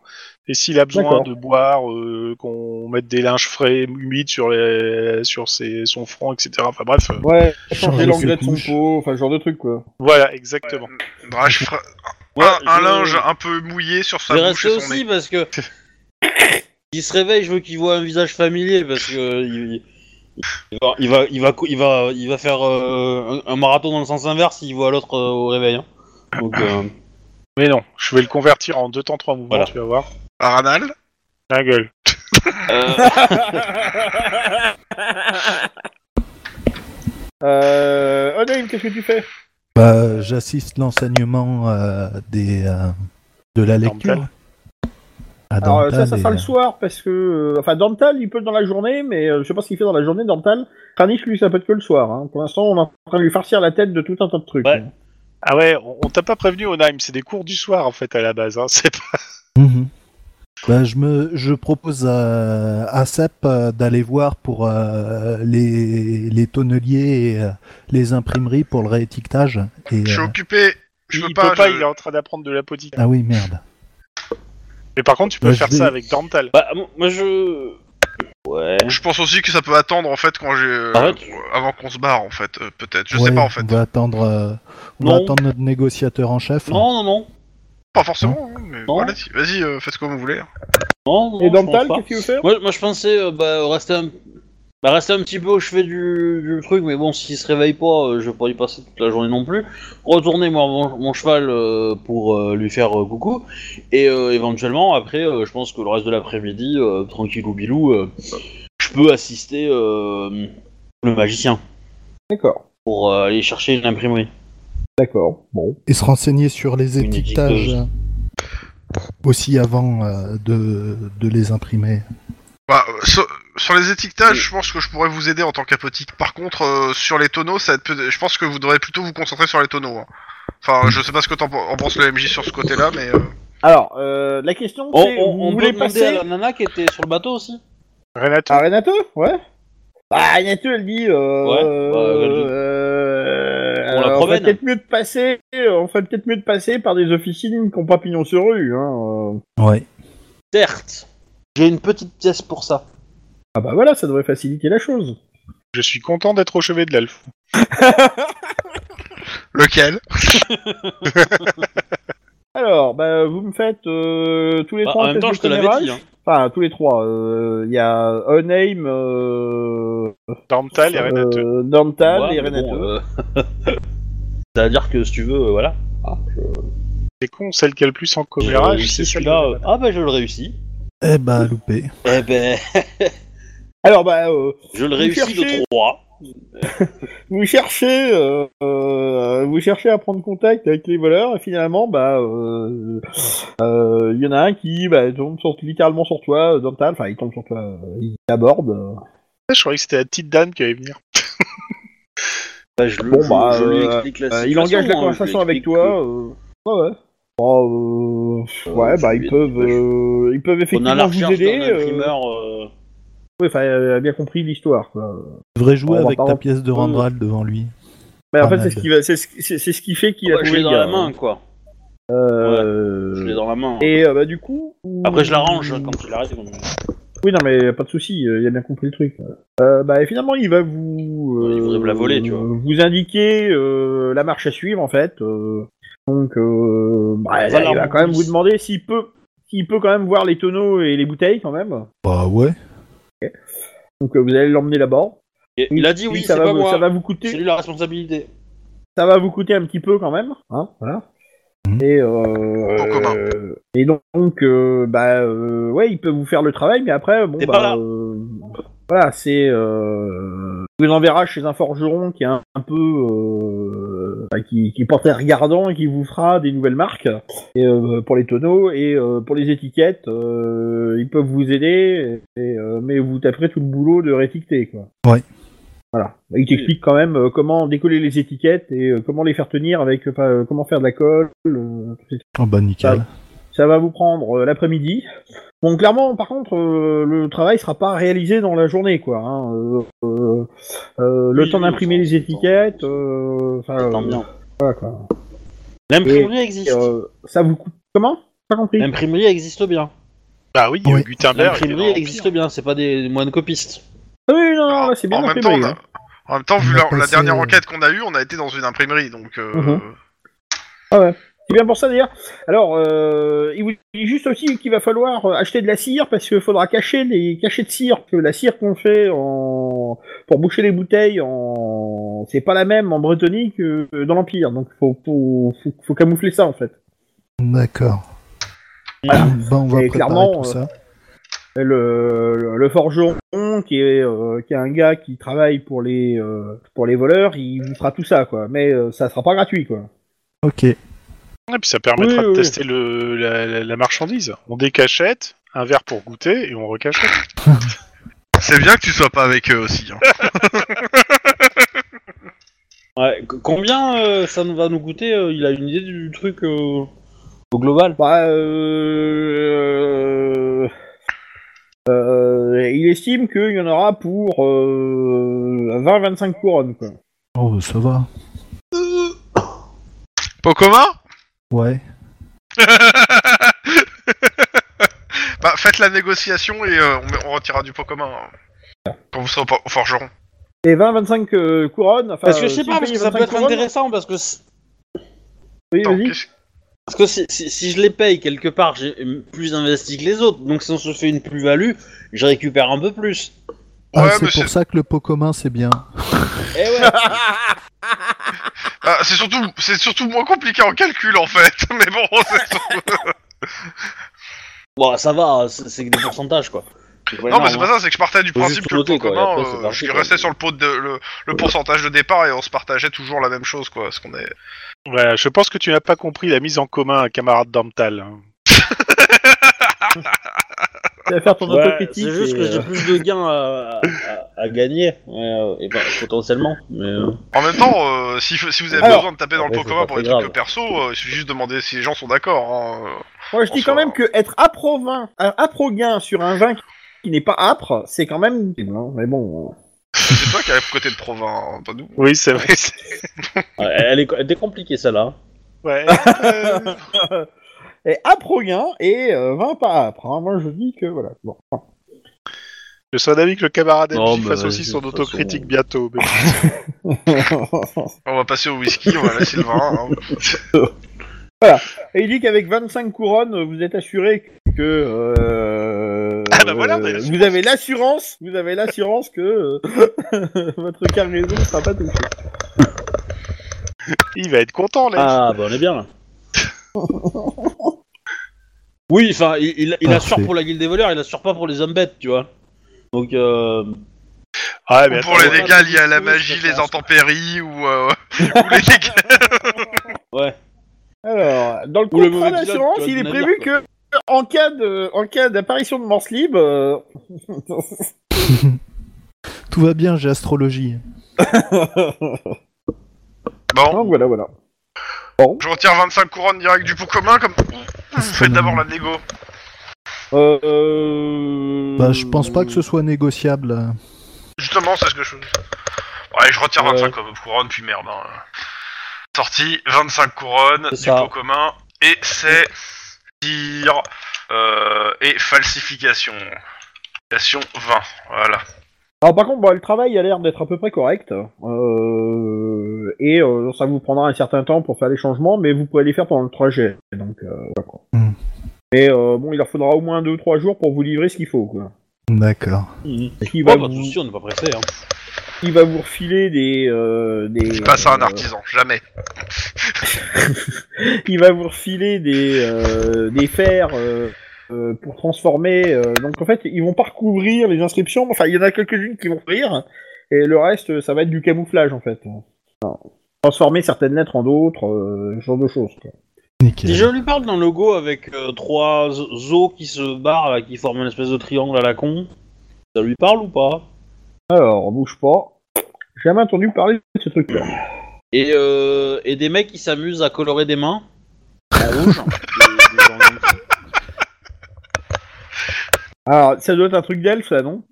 Et s'il a besoin D'accord. de boire, euh, qu'on mette des linges frais, humides sur les, sur ses, son front, etc. Enfin bref. euh, Ouais, changer de l'anglais de son couche. pot, enfin, ce genre de truc, quoi. voilà, exactement. Drage fera- Ouais, Ah, un, un je- linge un peu mouillé sur Je sa vais bouche rester et son aussi nez. parce [LAUGHS] que. Il se réveille, je veux qu'il voit un visage familier parce que. euh, Il, il va, il, va, il, va, cou- il, va, il va faire euh, un, un marathon dans le sens inverse s'il voit l'autre euh, au réveil. hein. Donc, euh, Mais non, je vais le convertir en deux temps trois mouvements. Voilà. Tu vas voir. Par anal. La gueule. euh, Euh, Odile, qu'est-ce que tu fais Bah, j'assiste l'enseignement euh, des euh, de la lecture. À Alors, euh, ça, Dantal ça et- sera le soir, parce que... euh, enfin, Dantal, il peut dans la journée, mais euh, je sais pas ce qu'il fait dans la journée, Dantal. Kranich, lui, ça peut être que le soir. hein. Pour l'instant, on est en train de lui farcir la tête de tout un tas de trucs. Ouais. Ah ouais, on, on t'a pas prévenu, Onaim. C'est des cours du soir en fait à la base. Hein. [LAUGHS] C'est pas- Mhm. Bah, je me, je propose à, à Sep euh, d'aller voir pour euh, les, les tonneliers et euh, les imprimeries pour le réétiquetage. Et, Je suis euh, occupé. Je peux il pas. peut pas. je- Il est en train d'apprendre de la politique. Ah oui, merde. Mais par contre, tu peux Bah, je faire vais- ça avec Dormtal. bah, m- moi je. Ouais. Je pense aussi que ça peut attendre en fait quand j'ai euh, Arrête. pour- avant qu'on se barre en fait euh, peut-être je Ouais, sais pas en fait On bah. va attendre, euh, on va Non. attendre notre négociateur en chef. hein, Non, non, non. pas forcément hein, mais Non. voilà si- vas-y euh, faites comme vous voulez non, non Et je pense Dantal, pas. qu'est-ce qu'il veut faire Moi, moi, je pensais euh, bah, rester, un... bah, rester un petit peu au chevet du, du truc, mais bon, s'il se réveille pas, euh, je vais pas y passer toute la journée non plus. Retourner moi, mon, mon cheval euh, pour euh, lui faire euh, coucou, et euh, éventuellement, après, euh, je pense que le reste de l'après-midi, euh, tranquille ou bilou, euh, je peux assister euh, le magicien D'accord. pour euh, aller chercher une imprimerie. D'accord, bon. Et se renseigner sur les Une étiquetages étiqueteuse. euh, aussi avant euh, de, de les imprimer. Bah, euh, sur, sur les étiquetages je pense que je pourrais vous aider en tant qu'apotique par contre euh, sur les tonneaux ça va être peut- je pense que vous devrez plutôt vous concentrer sur les tonneaux hein. enfin je sais pas ce que t'en pen- en pense le MJ sur ce côté là mais euh, Alors, euh, la question On, c'est, on, vous Oh, on peut voulez demander passer à la nana qui était sur le bateau aussi Renato. à Renato Ouais Bah, Renato, elle dit... Euh, Ouais, bah, elle dit. euh, On la euh, on ferait promène. peut-être mieux de passer, on ferait peut-être mieux de passer par des officines qui n'ont pas pignon sur rue. Hein. euh. Ouais. Certes, j'ai une petite pièce pour ça. Ah bah voilà, ça devrait faciliter la chose. Je suis content d'être au chevet de l'elfe. lequel Alors, bah, vous me faites euh, tous les Bah, trois en un même temps, test je te de l'avais dit. commérage. hein. Enfin, tous les trois. euh, Il y a Uname, euh, Dormtal et Renato. euh, Dantal Ouais, et mais Renato. bon, euh, [LAUGHS] C'est-à-dire que si tu veux, euh, voilà. C'est con, celle qui a le plus en Je commérage, réussis c'est celle celui-là, de- euh, Ah bah je le réussis. Eh bah, loupé. Eh ben, Alors, bah, euh, je le Vous réussis cherchez de 3. vous cherchez, euh, euh, vous cherchez à prendre contact avec les voleurs et finalement, bah, euh, euh, il y en a un qui bah, tombe sur- littéralement sur toi, euh, dans ta, enfin, il tombe sur toi, euh, il t'aborde. euh. Je croyais que c'était la petite dame qui allait venir. Bah, je, le- Bon, je- bah, je lui euh, explique la Euh, il situation, engage la hein, conversation je lui avec explique toi. euh, ouais, ouais. Bon, euh, Euh, ouais, je bah, lui ils ai- peuvent, bah, je- euh, ils peuvent que On a la effectivement vous recherche aider. d'un euh, imprimeur. euh, oui, enfin, elle a bien compris l'histoire. quoi. Tu devrais jouer On va avec pas ta en- pièce de Randral devant lui. Mais en Pas fait, c'est mal. ce qui va, c'est ce, c'est- c'est ce qui fait qu'il a bah, je trouvé l'ai le dans gars, hein. la main, quoi. euh, Je l'ai dans la main. Et euh, bah du coup. Après, je la range hein, quand il arrive. Oui, non, mais pas de souci, euh, il a bien compris le truc. Euh, bah, et finalement, il va vous. Ouais, il voudrait me la voler, tu vois. Vous indiquer euh, la marche à suivre, en fait. euh, donc, euh, bah, On va il la va quand même vous police. demander s'il peut, s'il peut quand même voir les tonneaux et les bouteilles, quand même. Bah ouais. Donc, euh, vous allez l'emmener là-bas. Et il a dit oui, ça c'est va, pas vous- moi. ça va vous coûter. C'est lui la responsabilité. ça va vous coûter un petit peu quand même, hein, voilà. Mhm. Et, euh, Au commun. euh, et donc, donc, euh, bah, euh, ouais, il peut vous faire le travail, mais après, bon, T'es bah, pas là. euh, voilà, c'est, euh, il vous enverra chez un forgeron qui est un, un peu, euh, enfin, qui, qui porte un regardant et qui vous fera des nouvelles marques et, euh, pour les tonneaux et euh, pour les étiquettes, euh, ils peuvent vous aider, et, euh, mais vous taperez tout le boulot de réétiqueter, quoi. Ouais. Voilà. Il t'explique quand même euh, comment décoller les étiquettes et euh, comment les faire tenir avec euh, pas- euh, comment faire de la colle. euh, tout ça. Oh bah nickel. ça va vous prendre euh, l'après-midi. Bon, clairement, par contre, euh, le travail sera pas réalisé dans la journée, quoi. hein. Euh, euh, euh, le Oui, temps oui, d'imprimer on les s'en- étiquettes, euh, enfin, Tant euh, bien. voilà, quoi. L'imprimerie existe. Euh, ça vous coûte comment Pas compris. L'imprimerie existe bien. Bah oui, Gutenberg. Oui. il est dans L'imprimerie l'Empire. existe bien, c'est pas des, des moines copistes. Ah oui, non, non, là, c'est bien en, même temps, imprimé, on a- hein. en même temps, vu On a la, la passé- dernière enquête qu'on a eue, on a été dans une imprimerie, donc... euh, euh, Mhm. C'est bien pour ça d'ailleurs. Alors, euh, il vous dit juste aussi qu'il va falloir euh, acheter de la cire parce qu'il faudra cacher les cachets de cire que la cire qu'on fait en pour boucher les bouteilles en c'est pas la même en Bretagne que euh, dans l'Empire. Donc faut, faut, faut, faut camoufler ça en fait. D'accord. Bah, on va Et préparer clairement, tout euh, ça. le, le, le forgeron qui est euh, qui est un gars qui travaille pour les euh, pour les voleurs, il vous fera tout ça quoi. Mais euh, ça sera pas gratuit quoi. Ok. hein. Et puis ça permettra Oui, de oui. tester le, la, la- la marchandise. On décachette, un verre pour goûter et on recachette. C'est bien que tu sois pas avec eux aussi. hein. Ouais, c- combien euh, ça nous va nous coûter euh, Il a une idée du truc euh, au global Bah, euh... euh, il estime qu'il y en aura pour euh, 20-25 couronnes. Quoi. Oh, ça va. Pokoma Ouais. [LAUGHS] Bah, faites la négociation et euh, on, met- on retirera du pot commun. hein. Quand vous serez au po- au forgeron. Et 20-25 euh, couronnes. Enfin, Parce que je euh, sais si pas, vous parce que payez ça peut 25 être couronnes- intéressant, parce que, si- Oui, Attends, vas-y. qu'est-ce- parce que si, si- si je les paye quelque part, j'ai plus investi que les autres, donc si on se fait une plus-value, je récupère un peu plus. Ah, Ouais, mais c'est c'est- pour ça que le pot commun, c'est bien. Eh [LAUGHS] ouais Ah, c'est surtout, c'est surtout moins compliqué en calcul en fait. [LAUGHS] Mais bon, c'est surtout- Bon, Bah, ça va, c'est c'est que des pourcentages quoi. C'est [LAUGHS] non, énorme, mais c'est hein. pas ça. C'est que je partais du Faut principe juste que le pot noter, quoi, et commun, après, c'est euh, parti, je quoi. restais sur le pot de le, le pourcentage de départ et on se partageait toujours la même chose quoi. Ce qu'on est. Voilà, je pense que tu n'as pas compris la mise en commun, camarade Dormtal. hein. Tu vas faire ton Ouais, autocritique. c'est juste et, que j'ai euh, plus de gains à, à- à gagner, ouais, euh, et ben, potentiellement. Mais, euh, En même temps, euh, si, si vous avez Alors, besoin de taper dans le après, pot c'est commun pas pour des très trucs grave. perso, euh, il suffit juste de demander si les gens sont d'accord. hein. Moi, je on dis sera- quand même que être appro vin, un appro gain sur un vin qui n'est pas âpre, c'est quand même. Non, mais bon. hein. C'est toi qui arrives côté de Provins, hein, pas nous. Oui, c'est vrai. c'est- elle, est, elle était compliquée celle-là. Ouais. [LAUGHS] Et appro gain et euh, vin pas âpre. hein. Moi, je dis que voilà. Bon. je serais d'avis que le camarade Non, Elfi mais fasse vas-y, aussi de son toute façon, autocritique on- bientôt. [LAUGHS] mais- On va passer au whisky, on va laisser le [LAUGHS] vin. hein. [LAUGHS] Et il dit qu'avec 25 couronnes, vous êtes assuré que euh, Ah bah euh, voilà, bah, l'assurance. vous avez l'assurance, vous avez l'assurance que euh, [LAUGHS] votre cargaison ne sera pas touchée. Il va être content, là. Ah, bah on est bien là. [LAUGHS] oui, enfin, il, il, il assure Parfait. pour la guilde des voleurs, il assure pas pour les hommes bêtes, tu vois. Donc, euh, Ouais, mais Ou attends, pour les Ah, attends, dégâts liés à la oui, je magie, préfère les ça. intempéries ou, euh, [LAUGHS] ou les dégâts. ouais. Alors, dans le Ou le contrat mauvais pilote, d'assurance, tu vois, il est du prévu que en cas de, en cas d'apparition de morse libre, euh, Tout va bien, j'ai astrologie. Bon, donc voilà, voilà. je retire 25 couronnes direct du pot commun, comme vous faites d'abord la négo. Euh, euh, Bah, je pense pas Hmm. que ce soit négociable. Justement, c'est ce que je Ouais, je retire Ouais. 25 couronnes, puis merde. hein. Sorti, 25 couronnes C'est du ça. pot commun, et c'est tir euh, et falsification. Falsification 20, voilà. Alors par contre, bon, le travail a l'air d'être à peu près correct, euh, et euh, ça vous prendra un certain temps pour faire les changements, mais vous pouvez les faire pendant le trajet. Donc, euh, voilà, quoi. Hmm. Mais euh, bon, il leur faudra au moins 2-3 jours pour vous livrer ce qu'il faut. Quoi. D'accord. Ce qui Oh, va, pas de vous, soucis, on n'est pas pressé. Hein. ce qui va vous refiler des... euh, des C'est pas ça un euh, artisan, jamais. il va vous refiler des, euh, des fers euh, euh, pour transformer. euh, donc en fait, ils vont pas recouvrir les inscriptions. Enfin, il y en a quelques-unes qui vont rire, et le reste, euh, ça va être du camouflage en fait. Enfin, transformer certaines lettres en d'autres, euh, ce genre de choses. quoi. Nickel. Si euh, je lui parle d'un logo avec euh, trois os qui se barrent, là, qui forment une espèce de triangle à la con, ça lui parle ou pas Alors, bouge pas. J'ai jamais entendu parler de ce truc-là. Et, euh, et des mecs qui s'amusent à colorer des [LAUGHS] mains en rouge. hein. Des- des gens comme ça. Alors, ça doit être un truc d'elfe, là, non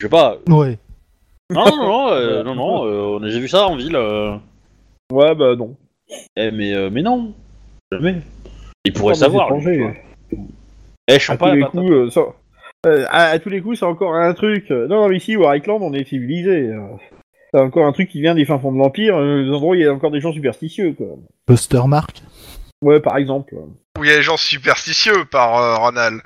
Je sais pas. Ouais. Non, non, non, euh, non, non, euh, on a- j'ai vu ça en ville. euh. Ouais, bah non. Eh, mais, euh, mais non, jamais. Ils Pas pourraient des savoir. lui, étrangers. hein. tu vois. Eh, je à suis tous pas les la patate. coups, euh, ça- euh, à, à tous les coups, c'est encore un truc. Euh, Non, non, mais ici, Warwickland, on est civilisé. euh. C'est encore un truc qui vient des fins fonds de l'Empire, euh, les endroits où il y a encore des gens superstitieux, quoi. Buster Mark Ouais, par exemple. Où il y a des gens superstitieux par euh, Ronald.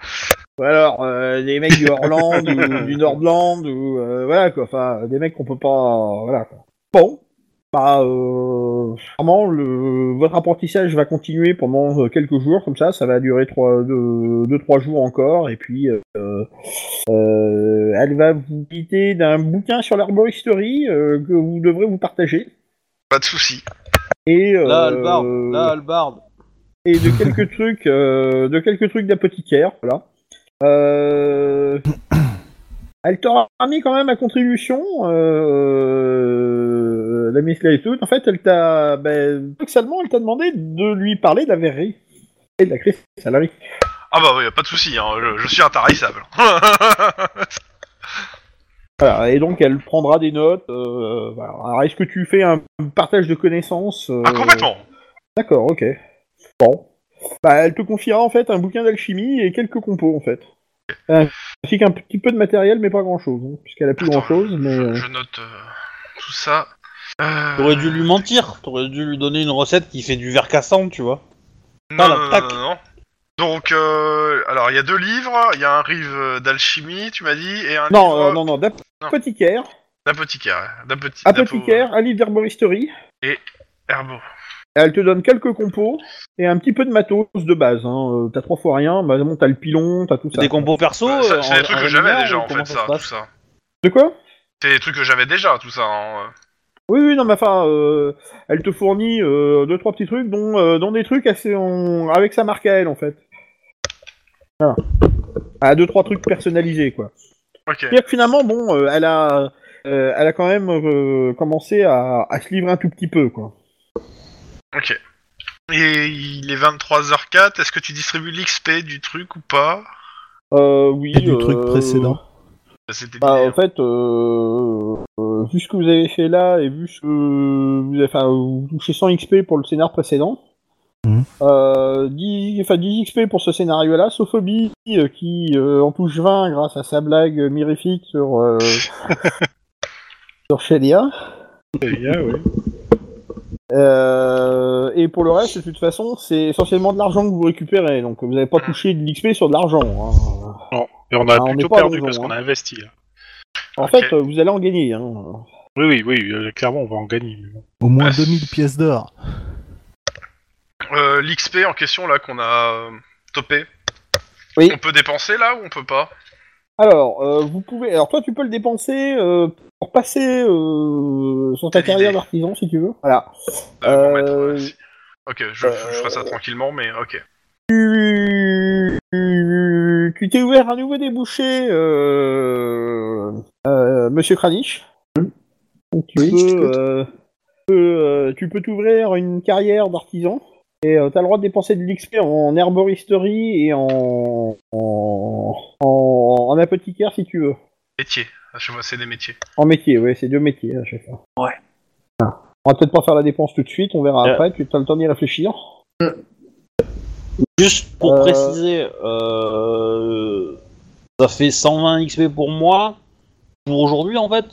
Ou alors, euh, des mecs du Horland, ou du Nordland, ou... euh, voilà, quoi. Enfin, des mecs qu'on peut pas... Voilà, quoi. Bon. Bah, euh, clairement, le, votre apprentissage va continuer pendant euh, quelques jours, comme ça, ça va durer 3, 2, trois jours encore, et puis euh, euh, elle va vous guider d'un bouquin sur l'herboristerie euh, que vous devrez vous partager, Pas de soucis. et, euh, Là, Albarde, là, Albarde. et de quelques trucs euh, de quelques trucs d'apothicaire, voilà. Euh, elle t'aura mis quand même à contribution, euh, la Miss Lightfoot. En fait, elle t'a, ben, paradoxalement, elle t'a demandé de lui parler de la verrerie et de la crise salariée. Ah bah oui, pas de soucis, hein, je, je suis intarissable. [LAUGHS] Ah, Voilà, et donc elle prendra des notes. euh, voilà. Alors, est-ce que tu fais un partage de connaissances euh, ah, complètement. D'accord, ok. Bon. Bah, elle te confiera en fait un bouquin d'alchimie et quelques compos en fait. Euh, Ainsi qu'un petit peu de matériel, mais pas grand chose, puisqu'elle a plus Attends, grand chose. Mais... je, euh, je note euh, tout ça. Euh, T'aurais dû lui mentir, t'aurais dû lui donner une recette qui fait du verre cassant, tu vois. Non, la non, plaque. non, non. Donc, euh, alors il y a deux livres, il y a un livre d'alchimie, tu m'as dit, et un Non, livre euh, non, non, d'apothicaire. d'apothicaire. d'apothic- Apothicaire, un livre d'herboristerie. d'apo- herbo. Elle te donne quelques compos et un petit peu de matos de base. Hein. euh, T'as trois fois rien, bah, bon, t'as le pilon, t'as tout ça. Des compos perso. Bah, ça, euh, c'est des en- trucs en que j'avais réunion, déjà ou en comment fait, ça ça, se tout passe ça. De quoi C'est des trucs que j'avais déjà, tout ça. hein. Oui, oui, non, mais enfin, euh, elle te fournit euh, deux, trois petits trucs, dont, euh, dont des trucs assez en- avec sa marque à elle, en fait. Voilà. Ah, deux, trois trucs personnalisés, quoi. Ok. C'est-à-dire que finalement, bon, euh, elle a, euh, elle a quand même euh, commencé à, à se livrer un tout petit peu, quoi. Et il est 23h04, est-ce que tu distribues l'XP du truc ou pas Euh, oui. Et du euh, truc précédent. Bah, C'était Bah, en l'idée. fait, euh, euh, vu ce que vous avez fait là et vu ce que vous avez, enfin, vous touchez 100 XP pour le scénar précédent, Mhm. euh, 10, enfin, 10 XP pour ce scénario-là, Sophobie euh, qui euh, en touche 20 grâce à sa blague mirifique sur, euh, sur Shelia. Euh, et pour le reste, de toute façon, c'est essentiellement de l'argent que vous récupérez, donc vous n'avez pas touché de l'XP sur de l'argent. hein. Non, mais on a Ah, on plutôt est pas perdu bon, parce hein. qu'on a investi. Là. En Ok. fait, euh, vous allez en gagner. Hein. Oui, oui, oui, euh, clairement, on va en gagner. [LAUGHS] mais bon. Au moins Ah, 2000 pièces d'or. Euh, L'XP en question là qu'on a euh, topé, Oui. on peut dépenser là ou on peut pas Alors, euh, vous pouvez. Alors, toi, tu peux le dépenser euh, pour passer euh, sur ta Quelle carrière idée. d'artisan, si tu veux. Voilà. Euh, pour mettre, Euh, euh, si- Ok, je, euh, je ferai ça tranquillement, mais ok. Tu tu- tu t'es ouvert un nouveau débouché, euh, euh, Monsieur Kranich. Donc, tu, Oui, je peux, t'écoute. euh, tu peux, euh, tu peux t'ouvrir une carrière d'artisan et tu as le droit de dépenser de l'XP en herboristerie et en en, en en apothicaire si tu veux. Métier, à chaque fois c'est des métiers. En métier, oui, c'est deux métiers à chaque fois. Ouais. Ah. On va peut-être pas faire la dépense tout de suite, on verra Euh. après, tu as le temps d'y réfléchir. Juste pour Euh. préciser, euh, ça fait 120 XP pour moi, pour aujourd'hui en fait.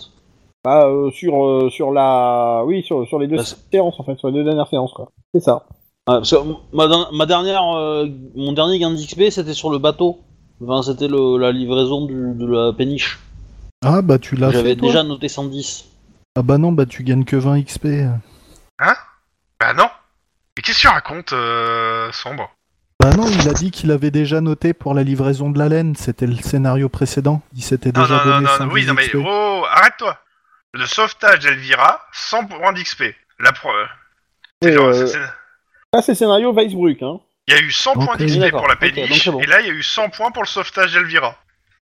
Bah, euh, sur, euh, sur la. Oui, sur, sur les deux Bah, c'est- séances en fait, sur les deux dernières séances quoi. C'est ça. Ouais, parce que ma, der- ma dernière, euh, mon dernier gain d'XP c'était sur le bateau. Enfin, c'était le- la livraison du- de la péniche. Ah bah tu l'as J'avais fait toi déjà noté 110. Ah bah non, bah tu gagnes que 20 XP. Bah non Mais qu'est-ce que tu racontes, euh, Sombre Bah non, il a dit qu'il avait déjà noté pour la livraison de la laine, c'était le scénario précédent. Il s'était Non, déjà non, non, donné non, 110 oui, non, mais XP. oh, arrête-toi Le sauvetage d'Elvira, 100 points d'XP. La preuve. Et, C'est genre, euh, c'est- Ça, c'est scénario Weisbruck. Hein. Il y a eu 100 points Ok, d'XP d'accord. pour la Ok, donc péniche, c'est bon. et là il y a eu 100 points pour le sauvetage d'Elvira.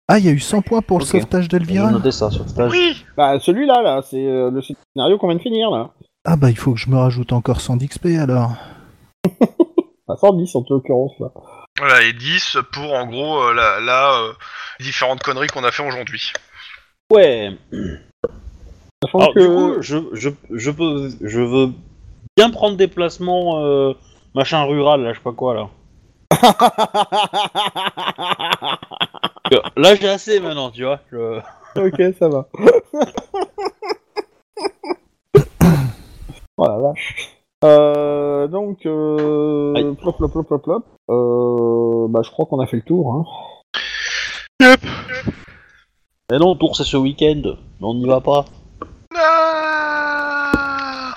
Ah, il y a eu 100 points pour Ok. le sauvetage J'ai d'Elvira noté ça sur le page. Oui Bah, celui-là, là, c'est euh, le scénario qu'on vient de finir, là. Ah bah, il faut que je me rajoute encore 100 d'XP alors. Enfin, 110 en toute l'occurrence, là. Voilà, et 10 pour en gros euh, la, la, euh, différentes conneries qu'on a fait aujourd'hui. Ouais. Sachant Alors, que... du coup, je, je, je peux, je veux bien prendre des placements euh, machin rural, là, je sais pas quoi, [LAUGHS] là. Euh, Là, j'ai assez maintenant, tu vois. je- ok, ça va. [LAUGHS] oh la vache. Euh, donc, euh, Aïe. plop, plop, plop, plop, plop. Euh, bah, je crois qu'on a fait le tour. Hein. Mais non, tour, c'est ce week-end. On n'y va pas. Ah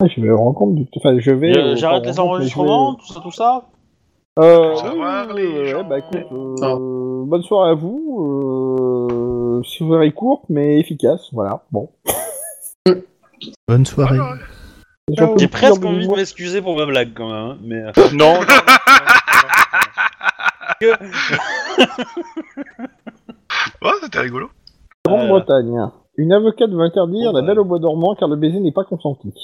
Ah, Je vais rendre compte du. Enfin, je vais. Euh, euh, J'arrête pas les rendre compte, mais je vais- enregistrements, tout ça, tout ça. Euh, Au revoir, oui, les ouais, gens. bah, écoute, euh, bonne soirée à vous. Euh, soirée courte mais efficace, voilà. Bon. Bonne soirée. Voilà. Et surtout, J'ai presque plusieurs envie de mouvements- m'excuser pour ma blague, quand même. hein, Mais euh, Non, non, non, non, non, Oh, c'était rigolo. bah. Grande-Bretagne. Une avocate veut interdire la belle au bois dormant car le baiser n'est pas consenti.